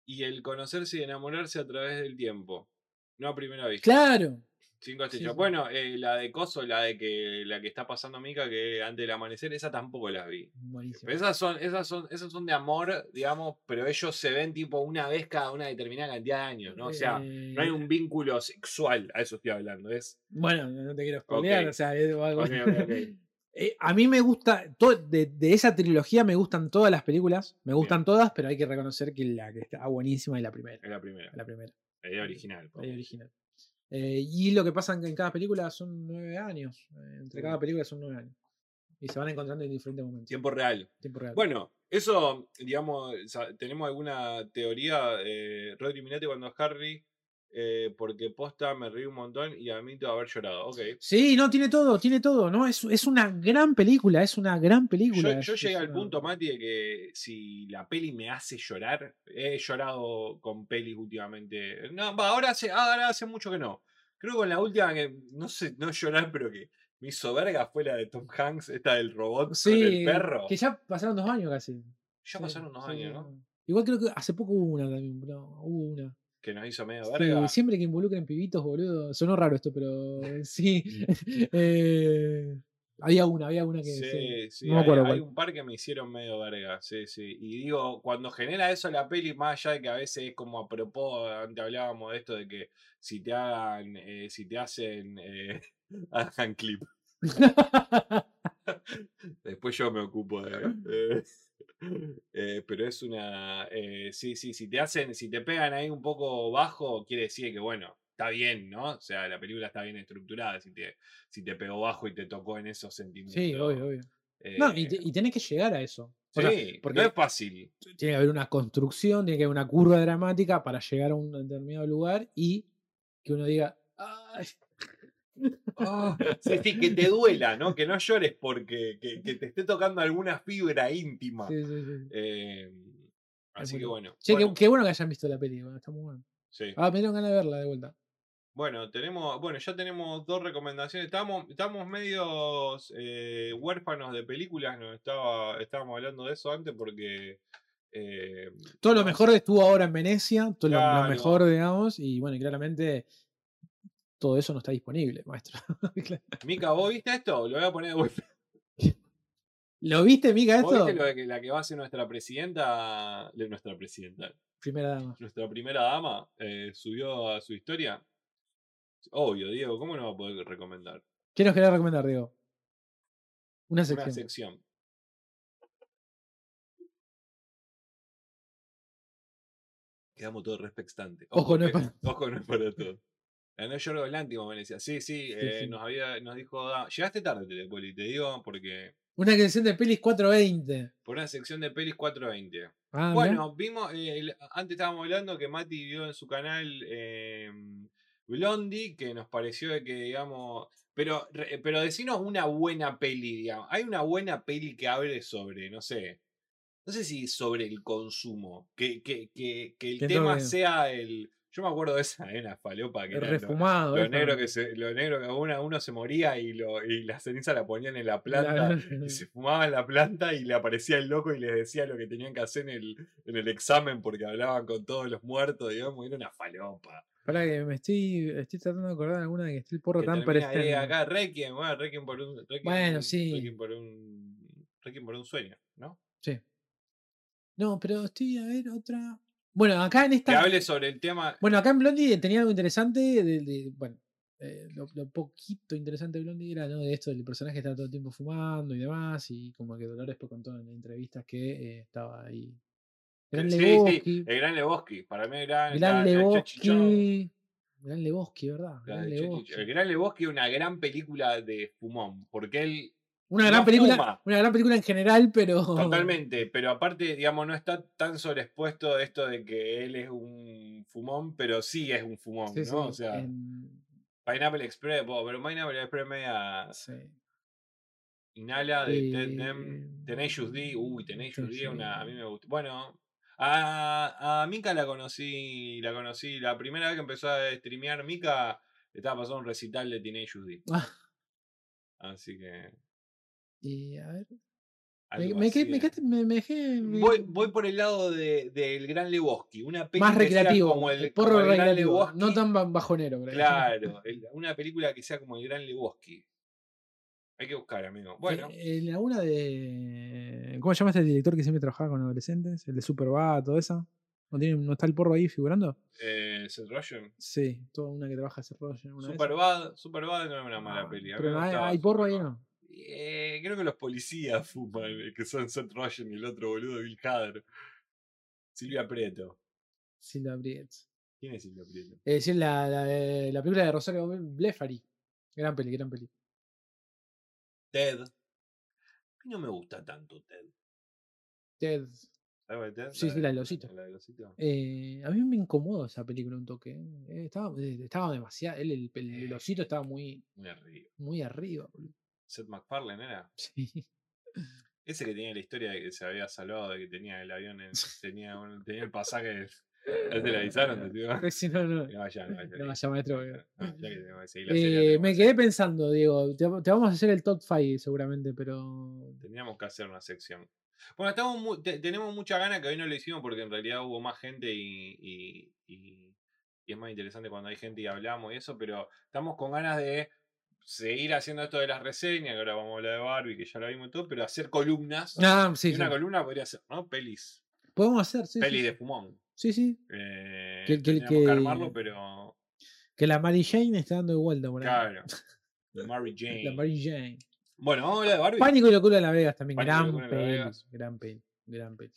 A: Y el conocerse y enamorarse a través del tiempo. No a primera vista.
B: ¡Claro!
A: Cinco estrellas.
B: sí.
A: Bueno, eh, la de Coso, la de que la que está pasando Mica, que antes del amanecer, esa tampoco las vi.
B: Buenísimo.
A: Pero esas son, esas son, esas son de amor, digamos, pero ellos se ven tipo una vez cada una determinada cantidad de años, ¿no? O sea, no hay
B: Eh,
A: un vínculo sexual, a eso estoy hablando, es.
B: Bueno, no no te quiero spoilear,
A: Ok.
B: o sea, es algo-
A: Ok, ok, ok.
B: Eh, a mí me gusta, to- de, de esa trilogía me gustan todas las películas, me gustan todas, pero hay que reconocer que la que está buenísima es la primera.
A: Es la primera,
B: <laughs> La primera.
A: la idea original.
B: la idea
A: podemos decir.
B: original. Eh, y lo que pasa en, en cada película son nueve años. eh, entre cada
A: Mm.
B: película son nueve años. Y se van encontrando en diferentes momentos.
A: Tiempo real.
B: tiempo real.
A: Bueno, eso, digamos, sa- tenemos alguna teoría, eh, Rodri Minate cuando Harry, eh, porque posta me reí un montón y admito haber llorado. Ok.
B: Sí, no, tiene todo, tiene todo, ¿no? Es, es una gran película, es una gran película.
A: Yo,
B: es-
A: yo
B: es
A: llegué al
B: una-
A: punto, Mati, de que si la peli me hace llorar, he llorado con pelis últimamente. No, va, ahora hace, ahora hace mucho que no. Creo que con la última que no sé, no llorar, pero que me hizo verga fue la de Tom Hanks, esta del robot con
B: Sí,
A: el perro.
B: que ya pasaron dos años casi.
A: Ya
B: Sí,
A: pasaron unos
B: sí,
A: años, ¿no?
B: Igual creo que hace poco hubo una también, no, hubo una.
A: Que nos hizo medio
B: Sí,
A: verga.
B: siempre que involucren pibitos, boludo. Sonó raro esto, pero sí.
A: <laughs>
B: <laughs> eh, había una, había una que. sí.
A: Sí, sí,
B: no me
A: hay,
B: acuerdo
A: hay
B: cuál.
A: un par que me hicieron medio verga, sí, sí. Y digo, cuando genera eso la peli, más allá de que a veces es como a propósito, antes hablábamos de esto de que si te hagan, eh, si te hacen, eh, <laughs> hagan clip. Después yo me ocupo de... eh, <laughs> eh, pero es una... eh, sí, sí, si te hacen, si te pegan ahí un poco bajo, quiere decir que bueno, está bien, ¿no? O sea, la película está bien estructurada, si te, si te pegó bajo y te tocó en esos sentimientos.
B: Sí, obvio, obvio. No, y,
A: eh,
B: te- y tenés que llegar a eso. O
A: Sí,
B: sea,
A: porque
B: porque
A: no es fácil.
B: tiene que haber una construcción, tiene que haber una curva dramática para llegar a un determinado lugar y que uno diga, "Ay, ¡Ah!
A: <laughs> Sí, sí, que te duela, ¿no? Que no llores porque que, que te esté tocando alguna fibra íntima.
B: sí, sí, sí".
A: Eh, así
B: muy
A: que
B: loco.
A: bueno.
B: Che, qué-
A: bueno,
B: qué, bueno que hayan visto la peli, bueno, está muy bueno.
A: sí.
B: Ah, me dieron ganas de verla de vuelta.
A: Bueno, tenemos, bueno, ya tenemos dos recomendaciones. Estamos, estamos medios eh, huérfanos de películas, nos estaba, estábamos hablando de eso antes porque eh,
B: Todo lo
A: no,
B: mejor estuvo ahora en Venecia, todo lo- lo,
A: Claro.
B: mejor, digamos, y bueno, y claramente todo eso no está disponible, maestro. <laughs> Claro. <laughs>
A: Mica, ¿vos viste esto? Lo voy a poner de vuelta.
B: ¿Lo viste, Mica,
A: ¿Vos
B: esto?
A: viste lo de que, la que va a ser nuestra presidenta, de nuestra presidenta,
B: Primera dama.
A: nuestra primera dama, eh, subió a su historia? Obvio, Diego, ¿cómo no va a poder recomendar?
B: ¿Qué nos querés recomendar, Diego? Una
A: Una
B: sección.
A: sección. Quedamos todos respectantes.
B: Ojo, no es para-
A: que- <laughs> ojo, no es para todos. Ganó Yorgo Lántimo, me decía. Sí, sí, eh,
B: sí.
A: Nos, había, nos dijo. "Ah, llegaste tarde, Telepoli, te digo, porque.
B: Una sección de pelis 420.
A: Por una sección de pelis 420.
B: Ah, mirá.
A: Bueno, vimos, eh, el- antes estábamos hablando que Mati vio en su canal eh, Blondie, que nos pareció de que, digamos, pero, re- eh, pero decinos una buena peli, digamos. Hay una buena peli que hable sobre, no sé, no sé si sobre el consumo, que, que, que, que el
B: Que no
A: tema
B: veo.
A: sea el... Yo me acuerdo de esa, de una falopa que
B: El
A: era lo-
B: refumado.
A: lo
B: esto.
A: negro que se, lo negro que uno, uno se moría y lo, y la ceniza la ponían en la planta
B: Mm.
A: y se fumaban la planta y le aparecía el loco y les decía lo que tenían que hacer en el, en el examen porque hablaban con todos los muertos, digamos, era una falopa.
B: <laughs> Pará que me estoy, estoy tratando de acordar alguna de que esté el porro
A: Que
B: tan
A: termina, eh,
B: presente.
A: acá Requiem, bueno, Requiem por un, Requiem por
B: Bueno,
A: un-
B: sí.
A: Requiem por un Requiem por un sueño, ¿no?
B: No, pero estoy a ver otra. Bueno, acá en
A: Que
B: esta.
A: hable sobre el tema.
B: Bueno, acá en Blondie tenía algo interesante. De, de- bueno, eh, lo, lo poquito interesante de Blondie era ¿no? de esto: el personaje estaba todo el tiempo fumando y demás. Y como que Dolores pues, contó en entrevistas que eh, estaba ahí. Gran
A: sí,
B: Lebowski.
A: sí, el Gran Lebowski, para mí era
B: Gran
A: la- la Chochichón.
B: Lebowski. Gran Lebowski, ¿verdad?
A: La
B: Gran
A: de
B: Lebowski.
A: Chochichón. El Gran Lebowski es una gran película de fumón, porque él
B: Una
A: no
B: gran película.
A: fuma.
B: Una gran película en general, pero.
A: Totalmente, pero aparte, digamos, no está tan sobreexpuesto de esto de que él es un fumón, pero sí es un
B: <laughs>
A: fumón,
B: Sí,
A: ¿no?
B: sí,
A: o sea,
B: en-
A: Pineapple Express, po, pero Pineapple Express media
B: sí.
A: inhala de Ted
B: Eh,
A: Dem, Tenacious D, uy, Tenacious D, es una, a mí
B: Tenacious
A: me gusta. Bueno, a, a Mika la conocí, la conocí, la primera vez que empezó a streamear Mika, le estaba pasando un recital de Tenacious D,
B: Ah,
A: así que...
B: y a ver. Me,
A: algo
B: me,
A: así
B: quedé- me,
A: de-
B: quedaste- me- me dejé. me-
A: Voy, voy por el lado de- del Gran Lebowski. Una peli
B: Mm. más
A: que sea
B: recreativo.
A: como el,
B: porro
A: como el Gran
B: recreativo.
A: Lebowski.
B: No tan ba- bajonero, pero-
A: Claro, el- una película que sea como el Gran Lebowski. Hay que buscar, amigo. Bueno,
B: Eh, En alguna de. ¿Cómo se llama este director que siempre trabajaba con adolescentes? El de Superbad, todo eso. ¿No, tiene, ¿No está el porro ahí figurando?
A: eh, Seth Rogen.
B: Sí, toda una que trabaja ese rollo. en una de esas.
A: Superbad, Superbad no es una mala
B: Ah,
A: peli. a mí
B: Pero
A: me
B: hay,
A: gustaba
B: hay porro ahí,
A: Superbad.
B: ¿no?
A: Eh, creo que los policías fuman, eh, que son Seth Rogen y el otro boludo Bill Hader. Silvia Prieto.
B: Silvia Prieto.
A: ¿Quién es Silvia Prieto?
B: Es decir, la, la, de- la película de Rosario Blefari. Gran peli, gran peli.
A: Ted. A mí no me gusta tanto Ted.
B: Ted.
A: ¿Sabes de Ted?
B: Sí, sí, la
A: de-
B: del osito.
A: La del osito.
B: Eh, a mí me incomodó esa película un toque. ¿eh? Eh, Estaba, eh, estaba demasiado. él, el, el,
A: Eh.
B: el osito estaba muy,
A: Muy arriba.
B: muy arriba. boludo. <laughs>
A: Seth MacFarlane era.
B: Sí. <laughs>
A: Ese que tenía la historia de que se había salvado, de que tenía el
B: <laughs>
A: avión, en- tenía, un- tenía el pasaje. Ya te la avisaron, tío. No,
B: Sí, no, no.
A: ya, no, ya.
B: No,
A: listo.
B: ya, maestro,
A: <laughs> Ya
B: eh.
A: que tengo que seguir la serie,
B: Eh,
A: tenemos
B: me
A: que-
B: quedé pensando, Diego. Te, te vamos a hacer el top 5 seguramente, pero.
A: Tendríamos que hacer una sección. Bueno, estamos mu- te- tenemos mucha gana que hoy no lo hicimos porque en realidad hubo más gente y, y- y- y es más interesante cuando hay gente y hablamos y eso, pero estamos con ganas de seguir haciendo esto de las reseñas, que ahora vamos a hablar de Barbie, que ya lo vimos y todo, pero hacer columnas.
B: Ah,
A: Y
B: sí,
A: una
B: sí.
A: columna podría ser, ¿no? Pelis.
B: Podemos hacer, sí. sí,
A: Pelis
B: sí.
A: de fumón.
B: Sí, sí.
A: Eh,
B: Que- que-
A: tendríamos
B: que-
A: que armarlo, pero.
B: Que la Mary Jane está dando de vuelta por ahí. <laughs>
A: Claro. Mary Jane.
B: La Mary Jane.
A: Bueno, vamos a hablar de Barbie.
B: Pánico y locura en Las Vegas también.
A: Pánico y
B: gran,
A: locura en Las
B: peli,
A: Vegas.
B: gran peli. Gran peli.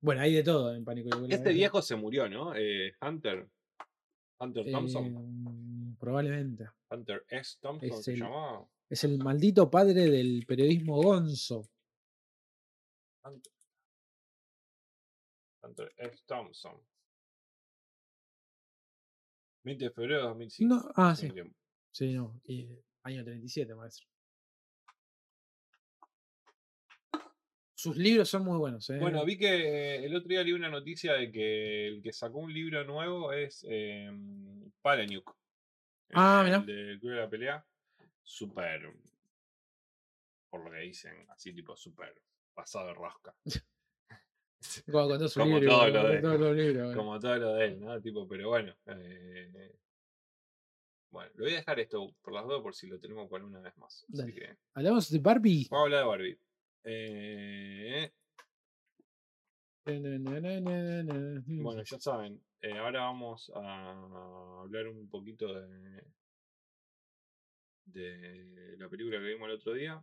B: Bueno, hay de todo en Pánico y locura. en Las
A: Este
B: Vegas.
A: viejo se murió, ¿no? Eh, Hunter. Hunter Thompson.
B: Eh, probablemente.
A: Hunter S. Thompson
B: es
A: se
B: el-
A: llamaba.
B: Es el maldito padre del periodismo gonzo.
A: Hunter. Hunter S. Thompson. 20 de febrero de 2005.
B: No, ah,
A: hace
B: sí.
A: un tiempo.
B: Sí, no. eh, año 37, maestro. Sus libros son muy buenos. ¿eh?
A: Bueno, vi que eh, el otro día leí una noticia de que el que sacó un libro nuevo es eh, Palaniuk.
B: Ah, mirá.
A: El del Club de la Pelea. Súper. Por lo que dicen, así tipo súper pasado de rosca.
B: Como contó su
A: como
B: libro,
A: todo
B: como
A: lo de-
B: contó los libros, eh.
A: como todo lo de él, ¿no? Tipo, pero bueno. eh, Bueno, lo voy a dejar esto por las dudas por si lo tenemos para una vez más. Así
B: Dale.
A: que,
B: Hablamos de Barbie.
A: vamos a hablar de Barbie. Eh, bueno, ya saben, eh, ahora vamos a hablar un poquito de, de la película que vimos el otro día.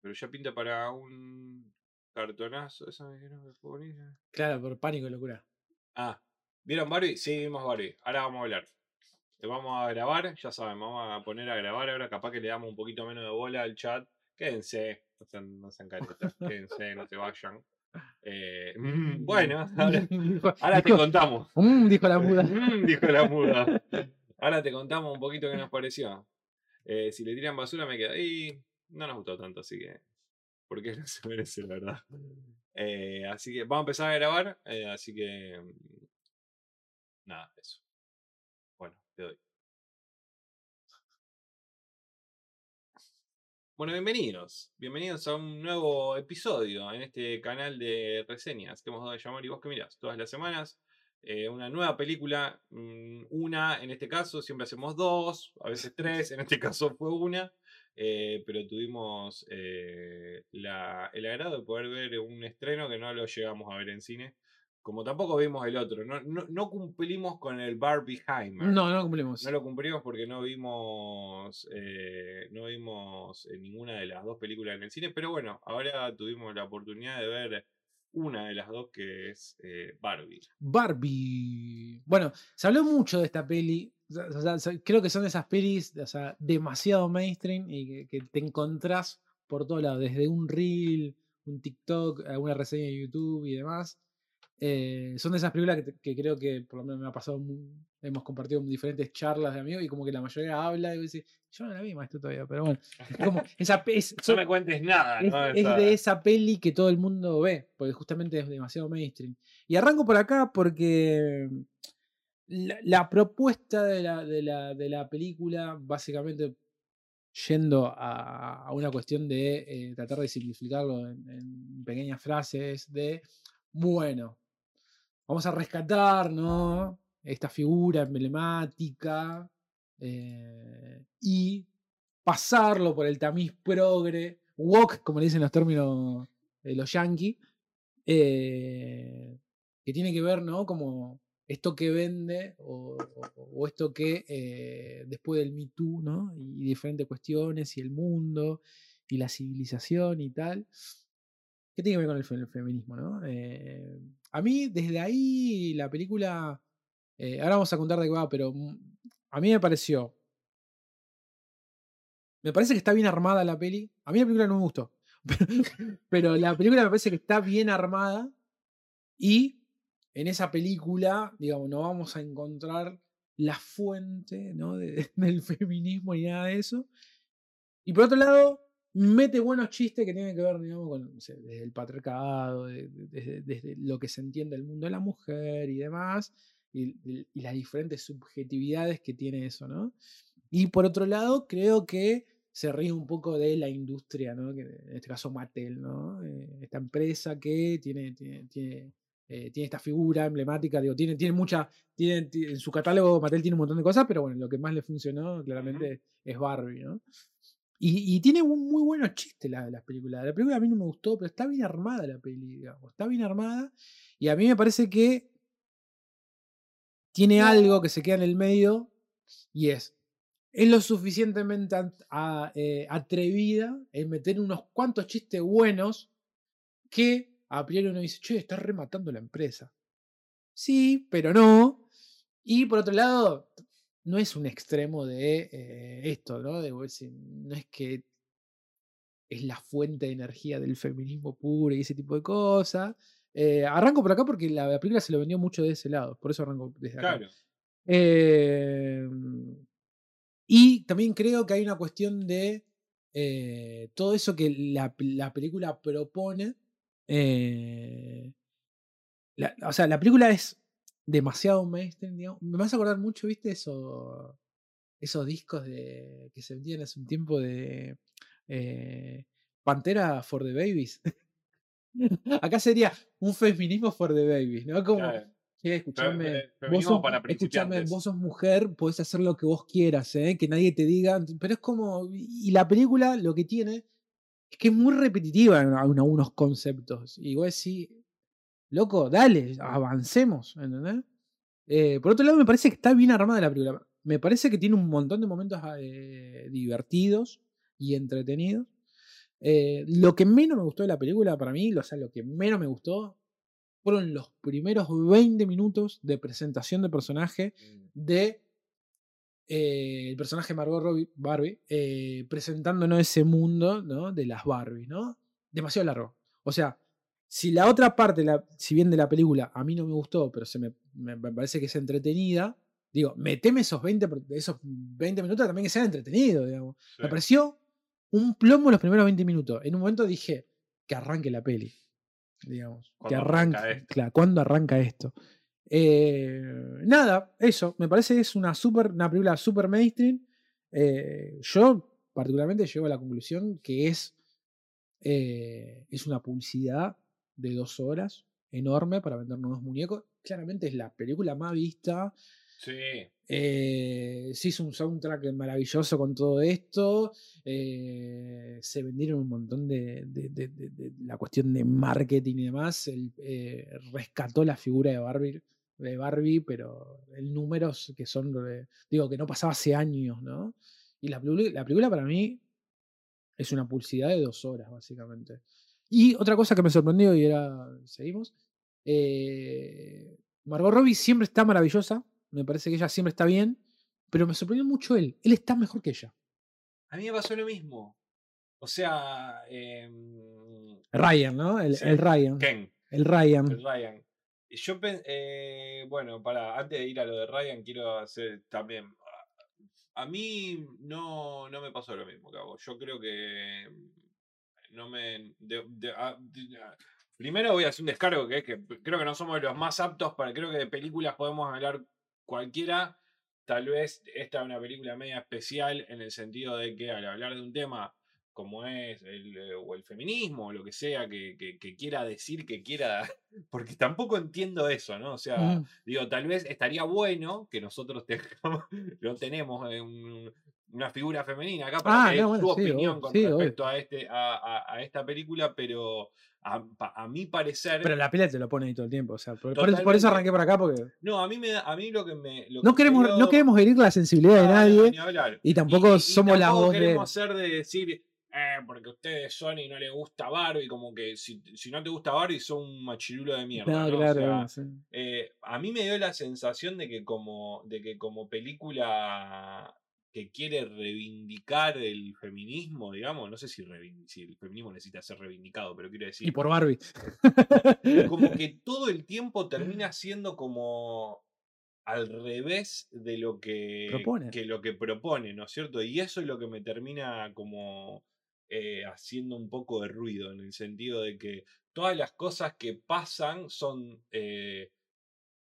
A: Pero ya pinta para un cartonazo. ¿Eso me dijeron que fue bonita?
B: Claro, por pánico y locura.
A: Ah, ¿vieron Barbie? Sí, vimos Barbie. Ahora vamos a hablar. Le vamos a grabar, ya saben, vamos a poner a grabar. Ahora capaz que le damos un poquito menos de bola al chat. Quédense, no sean, no sean caretas, quédense, no se vayan. Eh,
B: <laughs>
A: mm, bueno, ahora,
B: dijo,
A: ahora te
B: dijo-
A: contamos.
B: mm, dijo la muda.
A: <laughs> Mm, Dijo la
B: <laughs>
A: muda. Ahora te contamos un poquito qué nos pareció. Eh, si le tiran basura me queda. Y no nos gustó tanto, así que. Porque <laughs> no se merece, la verdad. Eh, así que vamos a empezar a grabar. eh, así que. mm, Nada, eso. Bueno, te doy. Bueno, bienvenidos. Bienvenidos a un nuevo episodio en este canal de reseñas que hemos dado de llamar y vos que mirás todas las semanas eh, una nueva película, mm, una en este caso, siempre hacemos dos, a veces tres, en este <laughs> caso fue una, eh, pero tuvimos eh, la- el agrado de poder ver un estreno que no lo llegamos a ver en cine, como tampoco vimos el otro, no, no, no cumplimos con el Barbieheimer.
B: No, no cumplimos.
A: No lo cumplimos porque no vimos eh, no vimos eh, ninguna de las dos películas en el cine, pero bueno, ahora tuvimos la oportunidad de ver una de las dos que es eh, Barbie.
B: Barbie. Bueno, se habló mucho de esta peli. o sea, se- creo que son de esas pelis o sea, demasiado mainstream y que, que te encontrás por todos lados, desde un reel, un TikTok, alguna reseña de YouTube y demás. Eh, son de esas películas que, te- que creo que por lo menos me ha pasado, mu- hemos compartido diferentes charlas de amigos y como que la mayoría habla y vos decís, yo no la vi maestro todavía, pero bueno, es como esa, pe- es-
A: No me cuentes nada,
B: es,
A: ¿no?
B: es
A: Esa-
B: de esa peli que todo el mundo ve, porque justamente es demasiado mainstream. Y arranco por acá porque mm, la, la propuesta de la, de, la, de la película, básicamente yendo a, a una cuestión de eh, tratar de simplificarlo en, en pequeñas frases, de, bueno, vamos a rescatar, ¿no? Esta figura emblemática eh, y pasarlo por el tamiz progre, walk, como le dicen los términos de los yankees, que tiene que ver, ¿no? Como esto que vende o, o- o esto que eh, después del Me Too, ¿no? Y diferentes cuestiones y el mundo y la civilización y tal. ¿Qué tiene que ver con el, fe- el feminismo, no? Eh, a mí, desde ahí, la película. eh, ahora vamos a contar de qué va, pero mm, a mí me pareció me parece que está bien armada la peli. A mí la película no me gustó. <laughs> Pero, pero la película me parece que está bien armada. Y en esa película, digamos, no vamos a encontrar la fuente ¿no? de- <laughs> del feminismo ni nada de eso. Y por otro lado, mete buenos chistes que tienen que ver, digamos, con no sé, desde el patriarcado, de- de- desde, desde lo que se entiende el mundo de la mujer y demás, y, y- y las diferentes subjetividades que tiene eso, ¿no? Y por otro lado, creo que se ríe un poco de la industria, ¿no? Que en este caso Mattel, ¿no? Eh, esta empresa que tiene, tiene, tiene, eh, tiene esta figura emblemática, digo, tiene, tiene mucha, tiene, ti- en su catálogo Mattel tiene un montón de cosas, pero bueno, lo que más le funcionó claramente es Barbie, ¿no? Y, y tiene un muy buenos chistes la, la película. La película a mí no me gustó, pero está bien armada la peli, digamos. Está bien armada. Y a mí me parece que tiene algo que se queda en el medio y es, es lo suficientemente at- a- eh, atrevida en meter unos cuantos chistes buenos que a priori uno dice, che, está rematando la empresa. Sí, pero no. Y por otro lado, no es un extremo de eh, esto, ¿no? De, vos decís, no es que es la fuente de energía del feminismo puro y ese tipo de cosas. Eh, arranco por acá porque la, la película se lo vendió mucho de ese lado, por eso arranco desde acá.
A: Claro.
B: Eh, y también creo que hay una cuestión de eh, todo eso que la, la película propone. eh, la- o sea, la película es demasiado mainstream. digamos. Me vas a acordar mucho, ¿viste? Eso, esos discos de, que se vendían hace un tiempo de eh, Pantera for <laughs> the Babies. Acá sería un feminismo for the babies, ¿no? Como,
A: claro.
B: Che, escuchame.
A: Fe- fe-
B: Vos
A: feminismo
B: sos,
A: para
B: escuchame,
A: principiantes.
B: vos sos mujer, podés hacer lo que vos quieras, ¿eh? que nadie te diga. Pero es como. Y la película lo que tiene es que es muy repetitiva en algunos- algunos conceptos. Y vos decís, loco, dale, avancemos, ¿entendés? Eh, por otro lado, me parece que está bien armada la película. Me parece que tiene un montón de momentos eh, divertidos y entretenidos. Eh, lo que menos me gustó de la película para mí, o sea, lo que menos me gustó fueron los primeros 20 minutos de presentación de personaje de eh, el personaje Margot Robbie, Barbie, eh, presentándonos ese mundo ¿no? de las Barbies, ¿no? Demasiado largo. O sea, si la otra parte, la, si bien de la película a mí no me gustó, pero se me, me- me parece que es entretenida, digo, meteme esos 20, pro- esos 20 minutos también que sea entretenido, digamos. Me
A: Sí.
B: pareció un plomo los primeros 20 minutos. En un momento dije, que arranque la peli, digamos. Que
A: ¿Cuándo arranca
B: arranque,
A: esto?
B: claro, ¿cuándo arranca esto? Eh, nada, eso, me parece que es una, super, una película super mainstream. Eh, yo particularmente llego a la conclusión que es, eh, es una publicidad de dos horas enorme para vender nuevos muñecos. Claramente es la película más vista.
A: Sí,
B: Eh, se hizo un soundtrack maravilloso con todo esto. eh, se vendieron un montón de, de- de- de- de la cuestión de marketing y demás. el- eh, rescató la figura de Barbie, de Barbie, pero en números que son, de- digo, que no pasaba hace años, ¿no? Y la, pelu- la película para mí es una pulsidad de dos horas, básicamente. Y otra cosa que me sorprendió y era, seguimos, eh, Margot Robbie siempre está maravillosa, me parece que ella siempre está bien, pero me sorprendió mucho él, él está mejor que ella.
A: a mí me pasó lo mismo. O sea, em,
B: Ryan, ¿no? El,
A: Sí.
B: el Ryan.
A: Ken,
B: El Ryan.
A: el Ryan. Y Yo pen- eh, bueno, para antes de ir a lo de Ryan, quiero hacer también. A mí no, no me pasó lo mismo que a vos. Yo creo que no me. de- de- a- de- a- primero voy a hacer un descargo, que es que creo que no somos los más aptos para. Creo que de películas podemos hablar cualquiera. Tal vez esta es una película media especial en el sentido de que al hablar de un tema como es el, eh, o el feminismo o lo que sea que, que- que quiera decir, que quiera, <laughs> porque tampoco entiendo eso, ¿no? O sea,
B: Mm.
A: Digo, tal vez estaría bueno que nosotros <laughs> tengamos, no tenemos eh, un- una figura femenina acá para
B: Ah,
A: que
B: no, bueno,
A: su
B: sí, obvio,
A: opinión con
B: sí, obvio.
A: respecto a, este, a, a- a esta película, pero a, pa- a mi parecer.
B: Pero la pelea te lo pone ahí todo el tiempo. O sea, por, por eso, por
A: Totalmente.
B: eso arranqué por acá, porque
A: No, a mí, me, da- a mí lo que me.
B: no
A: lo que me
B: queremos,
A: dio-
B: no queremos herir la sensibilidad de
A: No, no,
B: nadie
A: ni hablar.
B: y tampoco
A: y- y
B: somos la
A: tampoco
B: voz de...
A: queremos hacer de decir, "Eh, porque a ustedes son y no les gusta Barbie, como que si, si no te gusta Barbie, son un machirulo de mierda.
B: No,
A: ¿no? O
B: claro.
A: sea,
B: sí.
A: eh, a mí me dio la sensación de que como, de que como película que quiere reivindicar el feminismo, digamos, no sé si, revin- si el feminismo necesita ser reivindicado, pero quiero decir,
B: Y por Barbie.
A: como que todo el tiempo termina siendo como al revés de lo que
B: Propone.
A: que lo que propone, ¿no es cierto? Y eso es lo que me termina como eh, haciendo un poco de ruido, en el sentido de que todas las cosas que pasan son eh,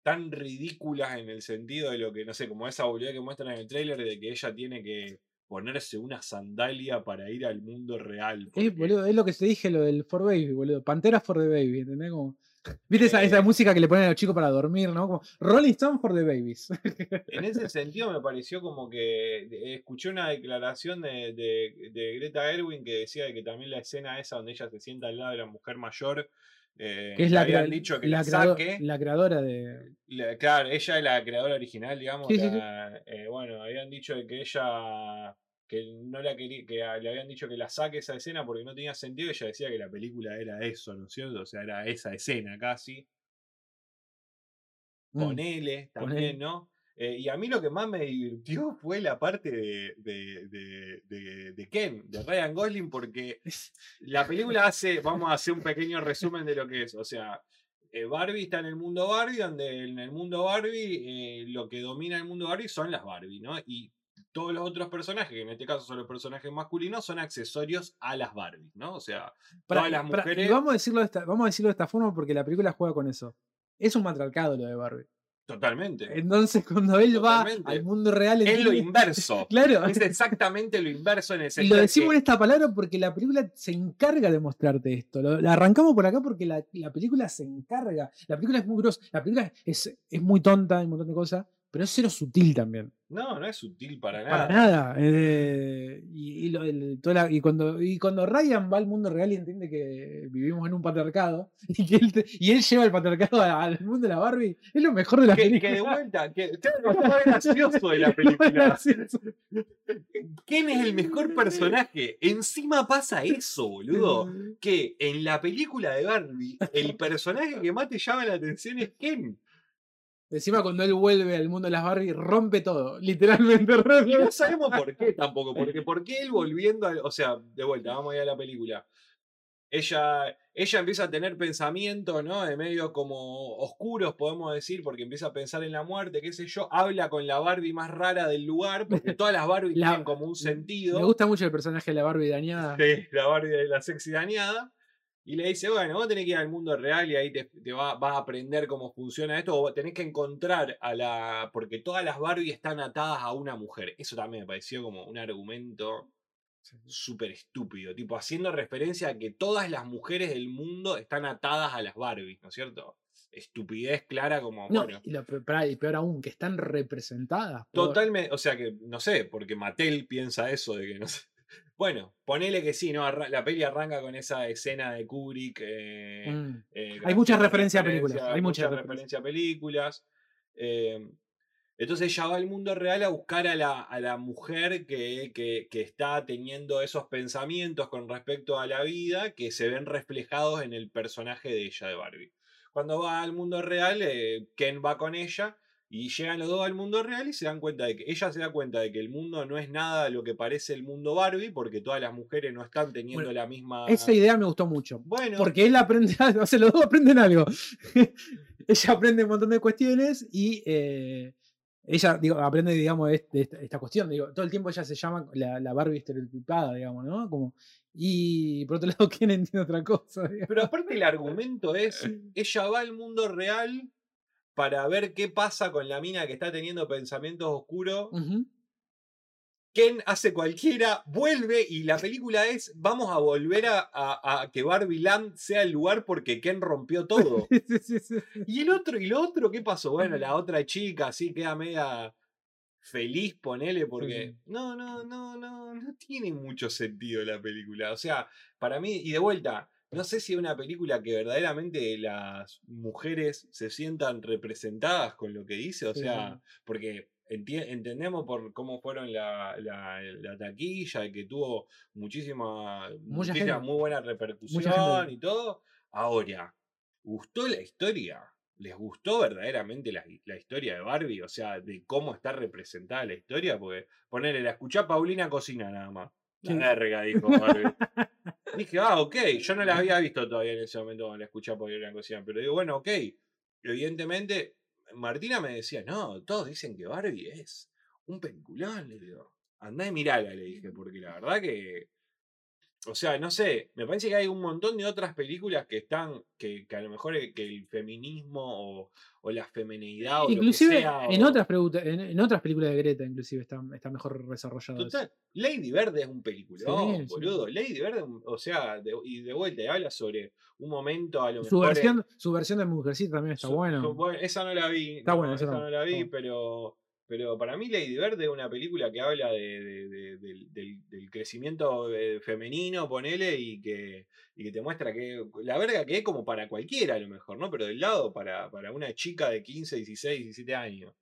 A: tan ridículas en el sentido de lo que, no sé, como esa boludez que muestran en el tráiler de que ella tiene que ponerse una sandalia para ir al mundo real.
B: Eh,
A: porque-
B: boludo, es lo que te dije, lo del For Baby, boludo. Pantera for the Baby, ¿entendés? Como- ¿Viste esa, esa
A: Eh.
B: música que le ponen a los chicos para dormir, no? Como Rolling Stone for the Babies.
A: En ese sentido me pareció como que de- escuché una declaración de, de- de Greta Erwin que decía de que también la escena esa donde ella se sienta al lado de la mujer mayor, eh,
B: que es la,
A: le habían
B: crea-
A: dicho que
B: la
A: la,
B: creado-
A: saque.
B: la creadora de.
A: la- claro, ella es la creadora original, digamos.
B: Sí, sí, sí.
A: la- eh, bueno, habían dicho de que ella que no la quería, que a- le habían dicho que la saque esa escena porque no tenía sentido. Ella decía que la película era eso, ¿no es cierto? O sea, era esa escena casi
B: Mm,
A: ponele
B: ponele.
A: también, ¿no? Eh, y a mí lo que más me divirtió fue la parte de, de, de, de- de Ken, de Ryan Gosling, porque la película hace, vamos a hacer un pequeño resumen de lo que es, o sea, eh, Barbie está en el mundo Barbie, donde en el mundo Barbie eh, lo que domina el mundo Barbie son las Barbie, ¿no? Y todos los otros personajes, que en este caso son los personajes masculinos, son accesorios a las Barbie, ¿no? O sea,
B: Pará,
A: todas las
B: pará, y
A: mujeres-
B: vamos, a decirlo de esta, vamos a decirlo de esta forma porque la película juega con eso. Es un matriarcado lo de Barbie.
A: Totalmente.
B: Entonces, cuando él
A: Totalmente.
B: va al mundo real,
A: Es
B: <laughs>
A: lo
B: entiende-
A: inverso.
B: Claro.
A: Es exactamente lo inverso en el
B: Y lo
A: sentido de
B: decimos
A: que-
B: en esta palabra porque la película se encarga de mostrarte esto. Lo, la arrancamos por acá porque la, la película se encarga. La película es muy grosa. La película es, es muy tonta, hay un montón de cosas, pero es cero sutil también.
A: No, no es sutil para nada.
B: Para nada. Eh, y, y lo- el- toda la- y cuando, y cuando Ryan va al mundo real y entiende que vivimos en un patriarcado <laughs> y, que él, te- y él lleva el patriarcado a- al mundo de la Barbie, es lo mejor de la
A: Que,
B: película.
A: que de vuelta, que <laughs> claro, lo más gracioso <laughs> de la película. <laughs> ¿Quién es el mejor personaje? Encima pasa eso, <laughs> boludo. Que en la película de Barbie, el personaje que más te llama la atención es Ken.
B: <laughs> Encima cuando él vuelve al mundo de las Barbie rompe todo, <laughs> literalmente
A: Y
B: rompe <laughs>
A: no sabemos por qué tampoco, porque ¿por qué él volviendo al- O sea, de vuelta, vamos a ir a la película. Ella, ella empieza a tener pensamientos, ¿no? De medio como oscuros, podemos decir, porque empieza a pensar en la muerte, qué sé yo. Habla con la Barbie más rara del
B: <laughs>
A: lugar, porque todas las Barbies
B: La-
A: tienen como un sentido.
B: Me gusta mucho el personaje de la Barbie
A: <laughs>
B: dañada.
A: de la Barbie de la sexy dañada. Y le dice, bueno, vos tenés que ir al mundo real y ahí te, te va- vas a aprender cómo funciona esto. O tenés que encontrar a la... Porque todas las Barbie están atadas a una mujer. Eso también me pareció como un argumento súper estúpido. Tipo, haciendo referencia a que todas las mujeres del mundo están atadas a las Barbie, ¿no es cierto? Estupidez clara como...
B: No,
A: bueno.
B: y, lo pe- pará, y peor aún, que están representadas. por-
A: Totalmente, o sea que no sé, porque Mattel piensa eso de que no sé. <laughs> Bueno, ponele que sí, ¿no? Arra- la peli arranca con esa escena de Kubrick. eh,
B: Mm.
A: eh,
B: Hay
A: con
B: muchas
A: mucha
B: referencias a películas,
A: referencia-
B: hay muchas
A: referencia a películas. eh, entonces ella va al mundo real a buscar a la, a la mujer que, que- que está teniendo esos pensamientos con respecto a la vida que se ven reflejados en el personaje de ella, de Barbie. Cuando va al mundo real, eh, Ken va con ella y llegan los dos al mundo real y se dan cuenta de que ella se da cuenta de que el mundo no es nada lo que parece el mundo Barbie porque todas las mujeres no están teniendo
B: Bueno,
A: la misma...
B: Esa idea me gustó mucho.
A: Bueno,
B: Porque él aprende <laughs> algo, o sea, los dos aprenden algo. <laughs> ella aprende un montón de cuestiones y eh, ella digo, aprende, digamos, de, este- de esta, esta cuestión. Digo, todo el tiempo ella se llama la, la Barbie estereotipada, digamos, ¿no? Como, y por otro <laughs> lado, ¿quién entiende otra cosa? digamos.
A: Pero aparte el argumento es, ella va al mundo real para ver qué pasa con la mina que está teniendo pensamientos oscuros.
B: Ujú.
A: Ken hace cualquiera, vuelve y la película es, vamos a volver a, a- a que Barbie Land sea el lugar porque Ken rompió todo.
B: <laughs> Sí, sí, sí.
A: Y el otro, y lo otro, ¿qué pasó? Bueno, la otra chica así queda media feliz, ponele, porque
B: sí.
A: no, no, no, no, no tiene mucho sentido la película. O sea, para mí, y de vuelta, no sé si es una película que verdaderamente las mujeres se sientan representadas con lo que dice, o
B: Sí, sí,
A: sea, porque enti- entendemos por cómo fueron la, la, la taquilla y que tuvo muchísima,
B: Mucha
A: muchísima
B: gente.
A: muy buena repercusión
B: gente.
A: y todo. Ahora, ¿gustó la historia? ¿Les gustó verdaderamente la, hi- la historia de Barbie? O sea, de cómo está representada la historia, porque ponerle, la escuché a Paulina cocina nada más. La
B: Sí.
A: verga, dijo
B: <laughs>
A: Barbie. Dije, ah, ok, yo no la había visto todavía en ese momento cuando la escuché a Paulina cocina, pero digo, bueno, ok, evidentemente, Martina me decía, no, todos dicen que Barbie es un peliculón, le digo. Andá y mirala, le dije, porque la verdad que. O sea, no sé, me parece que hay un montón de otras películas que están, que, que a lo mejor el, que el feminismo o, o la feminidad o
B: Eh, Inclusive
A: lo que sea,
B: en,
A: o-
B: otras preguntas- en, en otras películas de Greta, inclusive está, está mejor desarrollado. eso.
A: Total, Lady Verde es un peliculón,
B: Sí, sí.
A: boludo. Lady Verde, o sea, de- y de vuelta, y habla sobre un momento a lo
B: Su
A: mejor. eh,
B: versión, su versión de Mujercita también está
A: Su-
B: buena.
A: su- bueno, esa no la vi.
B: Está
A: no,
B: buena, esa
A: esa
B: no,
A: no la
B: está
A: vi,
B: buena.
A: pero, pero para mí Lady Verde es una película que habla de, de- de- del, del- del crecimiento eh, femenino, ponele, y que, y que te muestra que la verga que es como para cualquiera a lo mejor, ¿no? Pero del lado para, para una chica de 15, 16, 17 años.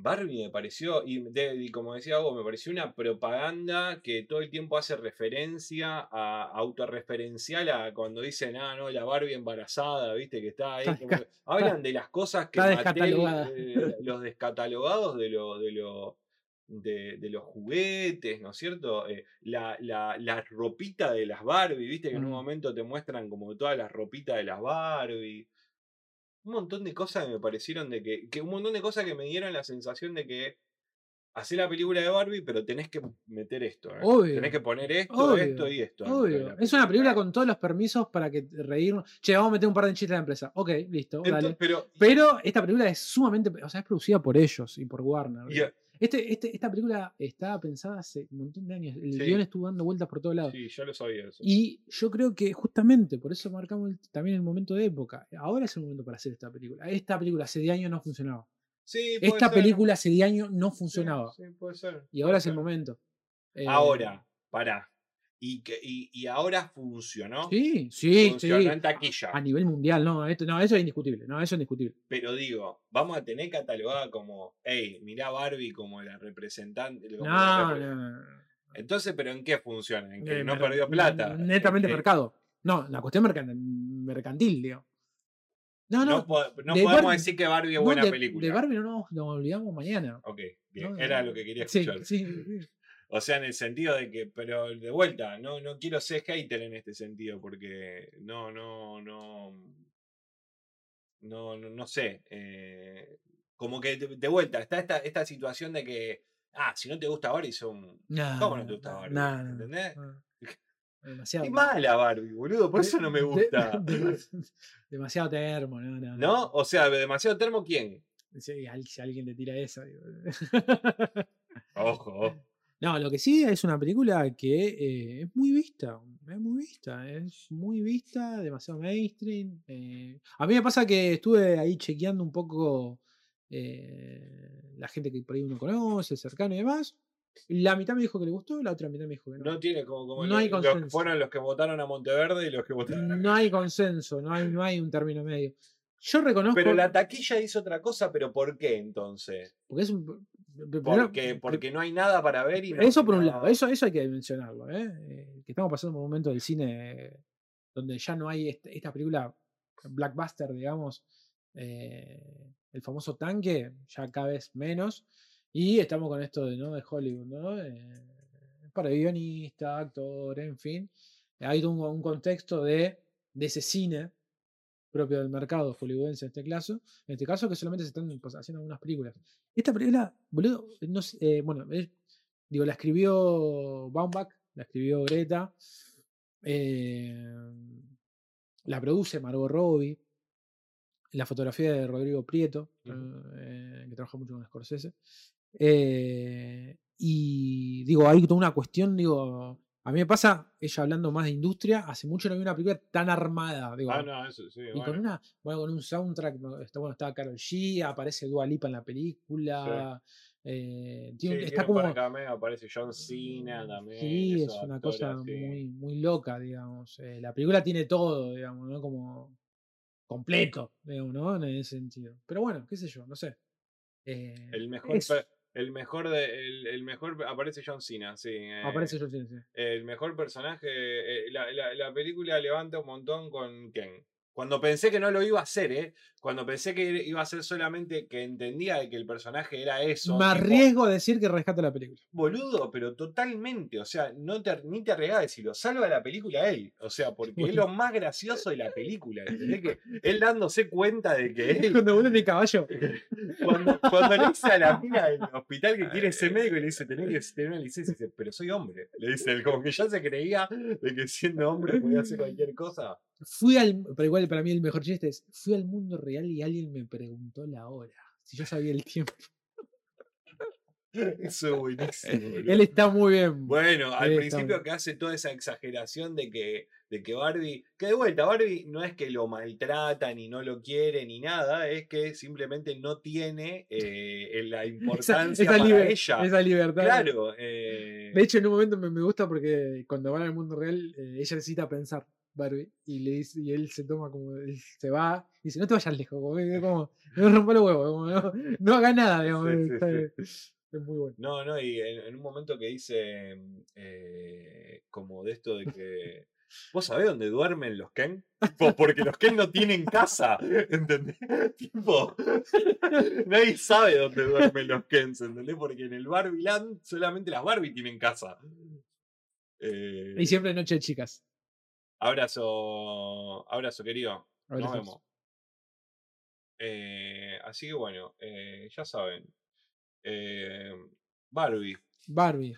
A: Barbie me pareció, y, de- y como decía vos, me pareció una propaganda que todo el tiempo hace referencia a autorreferencial a cuando dicen, ah, no, la Barbie embarazada, viste, que está ahí.
B: Está
A: como
B: desca-
A: que- hablan de las cosas
B: <laughs>
A: que
B: está
A: Mattel,
B: descatalogada.
A: eh, los descatalogados de lo, de lo, de, de los juguetes, ¿no es cierto? Eh, la, la, la ropita de las Barbie, viste que en un
B: Mm.
A: momento te muestran como todas las ropitas de las Barbie un montón de cosas que me parecieron de que, que un montón de cosas que me dieron la sensación de que Hacé la película de Barbie, pero tenés que meter esto. ¿eh?
B: Obvio.
A: Tenés que poner esto,
B: Obvio.
A: esto y esto. dentro de la
B: Obvio. Es una película
A: ¿eh?
B: con todos los permisos para que reírnos. Che, vamos a meter un par de chistes a la empresa. Ok, listo,
A: Ento-
B: dale.
A: pero,
B: Pero esta película es sumamente. O sea, es producida por ellos y por Warner.
A: y-
B: Este, este- esta película estaba pensada hace un montón de años. El
A: Sí.
B: guión estuvo dando vueltas por todos lados.
A: sí, yo lo sabía eso.
B: Y yo creo que justamente por eso marcamos el- también el momento de época. Ahora es el momento para hacer esta película. Esta película hace 10 años no funcionaba.
A: Sí, puede
B: Esta
A: ser.
B: película hace 10 años no
A: Sí,
B: funcionaba.
A: Sí, puede ser.
B: Y ahora es el
A: Claro.
B: momento. Eh,
A: Ahora, pará. Y, que, y, y ahora funcionó.
B: Sí, sí, sí.
A: funcionó en taquilla.
B: A nivel mundial, no, esto, no, eso es indiscutible. No, eso es indiscutible.
A: Pero digo, vamos a tener catalogada como, hey, mirá Barbie como la representante. como la
B: No,
A: repre-
B: no, no, no.
A: Entonces, ¿pero en qué funciona? En que
B: Eh,
A: no
B: mer-
A: perdió plata. en
B: Netamente
A: que
B: mercado. No, la cuestión mercan- mercantil, digo. No,
A: No,
B: no.
A: po- no
B: de
A: podemos
B: Barbie-
A: decir que Barbie es
B: no,
A: buena
B: de,
A: película.
B: de Barbie no nos nos olvidamos mañana.
A: Ok, bien,
B: No,
A: era
B: no.
A: lo que quería
B: Sí,
A: escuchar.
B: sí, sí.
A: O sea, en el sentido de que, pero de vuelta, no, no quiero ser hater en este sentido, porque no, no, no. No, no, no sé. eh, como que de, de vuelta, está esta, esta situación de que, ah, si no te gusta Barbie, son.
B: Ah, No,
A: ¿Cómo no te gusta Barbie?
B: no, no,
A: ¿Entendés?
B: no.
A: Qué
B: Demasiado.
A: mala Barbie, boludo, por eso no me
B: de- <laughs>
A: gusta.
B: de- demasiado termo, no, no.
A: <laughs> ¿No? O sea, demasiado
B: <laughs>
A: termo, ¿quién?
B: Sí, al- si alguien te tira eso. digo.
A: Ojo, ojo.
B: No, lo que sí es una película que eh, es muy vista, es muy vista, es muy vista, demasiado mainstream. eh. A mí me pasa que estuve ahí chequeando un poco eh, la gente que por ahí uno conoce, cercano y demás. La mitad me dijo que le gustó, la otra mitad me dijo que no.
A: No tiene como, como
B: No
A: lo-
B: hay
A: los que
B: consenso.
A: fueron los que votaron a Monteverde y los que votaron a
B: No hay consenso, no hay, no hay un término medio. Yo reconozco <laughs>
A: Pero la taquilla hizo otra cosa, pero ¿por qué entonces?
B: porque es un- primero-
A: Porque, porque no hay nada para ver y no-
B: eh, Eso por un
A: no-
B: lado, eso, eso hay que mencionarlo, ¿eh? Eh, Que estamos pasando por un momento del cine donde ya no hay este- esta película blackbuster, digamos, eh, el famoso tanque, ya cada vez menos, y estamos con esto de, ¿no? de Hollywood, ¿no? Eh, para guionista, actor, en fin, hay todo un, un contexto de, de ese cine propio del mercado hollywoodense en este caso, en este caso que solamente se están pues, haciendo algunas películas. Esta película, boludo, no sé, eh, bueno, es- digo, la escribió Baumbach, la escribió Greta, eh, la produce Margot Robbie, la fotografía de Rodrigo Prieto, eh, que trabaja mucho con Scorsese. eh, y digo, hay toda una cuestión, digo, a mí me pasa, ella hablando más de industria, hace mucho no vi una película tan armada, digo,
A: Ah, no, eso sí.
B: y
A: bueno.
B: con una, bueno, con un soundtrack, ¿no? está bueno, estaba Carol G, aparece Dua Lipa en la película. eh,
A: Sí,
B: tiene un- está
A: tiene un par
B: como.
A: acá, medio aparece John Cena también.
B: Sí, es
A: esos
B: una
A: actores
B: cosa
A: así.
B: muy, muy loca, digamos. eh, la película tiene todo, digamos, ¿no? Como completo, digamos, ¿no? En ese sentido. Pero bueno, qué sé yo, no sé. Eh,
A: El mejor,
B: es-
A: per- el mejor de, el, el mejor aparece John Cena, sí. eh,
B: Aparece yo, sí, sí.
A: El mejor personaje. eh, la, la- la película levanta un montón con Ken. Cuando pensé que no lo iba a hacer, ¿eh? Cuando pensé que iba a ser solamente que entendía de que el personaje era eso.
B: Me
A: tipo,
B: arriesgo a decir que rescata la película.
A: Boludo, pero totalmente. O sea, no te, ni te arriesgas a decirlo. Salva la película él. O sea, porque es lo más gracioso de la película. ¿entendés? Que él dándose cuenta de que él.
B: <laughs> Cuando vuelve mi caballo.
A: Cuando, cuando le dice a la mina del hospital que quiere ser médico y le dice, tenés que tener una licencia. Y dice, pero soy hombre. Le dice él, como que ya se creía de que siendo hombre podía hacer cualquier cosa.
B: Fui al. Pero igual para mí el mejor chiste es: fui al mundo real y alguien me preguntó la hora. Si yo sabía el
A: <laughs>
B: tiempo.
A: Eso es buenísimo. boludo.
B: Eh, Él está muy bien. <laughs>
A: Bueno, al
B: Sí, está
A: principio
B: bien.
A: que hace toda esa exageración de que, de que Barbie, que de vuelta, Barbie no es que lo maltrata ni no lo quiere ni nada, es que simplemente no tiene eh,
B: <laughs>
A: la importancia para
B: liber-
A: ella.
B: esa libertad.
A: Claro, eh,
B: De hecho, en un momento me, me gusta porque cuando van al mundo real, eh, ella necesita pensar, Barbie, y, le dice, y él se toma como, él se va, y dice, no te vayas lejos, como, que- como, no rompa los huevos, como, no, no hagas nada, digamos,
A: sí,
B: está-
A: sí.
B: es muy bueno.
A: No, no, y en, en un momento que dice mm, eh, como de esto de que. ¿Vos sabés dónde duermen los Ken? <laughs> Tipo, porque los Ken no tienen casa, ¿entendés? <laughs> Tipo, nadie sabe dónde duermen los Ken, ¿entendés? Porque en el Barbie Land solamente las Barbie tienen casa. Eh,
B: Y siempre noche de chicas.
A: Abrazo, abrazo querido. Nos
B: Abrazos.
A: vemos. Eh, así que bueno, eh, ya saben. eh, Barbie.
B: Barbie.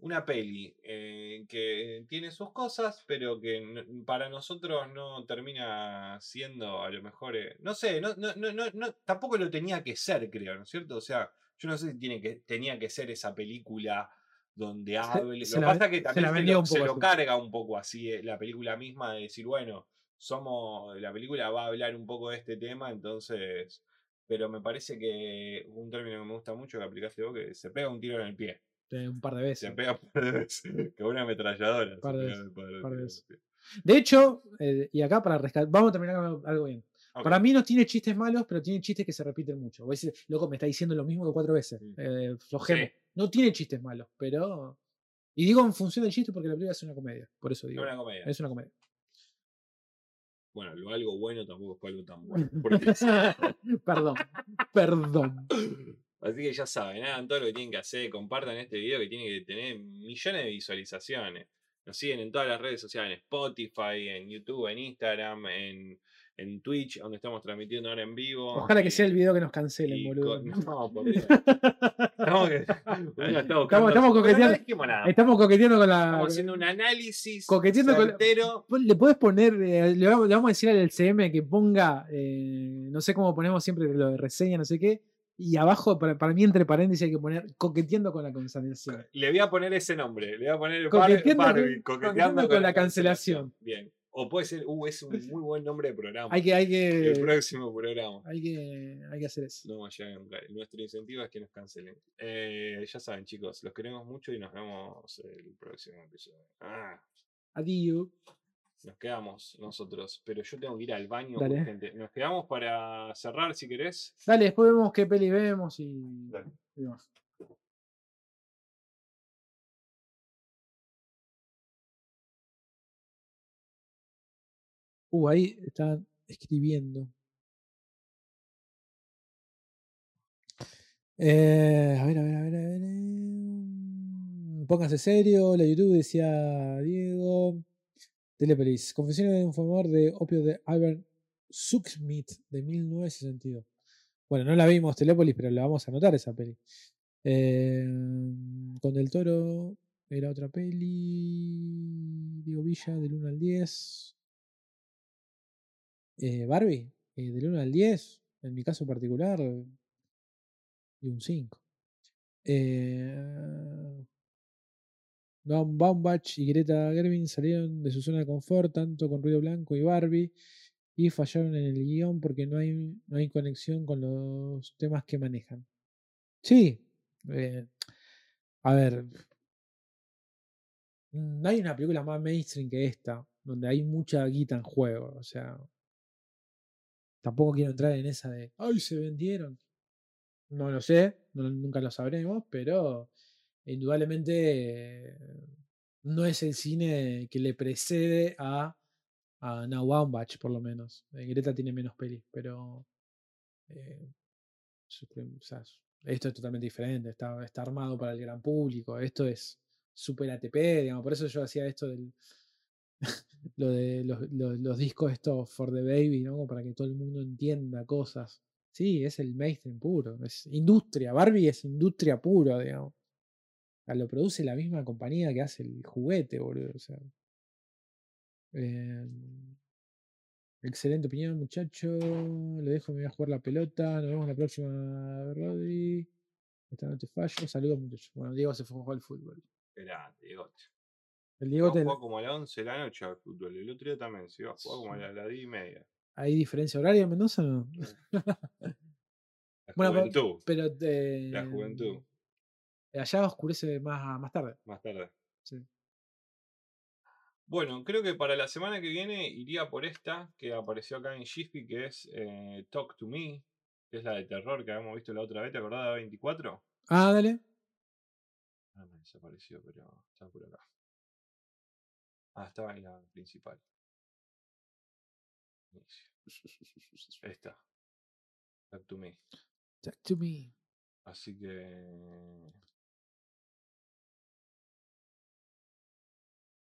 A: Una peli eh, que tiene sus cosas, pero que n- para nosotros no termina siendo a lo mejor. eh, no sé, no, no, no, no, no- tampoco lo tenía que ser, creo, ¿no es cierto? O sea, yo no sé si tiene que, tenía que ser esa película donde hable.
B: se
A: lo
B: la
A: que pasa
B: ve-
A: es que
B: se
A: también
B: la
A: se
B: vendió
A: lo,
B: un
A: se
B: poco
A: lo
B: así.
A: carga un poco así eh, la película misma de decir, bueno, somos. La película va a hablar un poco de este tema, entonces. Pero me parece que un término que me gusta mucho que aplicaste vos, que se pega un tiro en el pie.
B: eh, un par de
A: Se
B: veces.
A: pega un par de <laughs> veces, con una ametralladora. se
B: Par de
A: pega
B: veces,
A: un par de
B: par de
A: veces.
B: De hecho, eh, y acá para rescatar, vamos a terminar con algo- algo bien.
A: Ok,
B: Para mí no tiene chistes malos, pero tiene chistes que se repiten mucho. Voy a decir, loco, me está diciendo lo mismo que cuatro veces.
A: Mm. Sí.
B: Eh, flojemos. No tiene chistes malos, pero. Y digo en función del chiste porque la película es una comedia. Por eso
A: es
B: digo.
A: una comedia.
B: Es una comedia. <laughs>
A: Bueno, lo algo bueno tampoco fue algo tan
B: <laughs>
A: bueno. porque-
B: perdón. Perdón.
A: Así que ya saben, hagan todo lo que tienen que hacer, compartan este video que tiene que tener millones de visualizaciones. Nos siguen en todas las redes sociales, en Spotify, en YouTube, en Instagram, en, en Twitch, donde estamos transmitiendo ahora en vivo.
B: Ojalá que
A: y-
B: sea el video que nos
A: y
B: cancelen, boludo.
A: con- <laughs> No, por Dios.
B: <laughs>
A: Estamos, que- Uno está buscando-
B: estamos
A: Pero
B: coqueteando-
A: No dijimos nada.
B: Estamos coqueteando con la.
A: Estamos haciendo un análisis
B: Coqueteando con-
A: certero.
B: Pon- Le puedes poner, eh, le vamos, le vamos a decir al CM que ponga, eh, no sé cómo ponemos siempre lo de reseña, no sé qué, y abajo, para, para mí, entre paréntesis, hay que poner coqueteando con la cancelación.
A: Le voy a poner ese nombre. Le voy a poner Bar-
B: Coqueteando con-
A: Barbie.
B: coqueteando con la cancelación.
A: Bien. O puede ser, uh, es un muy buen nombre de programa.
B: Hay que, hay
A: El
B: que,
A: próximo programa.
B: hay que, hay que hacer eso.
A: No ya nunca. Nuestro incentivo es que nos cancelen. Eh, ya saben, chicos, los queremos mucho y nos vemos el próximo episodio. Ah,
B: Adiós.
A: nos quedamos nosotros. Pero yo tengo que ir al baño
B: Dale.
A: urgente. Nos quedamos para cerrar, si querés.
B: Dale, después vemos qué peli vemos y,
A: Dale.
B: y demás. Uh, ahí están escribiendo. Eh, a ver, a ver, a ver, a ver. eh. Pónganse serio. La YouTube decía Diego. Telepelis. Confesiones de un fumador de opio de Albert Sucksmith de 1962. Bueno, no la vimos Telepolis, pero la vamos a anotar esa peli. Eh, con Del Toro era otra peli. Diego Villa, del 1 al 10. Eh, Barbie, eh, del 1 al 10. En mi caso particular, y un 5. Eh, Noam Baumbach y Greta Gerwin salieron de su zona de confort, tanto con Ruido Blanco y Barbie, y fallaron en el guión porque no hay, no hay conexión con los temas que manejan. Sí. eh, a ver. Mm, No hay una película más mainstream que esta, donde hay mucha guita en juego. O sea. Tampoco quiero entrar en esa de. ¡Ay, se vendieron! No lo sé, no- nunca lo sabremos, pero indudablemente eh, no es el cine que le precede a, a Now Baumbach, por lo menos. Eh, Greta tiene menos pelis, pero eh, su- o sea, su- esto es totalmente diferente, está, está armado para el gran público, esto es super ATP, digamos, por eso yo hacía esto del <laughs> lo de los, los- los discos estos for the baby, ¿no? Como para que todo el mundo entienda cosas. Sí, es el mainstream puro, es industria, Barbie es industria pura, digamos. O sea, lo produce la misma compañía que hace el juguete, boludo. o sea. Eh, excelente opinión, muchacho. Lo dejo, me voy a jugar la pelota. Nos vemos la próxima, Rodri. Esta noche fallo. Saludos, muchachos. Bueno, Diego se fue a jugar al fútbol.
A: Esperá, Diego.
B: El
A: Yo
B: Diego te-
A: juego como a las 11 de la noche al fútbol. El otro día también se iba a jugar como a
B: Sí.
A: las las 10 y media.
B: ¿Hay diferencia horaria en Mendoza o no? <laughs>
A: La
B: Bueno, pero-
A: juventud.
B: Pero. eh,
A: La juventud.
B: Allá oscurece más, más tarde.
A: Más tarde.
B: Sí.
A: Bueno, creo que para la semana que viene iría por esta que apareció acá en Jiffy, que es eh, Talk to Me, que es la de terror que habíamos visto la otra vez, ¿te acordás de la 24?
B: Ah, dale.
A: Ah, me desapareció, pero estaba por acá. Ah, estaba en la principal. Inicio. Esta. Talk to Me.
B: Talk to me.
A: Así que.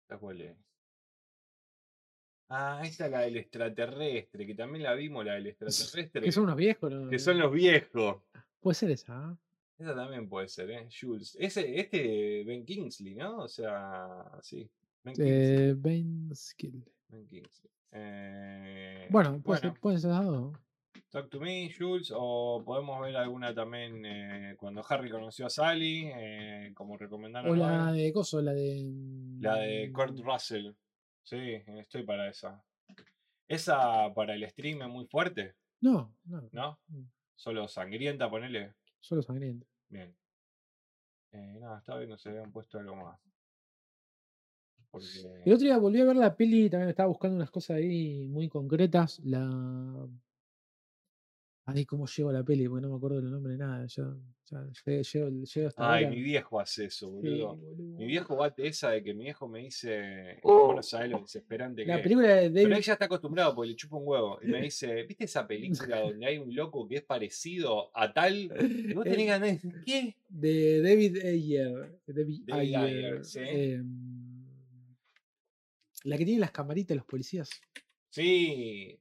A: ¿Esta cuál es? Ah, esta es la del extraterrestre, que también la vimos, la del extraterrestre.
B: Que son unos viejos, ¿no?
A: que son los viejos.
B: Puede ser esa. ¿ah?
A: Esa también puede ser, ¿eh? Jules. Ese, este Ben Kingsley, ¿no? O sea, sí. Ben Kingsley.
B: Eh, Bane Skill.
A: Ben Kingsley. Eh,
B: Bueno, puede ser- pueden ser las dos.
A: Talk to Me, Jules, o podemos ver alguna también eh, cuando Harry conoció a Sally, eh, como recomendaron.
B: O la
A: ahora.
B: de Coso, la de.
A: La de Kurt
B: mm,
A: Russell. Sí, estoy para esa. Esa para el stream es muy fuerte,
B: No, no,
A: ¿no?
B: Mm.
A: Solo sangrienta, ponele.
B: solo sangriento.
A: Bien. Eh, no, estaba viendo si habían puesto algo más. Porque...
B: El otro día volví a ver la peli, también estaba buscando unas cosas ahí muy concretas. La. Ay, ¿cómo llego a la peli? Porque no me acuerdo el nombre de nada. Yo, ya, lle- llego, llego hasta
A: Ay,
B: ahora.
A: mi viejo hace eso,
B: Sí,
A: boludo.
B: boludo.
A: Mi viejo bate esa de que mi viejo me dice,
G: Oh.
A: bueno, sabes lo desesperante
B: La
A: que es".
B: película de
A: Pero
B: David.
A: él ya está acostumbrado porque le chupa un huevo. Y me
B: <laughs>
A: dice, ¿viste esa película donde hay un loco que es parecido a tal? Y
B: <laughs>
A: vos tenés
B: el-
A: ganas de decir, ¿qué?
B: eh, de David Ayer. David
A: David Ayer,
B: Ayer,
A: sí.
B: em, la que tiene las camaritas, los policías.
A: Sí.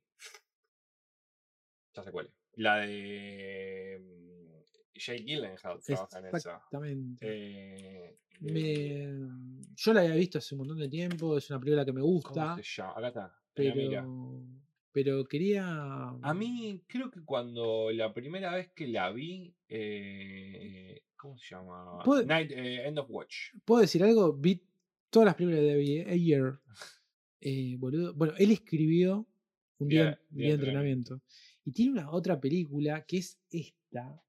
A: Ya sé cuál. es. La de mm, Jake Gyllenhaal trabaja en esa.
B: Exactamente.
A: Eh, eh,
B: Me- yo la había visto hace un montón de tiempo, es una película que me
A: ¿Cómo
B: gusta,
A: se llama? Acá está. en la mira.
B: pero, pero mm quería...
A: A mí creo que cuando la primera vez que la vi, eh, ¿cómo se llama?
B: Puede-
A: Night, eh, End of Watch.
B: ¿Puedo decir algo? Vi todas las películas de David Ayer. eh, boludo. Bueno, él escribió un día, un
A: Día- Día de
B: día de entrenamiento. Y tiene una otra película que es esta,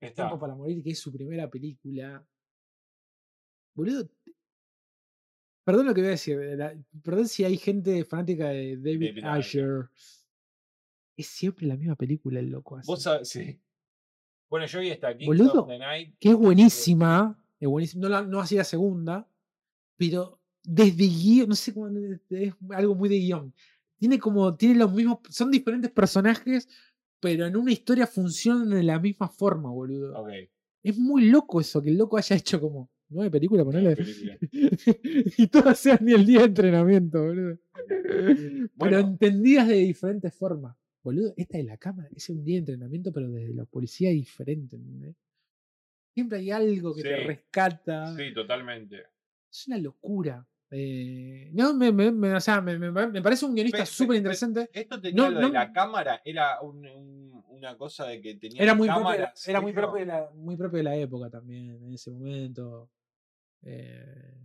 A: Está.
B: Tiempo para morir, que es su primera película. Boludo. t- Perdón lo que voy a decir. eh, la- perdón si hay gente fanática de David,
A: David Ayer.
B: Asher. Es siempre la misma película, el loco. hace.
A: Vos sabés, sí. Bueno, yo vi esta Kings
B: Boludo,
A: of the Night.
B: Que es buenísima. Es buenísima. No, la, no hacía la segunda. Pero desde guión. No sé cómo. de- de- Es algo muy de guión. Tiene como. Tiene los mismos. Son diferentes personajes. Pero en una historia funcionan de la misma forma, boludo.
A: Ok.
B: Es muy loco eso, que el loco haya hecho como nueve películas,
A: nueva
B: ponele. <laughs>
A: película.
B: y todas sean ni el día de entrenamiento, boludo.
A: Bueno.
B: Pero entendidas de diferentes formas. Boludo, esta de la cámara es un día de entrenamiento, pero desde la policía diferente. ¿entendés? Siempre hay algo que te
A: Sí.
B: rescata.
A: Sí, totalmente.
B: Es una locura. Eh, no, me, me- me- o sea, me, me- me parece un guionista
A: Pe- pe-
B: súper interesante.
A: Esto tenía
B: No,
A: lo de
B: no-
A: la cámara, era un- un- una cosa de que tenía
B: Era muy propio, de la-
A: cámaras.
B: era muy
A: ¿viste?
B: propio, de la, muy propio de la época también, en ese momento. Eh,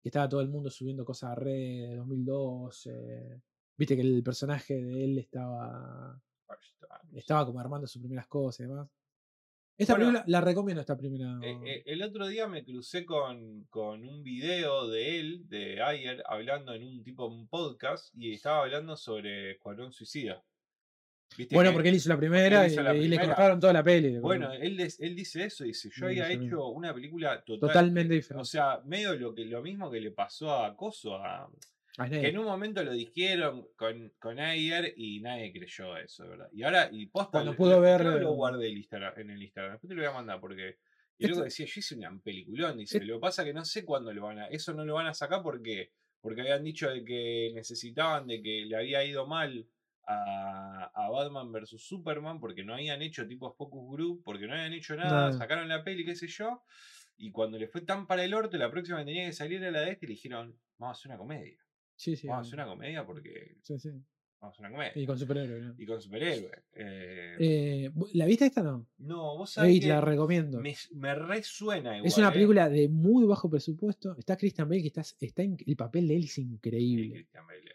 B: que estaba todo el mundo subiendo cosas a red de 2012. Viste que el personaje de él estaba, <laughs> estaba como armando sus primeras cosas y demás. Esta
A: Bueno.
B: primera la recomiendo esta primera.
A: Eh, eh, el otro día me crucé con, con un video de él, de Ayer, hablando en un tipo un podcast y estaba hablando sobre Escuadrón Suicida. ¿Viste
B: bueno,
A: que-
B: porque él hizo la primera,
A: hizo
B: y,
A: la
B: le- y le
A: primera.
B: cortaron toda la peli. le
A: Bueno,
B: cortaron.
A: él, des- él dice eso, dice, yo
B: Sí,
A: había
B: sí, sí.
A: hecho una película total-
B: totalmente
A: O
B: diferente.
A: sea, medio lo, que, lo mismo que le pasó a Coso, a,
B: A
A: Que
B: Snake.
A: en un momento lo dijeron con, con Ayer y nadie creyó eso, de ¿verdad? Y ahora, y posta.
B: Cuando
A: lo-
B: pudo
A: lo-
B: ver,
A: creo que
B: eh,
A: Lo guardé el Instagram- en el Instagram. Después te lo voy a mandar porque. Y luego
B: Esto-
A: decía, yo hice un peliculón. Dice,
B: Esto-
A: lo que pasa que no sé cuándo lo van a. Eso no lo van a sacar porque. Porque habían dicho de que necesitaban, de que le había ido mal a, a Batman vs Superman porque no habían hecho tipo Focus Group, porque no habían hecho nada,
B: Nada.
A: sacaron la peli, qué sé yo. Y cuando le fue tan para el orto, la próxima que tenía que salir era la de este, y le dijeron, vamos a hacer una comedia.
B: Sí, sí,
A: Vamos a hacer
B: bueno.
A: Ah, una comedia porque
B: Sí, sí.
A: vamos a hacer una comedia. <laughs>
B: Y con superhéroe. ¿no?
A: Y con superhéroe. Eh,
B: Eh, ¿La viste esta no?
A: no, vos sabés
B: David,
A: que
B: la recomiendo.
A: me, me resuena igual.
B: Es una
A: eh.
B: película de muy bajo presupuesto. Está Christian Bale, que está, está in- el papel de él es
A: Sí,
B: increíble. Eh,
A: Christian Bale.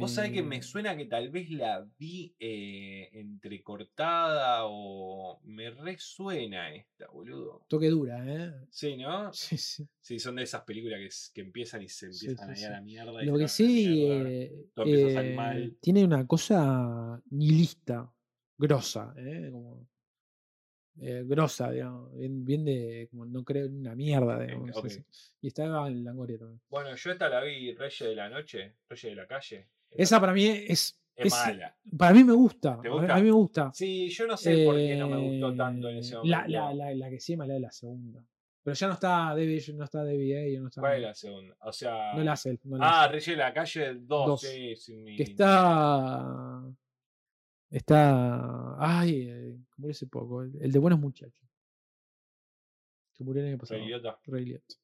A: Vos sabés que me suena que tal vez la vi eh, entrecortada o me resuena esta, boludo.
B: Toque dura, ¿eh? <laughs>
A: Sí, ¿no?
B: Sí, sí.
A: Sí, son de esas películas que, s- que empiezan y se
B: Sí,
A: empiezan
B: sí,
A: a ir a
B: sí.
A: la mierda. y
B: Lo
A: se van a
B: que
A: la
B: sí
A: mierda.
B: eh,
A: todo empieza a salir
B: eh,
A: mal.
B: tiene una cosa nihilista, grosa, ¿eh? Como, eh, grosa, digamos. Bien, bien de como no creo en una mierda, digamos. sí,
A: Eh, ok.
B: sí. Y está en Langoria también.
A: Bueno, yo esta la vi Reyes de la Noche, Reyes de la Calle.
B: Esa para mí es.
A: Eh, es,
B: es-
A: mala.
B: para mí me gusta.
A: ¿Te
B: a mí-
A: gusta?
B: A mí me gusta.
A: Sí, yo no sé por qué no me gustó tanto en ese
B: Eh,
A: momento.
B: la, la, la, la que sí es mala es la segunda. Pero ya no está David, no está David Ayer, no está.
A: ¿Cuál es la segunda? O sea.
B: No la hace él. No la
A: ah,
B: hace.
A: Reyes de la Calle 2.
B: Dos.
A: Sí, sí, ni-
B: Que está. Está. Ay, eh, murió hace poco. El, el de Buenos Muchachos. Que murió el año pasado.
A: Soy idiota.
B: Ray Liotta.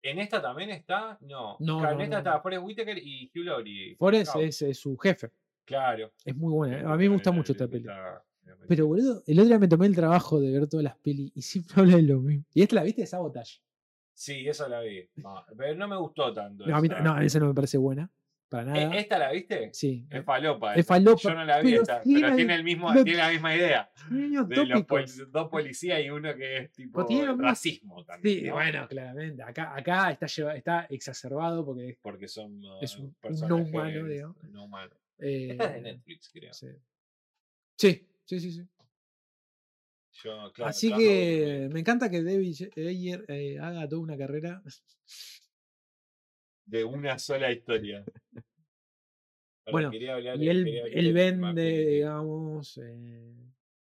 A: ¿En esta también está? No.
B: No,
A: Claro,
B: no,
A: en esta
B: no,
A: está
B: no.
A: Forrest Whitaker y Hugh Laurie.
B: Forrest
A: Chao.
B: es, eh, su jefe.
A: Claro. Eh,
B: Es muy buena. A mí me gusta mucho esta peli.
A: película.
B: Pero, boludo, el otro día me tomé el trabajo de ver todas las pelis y <laughs> siempre habla de lo mismo. Y esta la viste de Sabotage.
A: Sí, esa la vi. No, pero no me gustó tanto.
B: No, a mí,
A: esa.
B: no, esa no me parece buena. Para
A: ¿E-
B: nada.
A: ¿Esta la viste?
B: sí.
A: Es falopa.
B: Es
A: esa.
B: falopa,
A: Yo no la vi
B: pero
A: esta,
B: tiene
A: pero
B: la-
A: tiene, el mismo,
B: me-
A: tiene la misma
B: <laughs>
A: idea.
B: Niños
A: De los
B: tópicos.
A: poli- dos policías y uno que es tipo
B: Pero tiene lo mismo-
A: racismo también.
B: Sí,
A: ¿no?
B: bueno, claramente. Acá, acá está, lleva- está exacerbado porque es
A: Porque son uh,
B: Es un- un no
A: personajes
B: humano, digamos.
A: no humanos.
B: Eh,
A: Esta es de Netflix, creo.
B: Sí, sí, sí, sí. sí.
A: Yo, claro,
B: Así
A: Claro,
B: que me encanta que David Ye- Ayer eh, haga toda una carrera.
A: De una sola
B: <laughs>
A: historia. Ahora,
B: Bueno,
A: quería hablar-
B: Y él,
A: quería hablar
B: él
A: de Tim
B: vende,
A: Burton.
B: digamos, eh,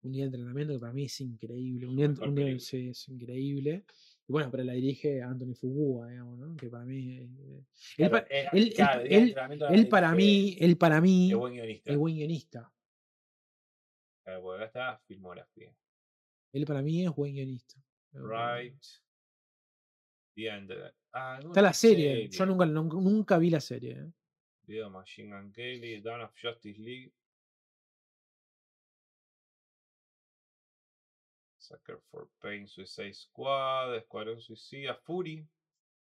B: un día de entrenamiento que para mí es increíble. Un día, de
A: mejor
B: un día-
A: película.
B: sí, es increíble. Y bueno, pero la dirige Anthony Fugua, digamos, ¿no? Que para mí. eh, él,
A: Claro,
B: pa-
A: era-
B: él-
A: claro,
B: él-
A: era el
B: él-
A: entrenamiento de
B: él para
A: aprendizaje,
B: mí, él para mí
A: Es buen guionista.
B: es buen guionista.
A: Claro, porque acá está filmografía.
B: Él para mí es buen guionista.
A: Right. The End. Ah,
B: Está
A: alguna
B: la serie. Yo
A: serie.
B: nunca, nunca, nunca vi la serie. ¿eh?
A: Video Machine Gun Kelly, Dawn of Justice League. Sucker for Pain, Suicide Squad, Escuadrón Suicida, Fury.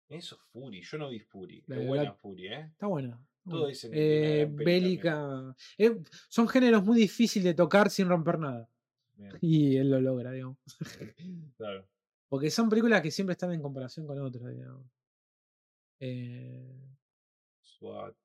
A: Eso es Fury, yo no vi Fury. Qué
B: La de
A: buena
B: Black-
A: Fury, ¿eh?
B: Está buena. está
A: Todos
B: buena.
A: dicen que tiene una
B: Eh,
A: gran peli
B: bélica. eh, son géneros muy difíciles de tocar sin romper nada. <laughs>
A: Bien,
B: Y él lo logra, digamos. <laughs>
A: claro.
B: Porque son películas que siempre están en comparación con otras, digamos. Eh,
A: SWAT.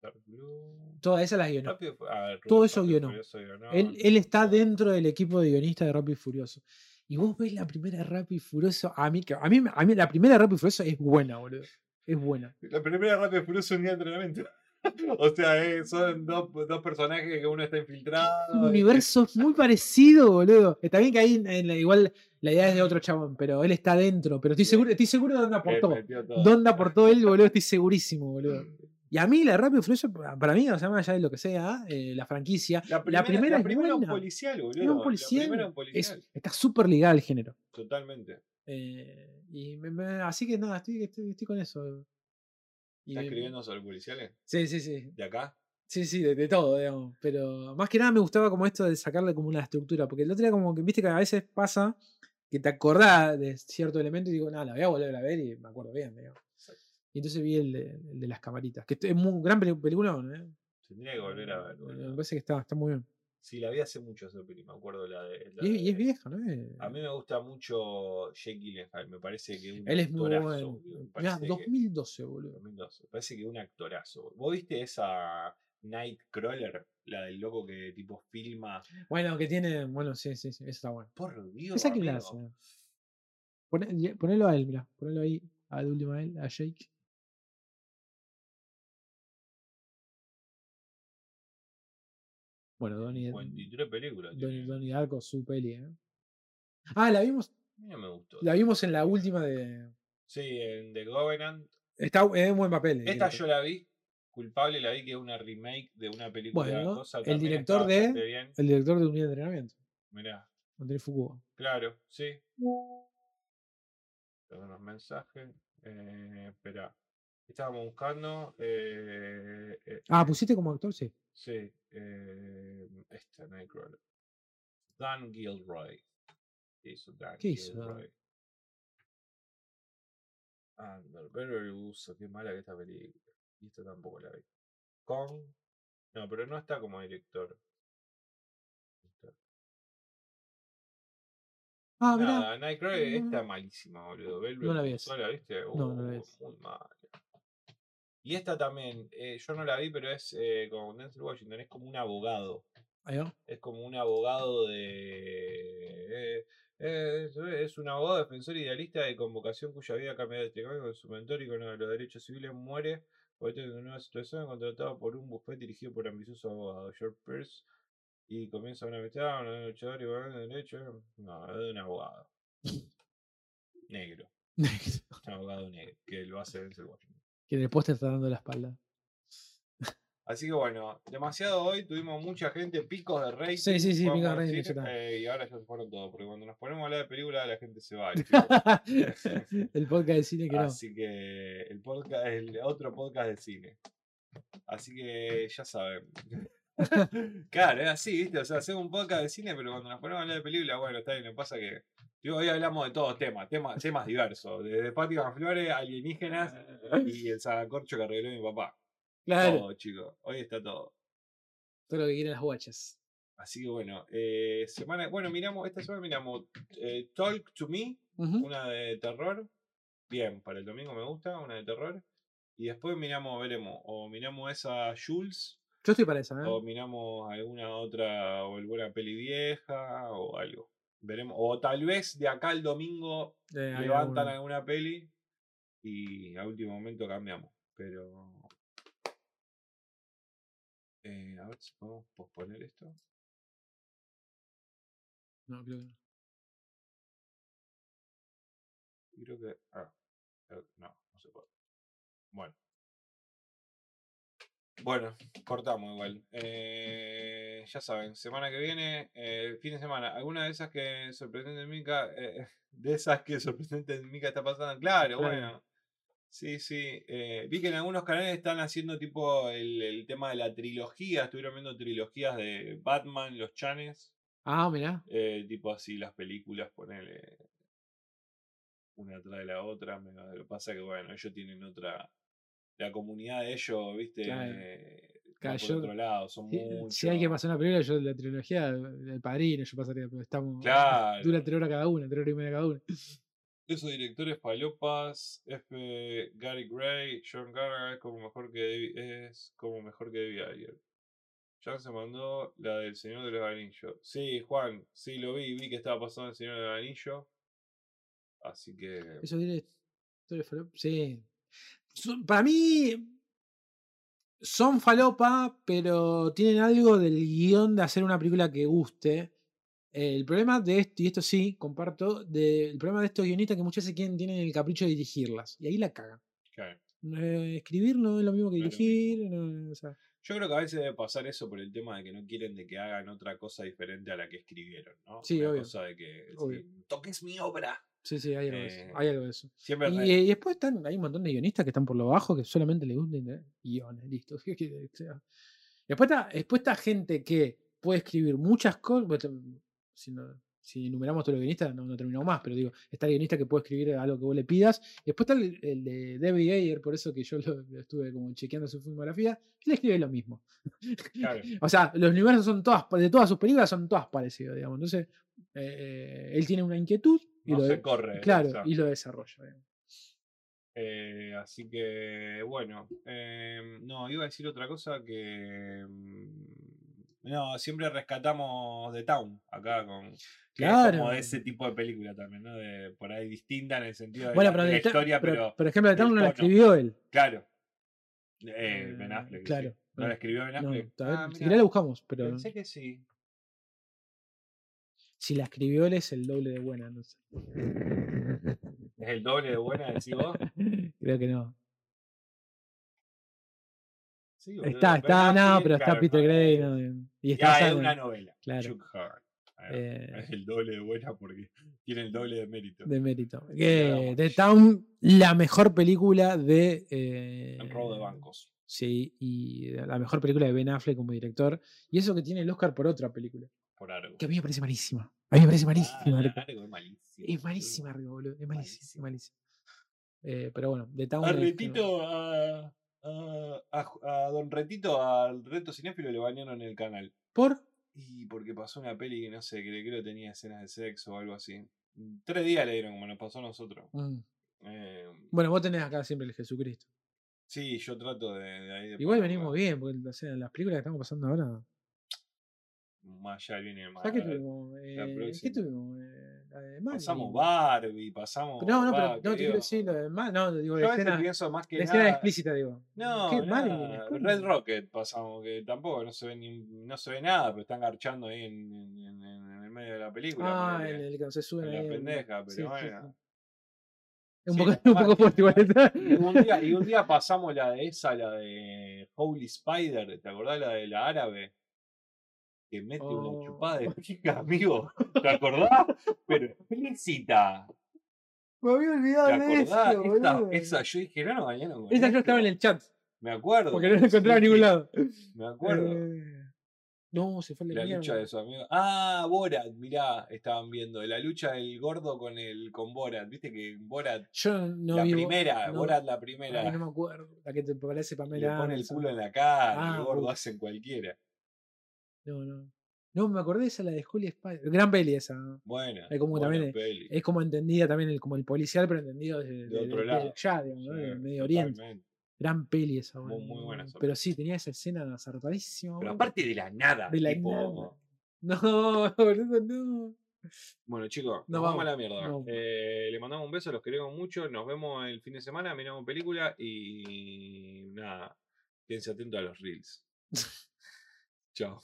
A: Dark Blue.
B: todas esas las guionó.
A: Rápido y Fu- ah,
B: todo
A: Ru-
B: eso
A: Rápido y
B: guionó.
A: Furioso guionó,
B: Él, él está
A: Rápido.
B: dentro del equipo de guionistas de Rápido y Furioso. Y vos ves la primera Rápido y Furioso. A mí, que- a mí, a mí la primera Rápido y Furioso es buena, boludo. Es buena.
A: La primera Rápido y Furioso es un día de entrenamiento. <laughs> o sea, eh, son dos, dos personajes que uno está infiltrado.
B: Un
A: y- <laughs>
B: universo es muy parecido, boludo. Está bien que ahí en la- igual la idea es de otro chabón, pero él está dentro. Pero estoy
A: Bien.
B: seguro, estoy seguro de dónde
A: que
B: aportó.
A: metió todo.
B: Dónde aportó él, boludo, estoy segurísimo,
A: <laughs>
B: boludo. Y a mí la Rápido y Furioso, pa- para mí, o sea, más allá de lo que sea, eh, la franquicia,
A: La primera,
B: La primera es
A: primera un
B: buena.
A: policial, boludo.
B: era un
A: La
B: policial.
A: primera un
B: es-
A: policial.
B: está súper ligada al género.
A: Totalmente.
B: Eh, y me- me- así que nada, estoy, estoy, estoy con eso. Y
A: ¿Está
B: me-
A: escribiendo sobre policiales?
B: Sí, sí, sí.
A: ¿De acá?
B: Sí, sí, de, de todo, digamos. Pero más que nada me gustaba como esto de sacarle como una estructura. Porque el otro día como que, viste que a veces pasa que te acordás de cierto elemento y digo, nada, la voy a volver a ver y me acuerdo bien, digamos. Y entonces vi el de, el de las camaritas, que es muy gran peliculón ¿eh?
A: Tendría que volver a ver.
B: Me
A: boludo.
B: parece que está, está muy bien.
A: Sí, la vi hace mucho esa peli, me acuerdo la de. la
B: Y es, y es
A: de-
B: viejo, ¿no? Eh,
A: A mí me gusta mucho Jake Gyllenhaal, me parece que un
B: Él es muy
A: actorazo,
B: bueno.
A: boludo, me
B: Mirá,
A: parece que-
B: 2012, boludo.
A: 2012. Parece que un actorazo. ¿Vos viste esa Nightcrawler? La del loco que tipo filma.
B: Bueno, que tiene. Bueno, sí, sí, sí, eso está bueno.
A: Por Dios.
B: Esa que la
A: amigo.
B: hace. Poné- ye- ponelo a él, mirá. Ponelo ahí a última él, a Jake. Bueno, Donnie,
A: 53 películas.
B: Donnie,
A: tiene.
B: Donnie Darko, su peli, ¿eh? Ah, la vimos,
A: A mí no me gustó.
B: la vimos en la última de.
A: Sí, en The Governant.
B: Está bu- es un buen papel. el
A: Esta
B: director.
A: yo la vi. Culpable la vi que es una remake de una película.
B: Bueno,
A: cosa
B: el
A: también está
B: director de-
A: bastante bien.
B: El director de un día de entrenamiento,
A: Mirá,
B: Anthony Foucault.
A: claro, sí. Tengo unos mensajes. Eh, espera. Estábamos buscando. Eh, eh,
B: Ah, pusiste como actor, sí.
A: Sí, eh, esta Nightcrawler. Dan Gilroy. ¿Qué hizo Dan
B: ¿Qué hizo Dan?
A: Gilroy? Under Very Uso, qué mala que esta película. Y esta tampoco la vi. Con. No, pero no está como director. Este,
B: Ah, mirá.
A: Nada, Nightcrawler
B: no,
A: está
B: no.
A: malísima, boludo. Velvet
B: No la vi
A: Buzzsaw, ¿la viste?
B: No, no la vi
A: Uh, Muy mala. Y esta también, eh, yo no la vi, pero es eh, con Denzel Washington, es como un abogado.
B: Ahí va. <laughs>
A: Es como un abogado de. eh, eh, es- es un abogado defensor idealista de convocación cuya vida ha cambiado este cambio con su mentor y con los derechos civiles muere por esto de una nueva situación contratado por un buffet dirigido por ambicioso abogado George Pierce y comienza una amistad, una luchador y bueno, de derecho. No, es de un abogado. Negro. Un abogado negro. Que lo hace Denzel Washington. <laughs>
B: que en el póster está dando la espalda.
A: Así que bueno, demasiado hoy, tuvimos mucha gente, picos de rating.
B: Sí, sí, sí,
A: podemos
B: picos de rating,
A: decir,
B: ya está.
A: eh, y ahora ya se fueron todos, porque cuando nos ponemos a hablar de película la gente
B: <laughs>
A: se va. chicos.
B: <laughs> el podcast de cine que no.
A: Así que el podcast, el otro podcast de cine. Así que
B: <laughs>
A: ya saben. claro, es así, ¿viste? O sea, hacemos un podcast de cine, pero cuando nos ponemos a hablar de película, bueno, está bien, lo que pasa que digo, hoy hablamos de todos temas, temas, temas diversos, desde Patti Flores, alienígenas y el sacacorcho que arregló mi papá.
B: Claro,
A: Todo, chicos. Hoy está todo.
B: todo lo que quieren las guachas.
A: Así que bueno, eh, semana, bueno, miramos, esta semana miramos eh, Talk to Me,
B: Ujú.
A: una de terror. Bien, para el domingo me gusta, una de terror. Y después miramos, veremos, o miramos esa Jules,
B: Yo estoy para esa, ¿eh?
A: o miramos alguna otra, o alguna peli vieja, o algo. Veremos, o tal vez de acá al domingo
B: Eh, hay
A: levantan
B: alguna.
A: alguna peli y a último momento cambiamos. Pero. Eh, a ver si podemos posponer esto.
B: No, creo que no.
A: Creo que. Ah, creo- no, no se puede. Bueno. Bueno, cortamos igual. Eh, ya saben, semana que viene, eh, fin de semana, alguna de esas que sorprendente Mica, eh, de esas que sorprendente Mica está pasando, claro,
B: Claro.
A: bueno. Sí, sí. eh, vi que en algunos canales están haciendo tipo el, el tema de la trilogía, estuvieron viendo trilogías de Batman, los Chanes.
B: Ah, mirá.
A: Eh, tipo así, las películas, ponele una atrás de la otra. menos de Lo que pasa que, bueno, ellos tienen otra. La comunidad de ellos, viste,
B: Claro.
A: eh, va
B: Claro,
A: por
B: yo-
A: otro lado, son
B: Si, eh, si hay que
A: muchos.
B: pasar una película, yo la trilogía, el padrino, yo pasaría, pero estamos.
A: Claro.
B: Dura tres horas cada una, tres horas y media cada una.
A: Esos directores palopas, F. Gary Gray, John Garner, es como mejor que David, es como mejor que David Ayer. John se mandó la del Señor de los Anillos. Sí, Juan, sí lo vi, vi que estaba pasando el Señor de los Anillos. Así que.
B: Eso tiene. tiene falop- Sí. Son- para mí. Son falopa, pero tienen algo del guión de hacer una película que guste. El problema de esto, y esto sí, comparto, de- el problema de estos guionistas que muchas veces quieren- tienen el capricho de dirigirlas. Y ahí la cagan.
A: claro.
B: No, eh, escribir no es lo mismo que
A: No es lo mismo.
B: dirigir. no, o sea,
A: Yo creo que a veces debe pasar eso por el tema de que no quieren de que hagan otra cosa diferente a la que escribieron, ¿no?
B: Sí,
A: Una
B: obvio.
A: cosa de que
B: Obvio.
A: sí, toques mi obra.
B: sí, sí, hay algo de eso.
A: Eh,
B: hay algo de eso.
A: Siempre
B: Y,
A: re-
B: eh, y después están, hay un montón de guionistas que están por lo bajo que solamente les gustan eh, guiones, listo. <laughs> que- que sea. Después está, después está gente que puede escribir muchas cosas. si, no- si enumeramos todos los guionistas, no, no terminamos más, pero digo, está el guionista que puede escribir algo que vos le pidas. Después está el, el de David Ayer, por eso que yo lo, lo estuve como chequeando su filmografía, él escribe lo mismo. <laughs>
A: claro,
B: O sea, los universos son todas, de todas sus películas son todas parecidas, digamos. Entonces, eh, eh, él tiene una inquietud y
A: no
B: lo
A: se
B: de-
A: corre.
B: claro,
A: o sea,
B: y lo desarrolla. digamos.
A: eh, así que, bueno. em, no, iba a decir otra cosa que. mm, No, siempre rescatamos The Town acá con. que es Como
B: Claro.
A: de ese tipo de película también, ¿no? De, por ahí distinta en el sentido de,
B: Bueno,
A: la,
B: pero,
A: de la
B: de Ta-
A: historia,
B: pero,
A: pero.
B: por ejemplo, de
A: del
B: Tango no la
A: tono.
B: escribió él.
A: Claro. Eh, Ben
B: Eh,
A: Affleck. sí.
B: Claro.
A: ¿No la
B: bueno,
A: escribió Ben
B: no,
A: Affleck?
B: a ver,
A: Ah,
B: si
A: mirá.
B: querés la buscamos, pero
A: Pensé que sí.
B: si la escribió él es el doble de buena, no
A: <laughs>
B: sé.
A: Es el doble de buena, decís vos.
B: Creo que no.
A: Sí, boludo,
B: Está,
A: Ben
B: está, no,
A: Affleck,
B: pero está
A: claro,
B: Peter
A: no,
B: Gray
A: es-
B: no, eh, y está
A: Ya es
B: Simon,
A: una novela.
B: Claro.
A: Chuck Hahn. Ah,
B: eh,
A: Es el doble de buena porque <laughs> tiene el doble de mérito.
B: de mérito.
A: vamos.
B: Que The Town, la mejor película de. Eh,
A: El robo de bancos.
B: Sí, y la mejor película de Ben Affleck como director. Y eso que tiene el Oscar por otra película.
A: Por algo.
B: Que a mí me parece malísima. A mí me parece
A: Ah,
B: malísima.
A: <laughs>
B: loco.
A: Argo es malísimo.
B: Es malísima, Argo, boludo. Es malísima, es
A: Malísima. Ah,
B: malísima. Eh, pero bueno, de Town.
A: A
B: es que-
A: Retito, a, a, a Ju- a Don Retito, al Reto Cinéfilo le bañaron el canal.
B: Por.
A: Y porque pasó una peli que no sé, que creo que tenía escenas de sexo o algo así. Tres días le dieron, como nos pasó a nosotros.
B: Mm.
A: Eh,
B: Bueno, vos tenés acá siempre el Jesucristo.
A: Sí, yo trato de, de ahí de
B: Igual
A: ponerla.
B: venimos bien, porque o sea, las películas que estamos pasando ahora.
A: Más allá viene más.
B: ¿Sabés qué tuvimos?
A: Ah, la
B: Eh, ¿Qué
A: próxima.
B: tuvimos? Eh, la de Mank
A: Pasamos
B: y-
A: Barbie, pasamos.
B: No, no, pero
A: va,
B: no, te quiero
A: querido.
B: decir lo de Mank, No, digo,
A: Yo
B: la
A: a veces
B: escena,
A: pienso más que
B: la escena
A: nada-
B: explícita, digo.
A: No,
B: qué mal,
A: nada,
B: ¿cómo?
A: Red Rocket pasamos, que tampoco no se ve ni, no se ve nada, pero están garchando ahí en, en- en- en- en el medio de la película.
B: Ah,
A: ponele,
B: en el que se suben
A: en la
B: ahí. en-
A: pendeja, pero
B: sí, sí,
A: bueno.
B: sí. Un
A: Sí,
B: poco,
A: la
B: <laughs> un poco fuerte igual esta.
A: Y un,
B: <laughs>
A: día, y un día pasamos la de esa, la de Holy Spider, ¿te acordás la de la árabe? Que mete
B: Oh.
A: una chupada
B: <laughs>
A: de chica, amigo. ¿Te acordás? Pero explícita.
H: Me había olvidado
A: ¿Te
H: de eso,
A: acordás? Esta-
H: boludo.
A: esa, yo dije, no, no, mañana. me
B: Esa yo
A: conecto".
B: estaba en el
A: <laughs>
B: chat,
A: Me acuerdo.
B: porque no la encontraba en
A: sí,
B: ningún
A: sí,
B: lado.
A: Me acuerdo.
B: Eh, no, se fue
A: La
B: mierda.
A: lucha de su amigo. Ah, Borat, mirá, estaban viendo. La lucha del gordo con el con Borat. Viste que Borat,
B: Yo no
A: la
B: vi-
A: primera,
B: no-
A: Borat la
B: ay,
A: primera.
B: no me acuerdo. La que te parece
A: le
B: Pamela.
A: pone el
B: Anderson.
A: culo en la cara, y
B: Ah,
A: el gordo
B: uf.
A: hacen cualquiera.
B: No, no. No, me acordé de esa, la de Holy Spider. Gran peli esa. ¿no?
A: Buena.
B: Hay como
A: buena
B: también
A: peli.
B: Es como entendida también el, como el policial, pero entendido desde,
A: De otro
B: desde
A: lado.
B: allá, digamos, ¿no?
A: Sí,
B: Del Medio Oriente.
A: totalmente.
B: Gran peli esa,
A: Muy-
B: boludo,
A: muy buena
B: boludo.
A: esa
B: Pero
A: peli.
B: sí, tenía esa escena zarpadísima.
A: Pero
B: boludo.
A: aparte de la nada.
B: De la
A: tipo,
B: nada. <laughs> No, boludo, no.
A: Bueno, chicos, nos,
B: Nos
A: vamos,
B: vamos,
A: a la mierda.
B: nos vamos.
A: Eh, le mandamos un beso, los queremos mucho. Nos vemos el fin de semana, miramos película y nada. Quédense atentos a los
B: <laughs>
A: reels. Chao.